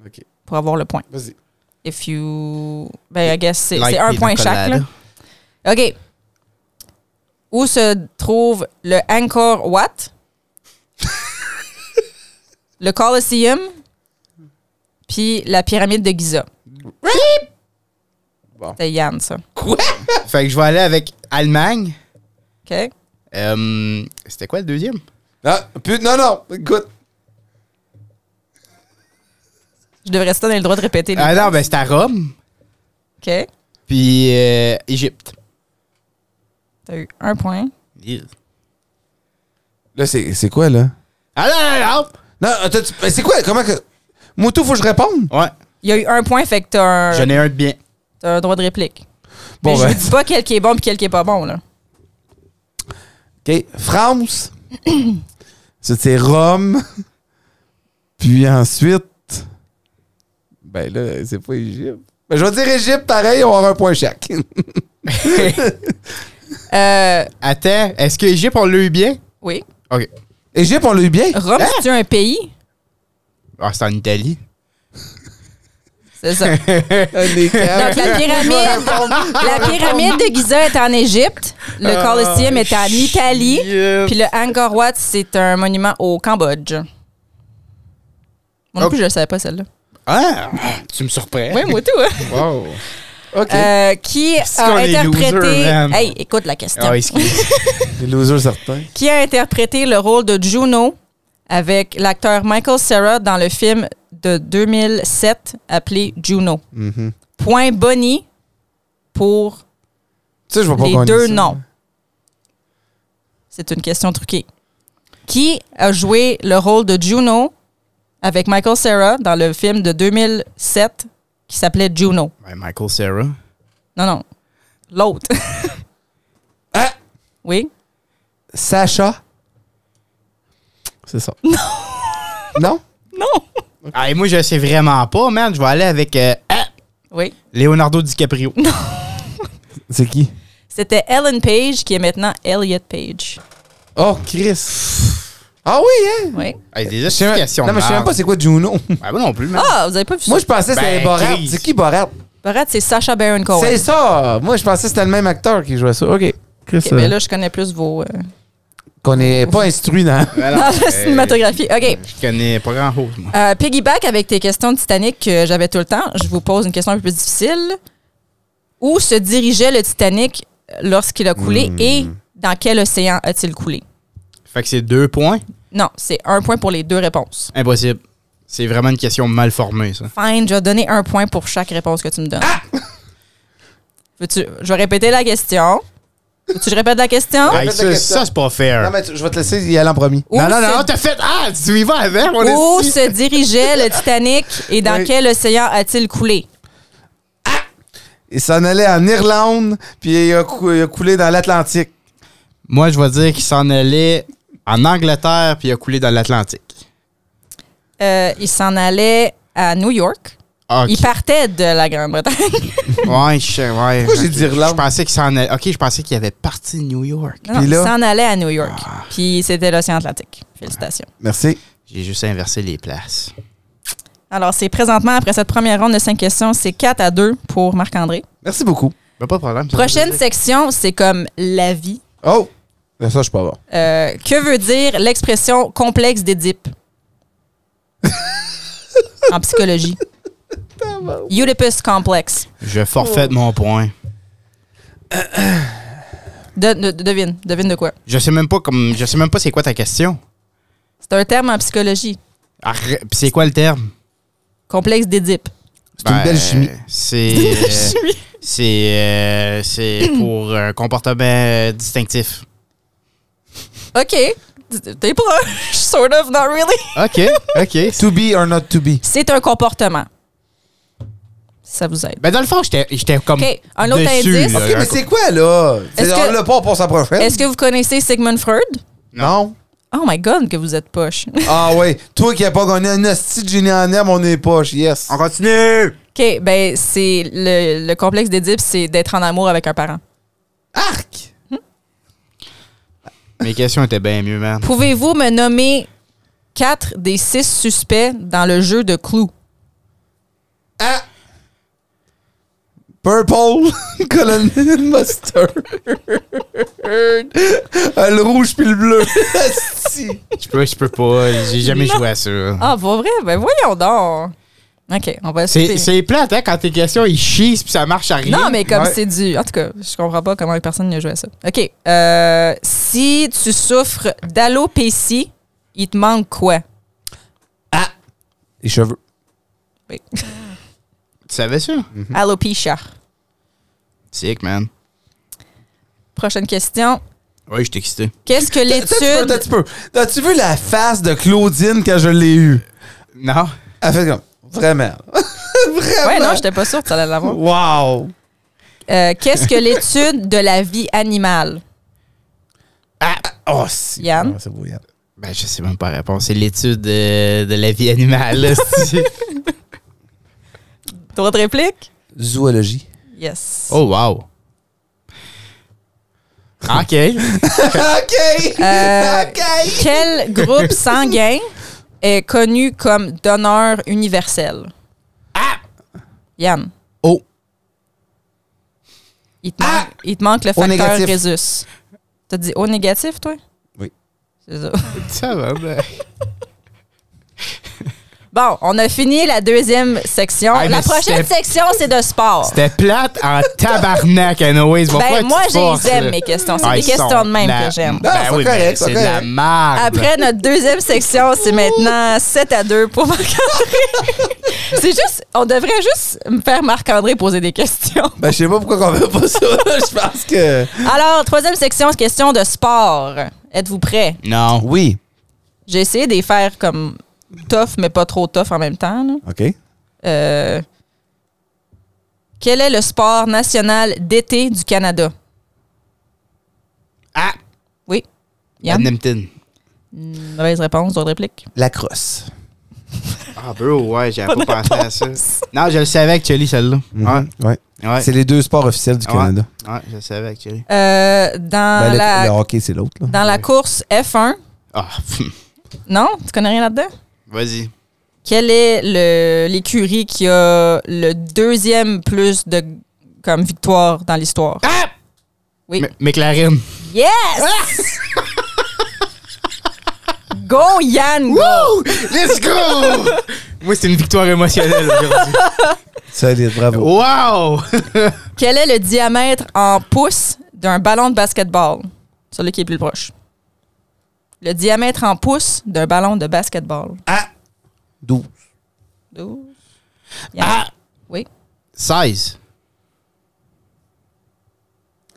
OK. pour avoir le point. Vas-y. If you... Ben, I guess c'est Like c'est un pina point chaque, là. colada. OK. Où se trouve le Angkor Wat? le Colosseum? Puis la pyramide de Giza. Bon. C'est Yann, ça. Fait que je vais aller avec Allemagne. OK? Euh, C'était quoi le deuxième? Non, plus- non, non, écoute. Je devrais se donner le droit de répéter. les- Ah non, ben c'était à Rome. OK? Puis euh, Égypte. T'as eu un point. Là, c'est c'est quoi, là? Ah non, Non, attends, tu- ben, c'est quoi? Comment que. Moutou, faut que je réponde? non, non! Ouais, Il y a eu un point, fait que t'as un... j'en ai un de bien. T'as un droit de réplique. Bon, Mais ben. je vous dis pas quel qui est bon et quel qui est pas bon, là. OK. France. Ça, c'est Rome. Puis ensuite. Ben là, c'est pas Égypte. Ben, je vais dire Égypte, pareil, on va avoir un point chaque. Euh, Attends, est-ce que Égypte, on l'a eu bien? oui. OK. Égypte, on l'a eu bien. Rome, c'est un pays? Ah, c'est en Italie. C'est ça. Ah Donc, la pyramide, la pyramide de Giza est en Égypte. Le Ah, Colosseum est en Italie. Puis le Angkor Wat, c'est un monument au Cambodge. Moi non plus, je ne savais pas celle-là. Ah, tu me surprends. Oui, moi tout. hein. Wow. OK. Euh, qui C'est a qu'on est interprété... loser, man. hey, écoute la question. Ah, excuse. Les losers certains. qui a interprété le rôle de Juno avec l'acteur Michael Cera dans le film de 2007 appelé Juno. Mm-hmm. Point Bonnie pour Ça, je vais pas les qu'on dise deux ça. noms. C'est une question truquée. Qui a joué le rôle de Juno avec Michael Cera dans le film de 2007 qui s'appelait Juno? Ben, Michael Sarah. Non, non. L'autre. Ah! oui? Sacha. C'est ça. Non. non? Non. Ah, et moi, je sais vraiment pas, man. Je vais aller avec euh, ah, Oui. Leonardo DiCaprio. C'est qui? C'était Ellen Page qui est maintenant Elliot Page. Oh, Chris. Ah oui, hein? Oui. Hey, des Je sais même- explications. non, mais je sais même pas c'est quoi Juno. Ah, moi non plus, man. Ah, vous avez pas vu ça? Moi, je pensais que c'était Ben, Borat. Chris. C'est qui Borat? Barat, c'est Sacha Baron Cohen. C'est ça! Moi, je pensais que c'était le même acteur qui jouait ça. OK. Chris, Ok, ben là, je connais plus vos. euh, qu'on n'est pas instruit dans. Ben non, dans la euh, cinématographie. OK. Je connais pas grand chose, moi. Euh, piggyback avec tes questions de Titanic que j'avais tout le temps. Je vous pose une question un peu plus difficile. Où se dirigeait le Titanic lorsqu'il a coulé Hmm. et dans quel océan a-t-il coulé? Fait que c'est deux points. Non, c'est un point pour les deux réponses. Impossible. C'est vraiment une question mal formée, ça. Fine, je vais donner un point Ah! pour chaque réponse que tu me donnes. Veux-tu, je vais répéter la question. Veux-tu que je répète la question? Répète Hey, la ça, question. ça, c'est pas fair. Non, mais tu- je vais te laisser y aller en premier. Où non, non, non, se- t'as fait. Ah, tu y vas avec, on Où Oh, est ici. se dirigeait le Titanic et dans Oui. quel océan a-t-il coulé? Il s'en allait en Irlande, puis il a, cou- il a coulé dans l'Atlantique. Moi, je vais dire qu'il s'en allait en Angleterre puis il a coulé dans l'Atlantique. Euh, il s'en allait à New York. Ok. Il partait de la Grande-Bretagne. Ouais, je sais, ouais. Pourquoi j'ai Ok. dit Irlande? Je pensais qu'il s'en allait. Ok, je pensais qu'il avait parti de New York. Non, non, Puis il là- Ah. s'en allait à New York. Puis c'était l'océan Atlantique. Félicitations. Merci. J'ai juste inversé les places. Alors, c'est présentement, après cette première ronde de cinq questions, c'est 4 à 2 pour Marc-André. Merci beaucoup. Mais pas de problème. ça. Prochaine section, c'est comme la vie. Oh! Ben ça, je suis pas bon. Euh, que veut dire l'expression complexe d'Édipe? en psychologie. Oedipus complex. Je Oh. forfaite mon point. De- de- devine, devine de quoi? Je sais même pas comme. Je sais même pas c'est quoi ta question. C'est un terme en psychologie. Arrête- Puis c'est quoi le terme? Complexe d'Édipe. C'est Ben, une belle chimie. C'est. euh, C'est. euh, c'est pour un comportement euh, distinctif. OK. T'es proche. Sort of, not really. OK, OK. To be or not to be. C'est un comportement. Ça vous aide. Ben, dans le fond, j'étais j'étais comme. OK, un autre dessus, indice. là. OK, mais c'est quoi, là? C'est Est-ce genre que- le port pour sa Ben, prochaine? Est-ce que vous connaissez Sigmund Freud? Non. Oh my God, que vous êtes poche. Ah ouais, toi qui n'as pas gagné un hostie de génie en herbe, on est poche, yes. On continue! OK, ben c'est le, le complexe d'Édipe, c'est d'être en amour avec un parent. Arc! Mes questions étaient bien mieux, man. Pouvez-vous me nommer quatre des six suspects dans le jeu de Clou? Ah! Purple, Colonel Mustard, Ah, le rouge puis le bleu. Asti. Je peux, je peux pas. J'ai jamais joué à ça. Ah, pas vrai? Ben voyons donc. OK, on va C'est skipper. c'est plate, hein, quand tes questions, ils chissent puis ça marche à rien. Non, mais comme Ouais. c'est du. En tout cas, je comprends pas comment personne n'y a joué à ça. OK. euh, si tu souffres d'alopécie, il te manque quoi? Ah. Les cheveux. Oui. Tu savais ça? Alopecia. Sick, man. Prochaine question. Oui, je t'ai excité. Qu'est-ce que T'as-tu l'étude. tu peu. T'as-tu vu la face de Claudine quand je l'ai eue? Non. Elle fait comme, vraiment. vraiment. Ouais, non, j'étais pas sûre que ça allait l'avoir. Oh. Wow! Euh, Qu'est-ce que l'étude de la vie animale? Ah! Oh, si. Yann? Ah, c'est beau, Yann. Ben, je sais même pas la réponse. C'est l'étude euh, de la vie animale. là, c'est- Droit de réplique? Zoologie. Yes. oh, wow. OK. OK! Euh, OK! Quel groupe sanguin est connu comme donneur universel? Ah! Yann, Oh! Ah! il te, manque, il te manque le facteur négatif. Rhesus. T'as dit O négatif, toi? Oui. C'est ça. ça va, ben. Bon, on a fini la deuxième section. Ah, la mais prochaine c'était- section, c'est de sport. C'était plate en tabarnak, Anoé. Ben, moi, je les aime, mes questions. Ah, C'est des questions de même que j'aime. Non, Ben c'est oui, correct, mais c'est c'est de la correct. merde. Ah, Après notre deuxième section, c'est maintenant 7 à 2 pour Marc-André. c'est juste, on devrait juste me faire Marc-André poser des questions. Ben, je sais pas pourquoi on fait pas ça. Je pense que. Alors, troisième section, c'est question de sport. Êtes-vous prêts? Non. Oui. J'ai essayé de les faire comme tough, mais pas trop tough en même temps. là. OK. Euh, quel est le sport national d'été du Canada? Ah! Oui. Yann? Edmonton. Mauvaise réponse, d'autres répliques? La crosse. Ah, bro, ouais, j'avais pas, pensé à ça. Non, je le savais actually, celle-là. Ouais. Ouais. Ouais. Mhm. C'est les deux sports officiels du Ouais. Canada. Ouais, je le savais actually. Euh, dans Ben, le, la, le hockey, c'est l'autre. là. dans la course F1, Ah, pff, non? Tu connais rien là-dedans? vas-y. Quelle est le- l'écurie qui a le deuxième plus de comme victoire dans l'histoire? Ah! Oui. M- McLaren. Yes! go Yann! go! Woo! Let's go! Moi, c'est une victoire émotionnelle aujourd'hui. Solide, bravo. Wow! Quel est le diamètre en pouces d'un ballon de basketball? Celui qui est plus proche. Le diamètre en pouces d'un ballon de basketball. 12. 12. Ah! Oui. 16.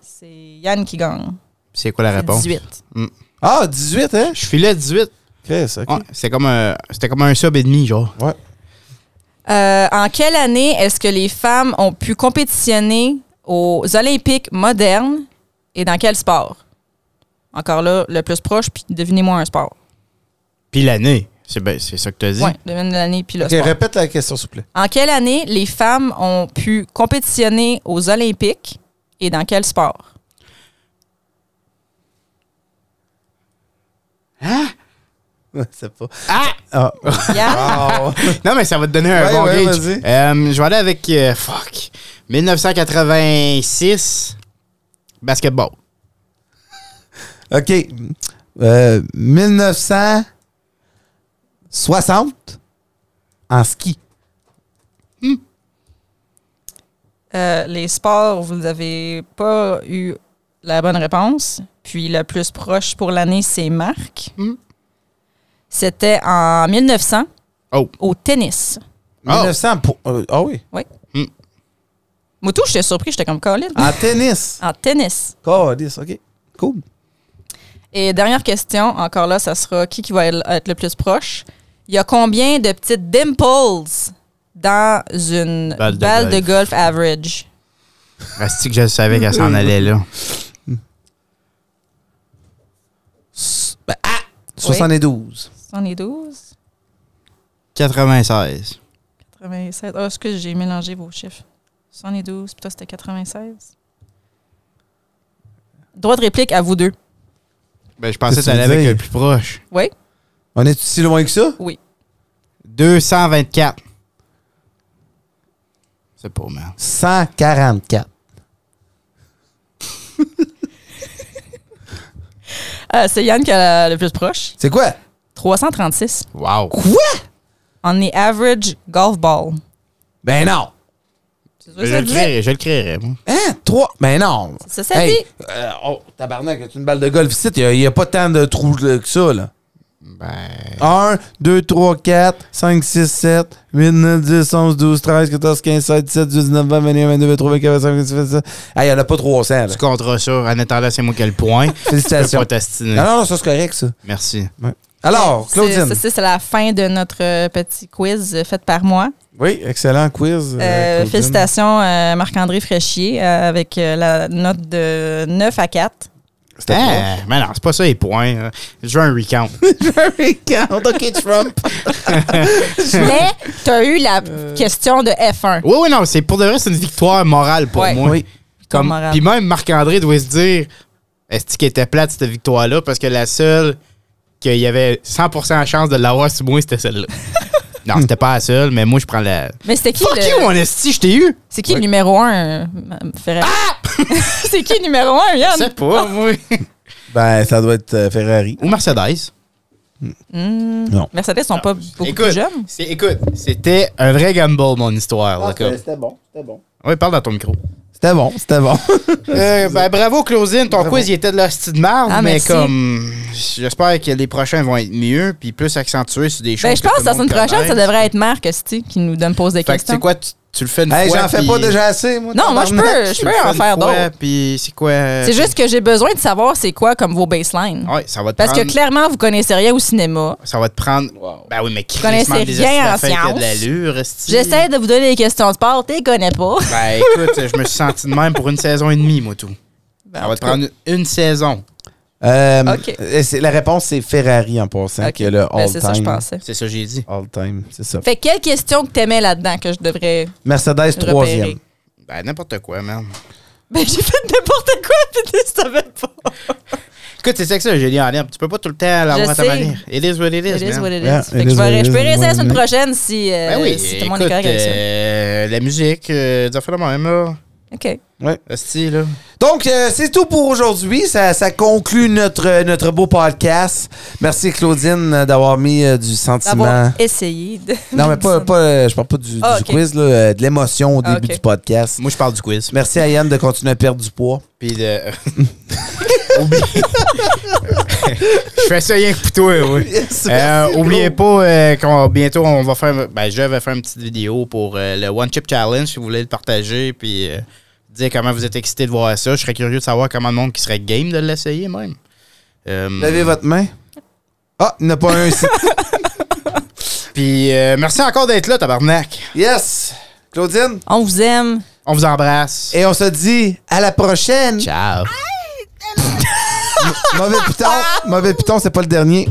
C'est Yann qui gagne. C'est quoi la C'est réponse? 18. Ah, 18, hein? Je filais 18. Chris, OK. Ouais, Ah, c'est comme un- c'était comme un sub et demi, genre. Ouais. Euh, en quelle année est-ce que les femmes ont pu compétitionner aux Olympiques modernes et dans quel sport? Encore là, le plus proche, puis devinez-moi un sport. Puis l'année. C'est ben, c'est ça que tu as dit. Oui, devine l'année, puis le OK, sport. répète la question, s'il vous plaît. En quelle année les femmes ont pu compétitionner aux Olympiques et dans quel sport? Je sais pas. Ah! Ah. Yann? Ah, ouais. Non, mais ça va te donner un Ouais, bon ouais, gauge. vas-y. Euh, je vais aller avec. euh, fuck. 1986. Basketball. OK. Euh, 1960 en ski. Euh, les sports, vous n'avez pas eu la bonne réponse. Puis le plus proche pour l'année, c'est Marc. Hmm. C'était en 1900 Oh. au tennis. Oh. 1900 pour... euh, ah oui. Moutou, j'étais surpris, j'étais comme Colin. En tennis. En tennis. Calice, OK. Cool. Et dernière question, encore là, ça sera qui qui va être le plus proche. Il y a combien de petites dimples dans une Balle balle de de, golf average? Reste que je savais qu'elle s'en allait là. 72. 72? 96. 96. Ah, excuse, j'ai mélangé vos chiffres. 72, puis toi, c'était 96. Droit de réplique à vous deux. Ben, je pensais que Qu'est-ce que t'allais tu veux avec dire? le plus proche. Oui? On est si loin que ça? Oui. 224. C'est pas mal. 144. Euh, c'est Yann qui a le plus proche. C'est quoi? 336. Wow. Quoi? On est average golf ball. Ben non. C'est ça Je que ça le dit. créerais, je le créerais. moi. Hein? 3? Ben non. C'est ça, ça dit. euh, oh, tabarnak, as une balle de golf ici? Il n'y a, pas tant de trous là, que ça, là. Ben. 1, 2, 3, 4, 5, 6, 7, 8, 9, 10, 11, 12, 13, 14, 15, 16, 17, 18, 19, 20, 21, 22, 23, 24, 25, 26, 27. Ah, il n'y en a pas 300, là. Tu compteras ça. En attendant, c'est moi qui ai le point. Je peux Félicitations. pas t'astiner. Non, non, non, ça, c'est correct, ça. Merci. Alors, C'est- Claudine. c'est- C'est c'est la fin de notre euh, petit quiz euh, fait par moi. Oui, excellent quiz. euh, Euh, Claudine. félicitations euh, Marc-André Fréchier euh, avec euh, la note de 9 à 4. C'était Ah, mais non, c'est pas ça les points. hein. Je veux un recount. Count, OK, Trump. Mais tu as eu la Euh. question de F1. Oh. oui, oui, non, c'est pour de vrai, c'est une victoire morale pour Ouais. moi. Oui. Comme Comme, morale. puis même Marc-André doit se dire est-ce qu'il était plate cette victoire-là parce que la seule qu'il y avait 100% de chance de l'avoir sur moi, c'était celle-là. non, c'était pas la seule, mais moi, je prends la. Mais c'était qui Fuck le- hein. you, mon esti, je t'ai eu. C'est qui le numéro euh, 1 Ferrari? Ah! c'est qui le numéro 1 Je sais Yann? pas, moi. Ben, ça doit être euh, Ferrari. Ou Mercedes. Non. Mercedes sont pas beaucoup plus Écoute, jeunes. c'est- écoute, c'était un vrai gamble, mon histoire. Ah, d'accord? bon, c'était bon. Oui, parle dans ton micro. C'était bon, c'était bon. Euh, ben, bravo, Claudine. Ton quiz, il était de la style de merde, Ah, mais merci. comme. J'espère que les prochains vont être mieux, puis plus accentués sur des choses. Ben, je pense que la semaine prochaine, ça devrait être Marc Sti qui nous donne pose des Fait que, tu questions. sais quoi, tu, tu le fais une hey, fois. j'en fais puis pas déjà assez, moi. Non, moi, je tabarnak. peux, je tu le peux fais en une faire fois, d'autres. Puis c'est Euh, quoi. C'est juste que j'ai besoin de savoir c'est quoi comme vos baselines. Ouais, ça va te Um, Parce que prendre. clairement, vous connaissez rien au cinéma. Ça va te prendre. Ben oui, mais qui connaissez rien en de sciences. l'allure, esti. J'essaie de vous donner des questions de sport, t'es connais pas. Ben écoute, je me suis senti de même pour une saison et demie, moi, tout. Ben, ça en va tout te prendre une saison. Euh, Ok. euh, c'est- La réponse, c'est Ferrari en passant, cas. qui est le Ben, all-time. c'est ça, je pensais. C'est ça que j'ai dit. All time, c'est ça. Fait que quelle question que t'aimais là-dedans que je devrais Mercedes, repérer? troisième. Ben n'importe quoi, man. Ben, j'ai fait n'importe quoi, puis tu savais pas. Écoute, c'est ça que ça, j'ai dit en herbe. Tu peux pas tout le temps l'avoir à ta sais. manière. It is what it is. It is man. what it is. Yeah, fait it que is je, what vais, it je peux is, Mm-hmm. rester la what semaine it is. prochaine si, euh, Ben oui, si tout le écoute, monde est correct avec ça. euh, la musique, euh, des affaires de même, là. euh, OK. Ouais. Esti, là. Donc, euh, c'est tout pour aujourd'hui. Ça, ça conclut notre, notre beau podcast. Merci, Claudine, euh, d'avoir mis euh, du sentiment. D'avoir essayé de. Non, mais pas, pas, euh, je parle pas du, Ah, du ok. quiz, là, euh, de l'émotion au Ah, début ok. du podcast. Moi, je parle du quiz. Merci à Yann de continuer à perdre du poids. Puis de. Oublie- je fais ça rien que pour toi, oui. Euh, oubliez pas euh, qu'on bientôt on va faire ben je vais faire une petite vidéo pour euh, le One Chip Challenge si vous voulez le partager puis euh, dire comment vous êtes excité de voir ça. Je serais curieux de savoir comment le monde qui serait game de l'essayer même. Euh, Levez votre main. Ah, il n'y en a pas un ici. Puis euh, merci encore d'être là, tabarnak. Yes! Claudine, On vous aime. On vous embrasse. et on se dit à la prochaine! Ciao. Mauvais piton, mauvais piton, c'est pas le dernier.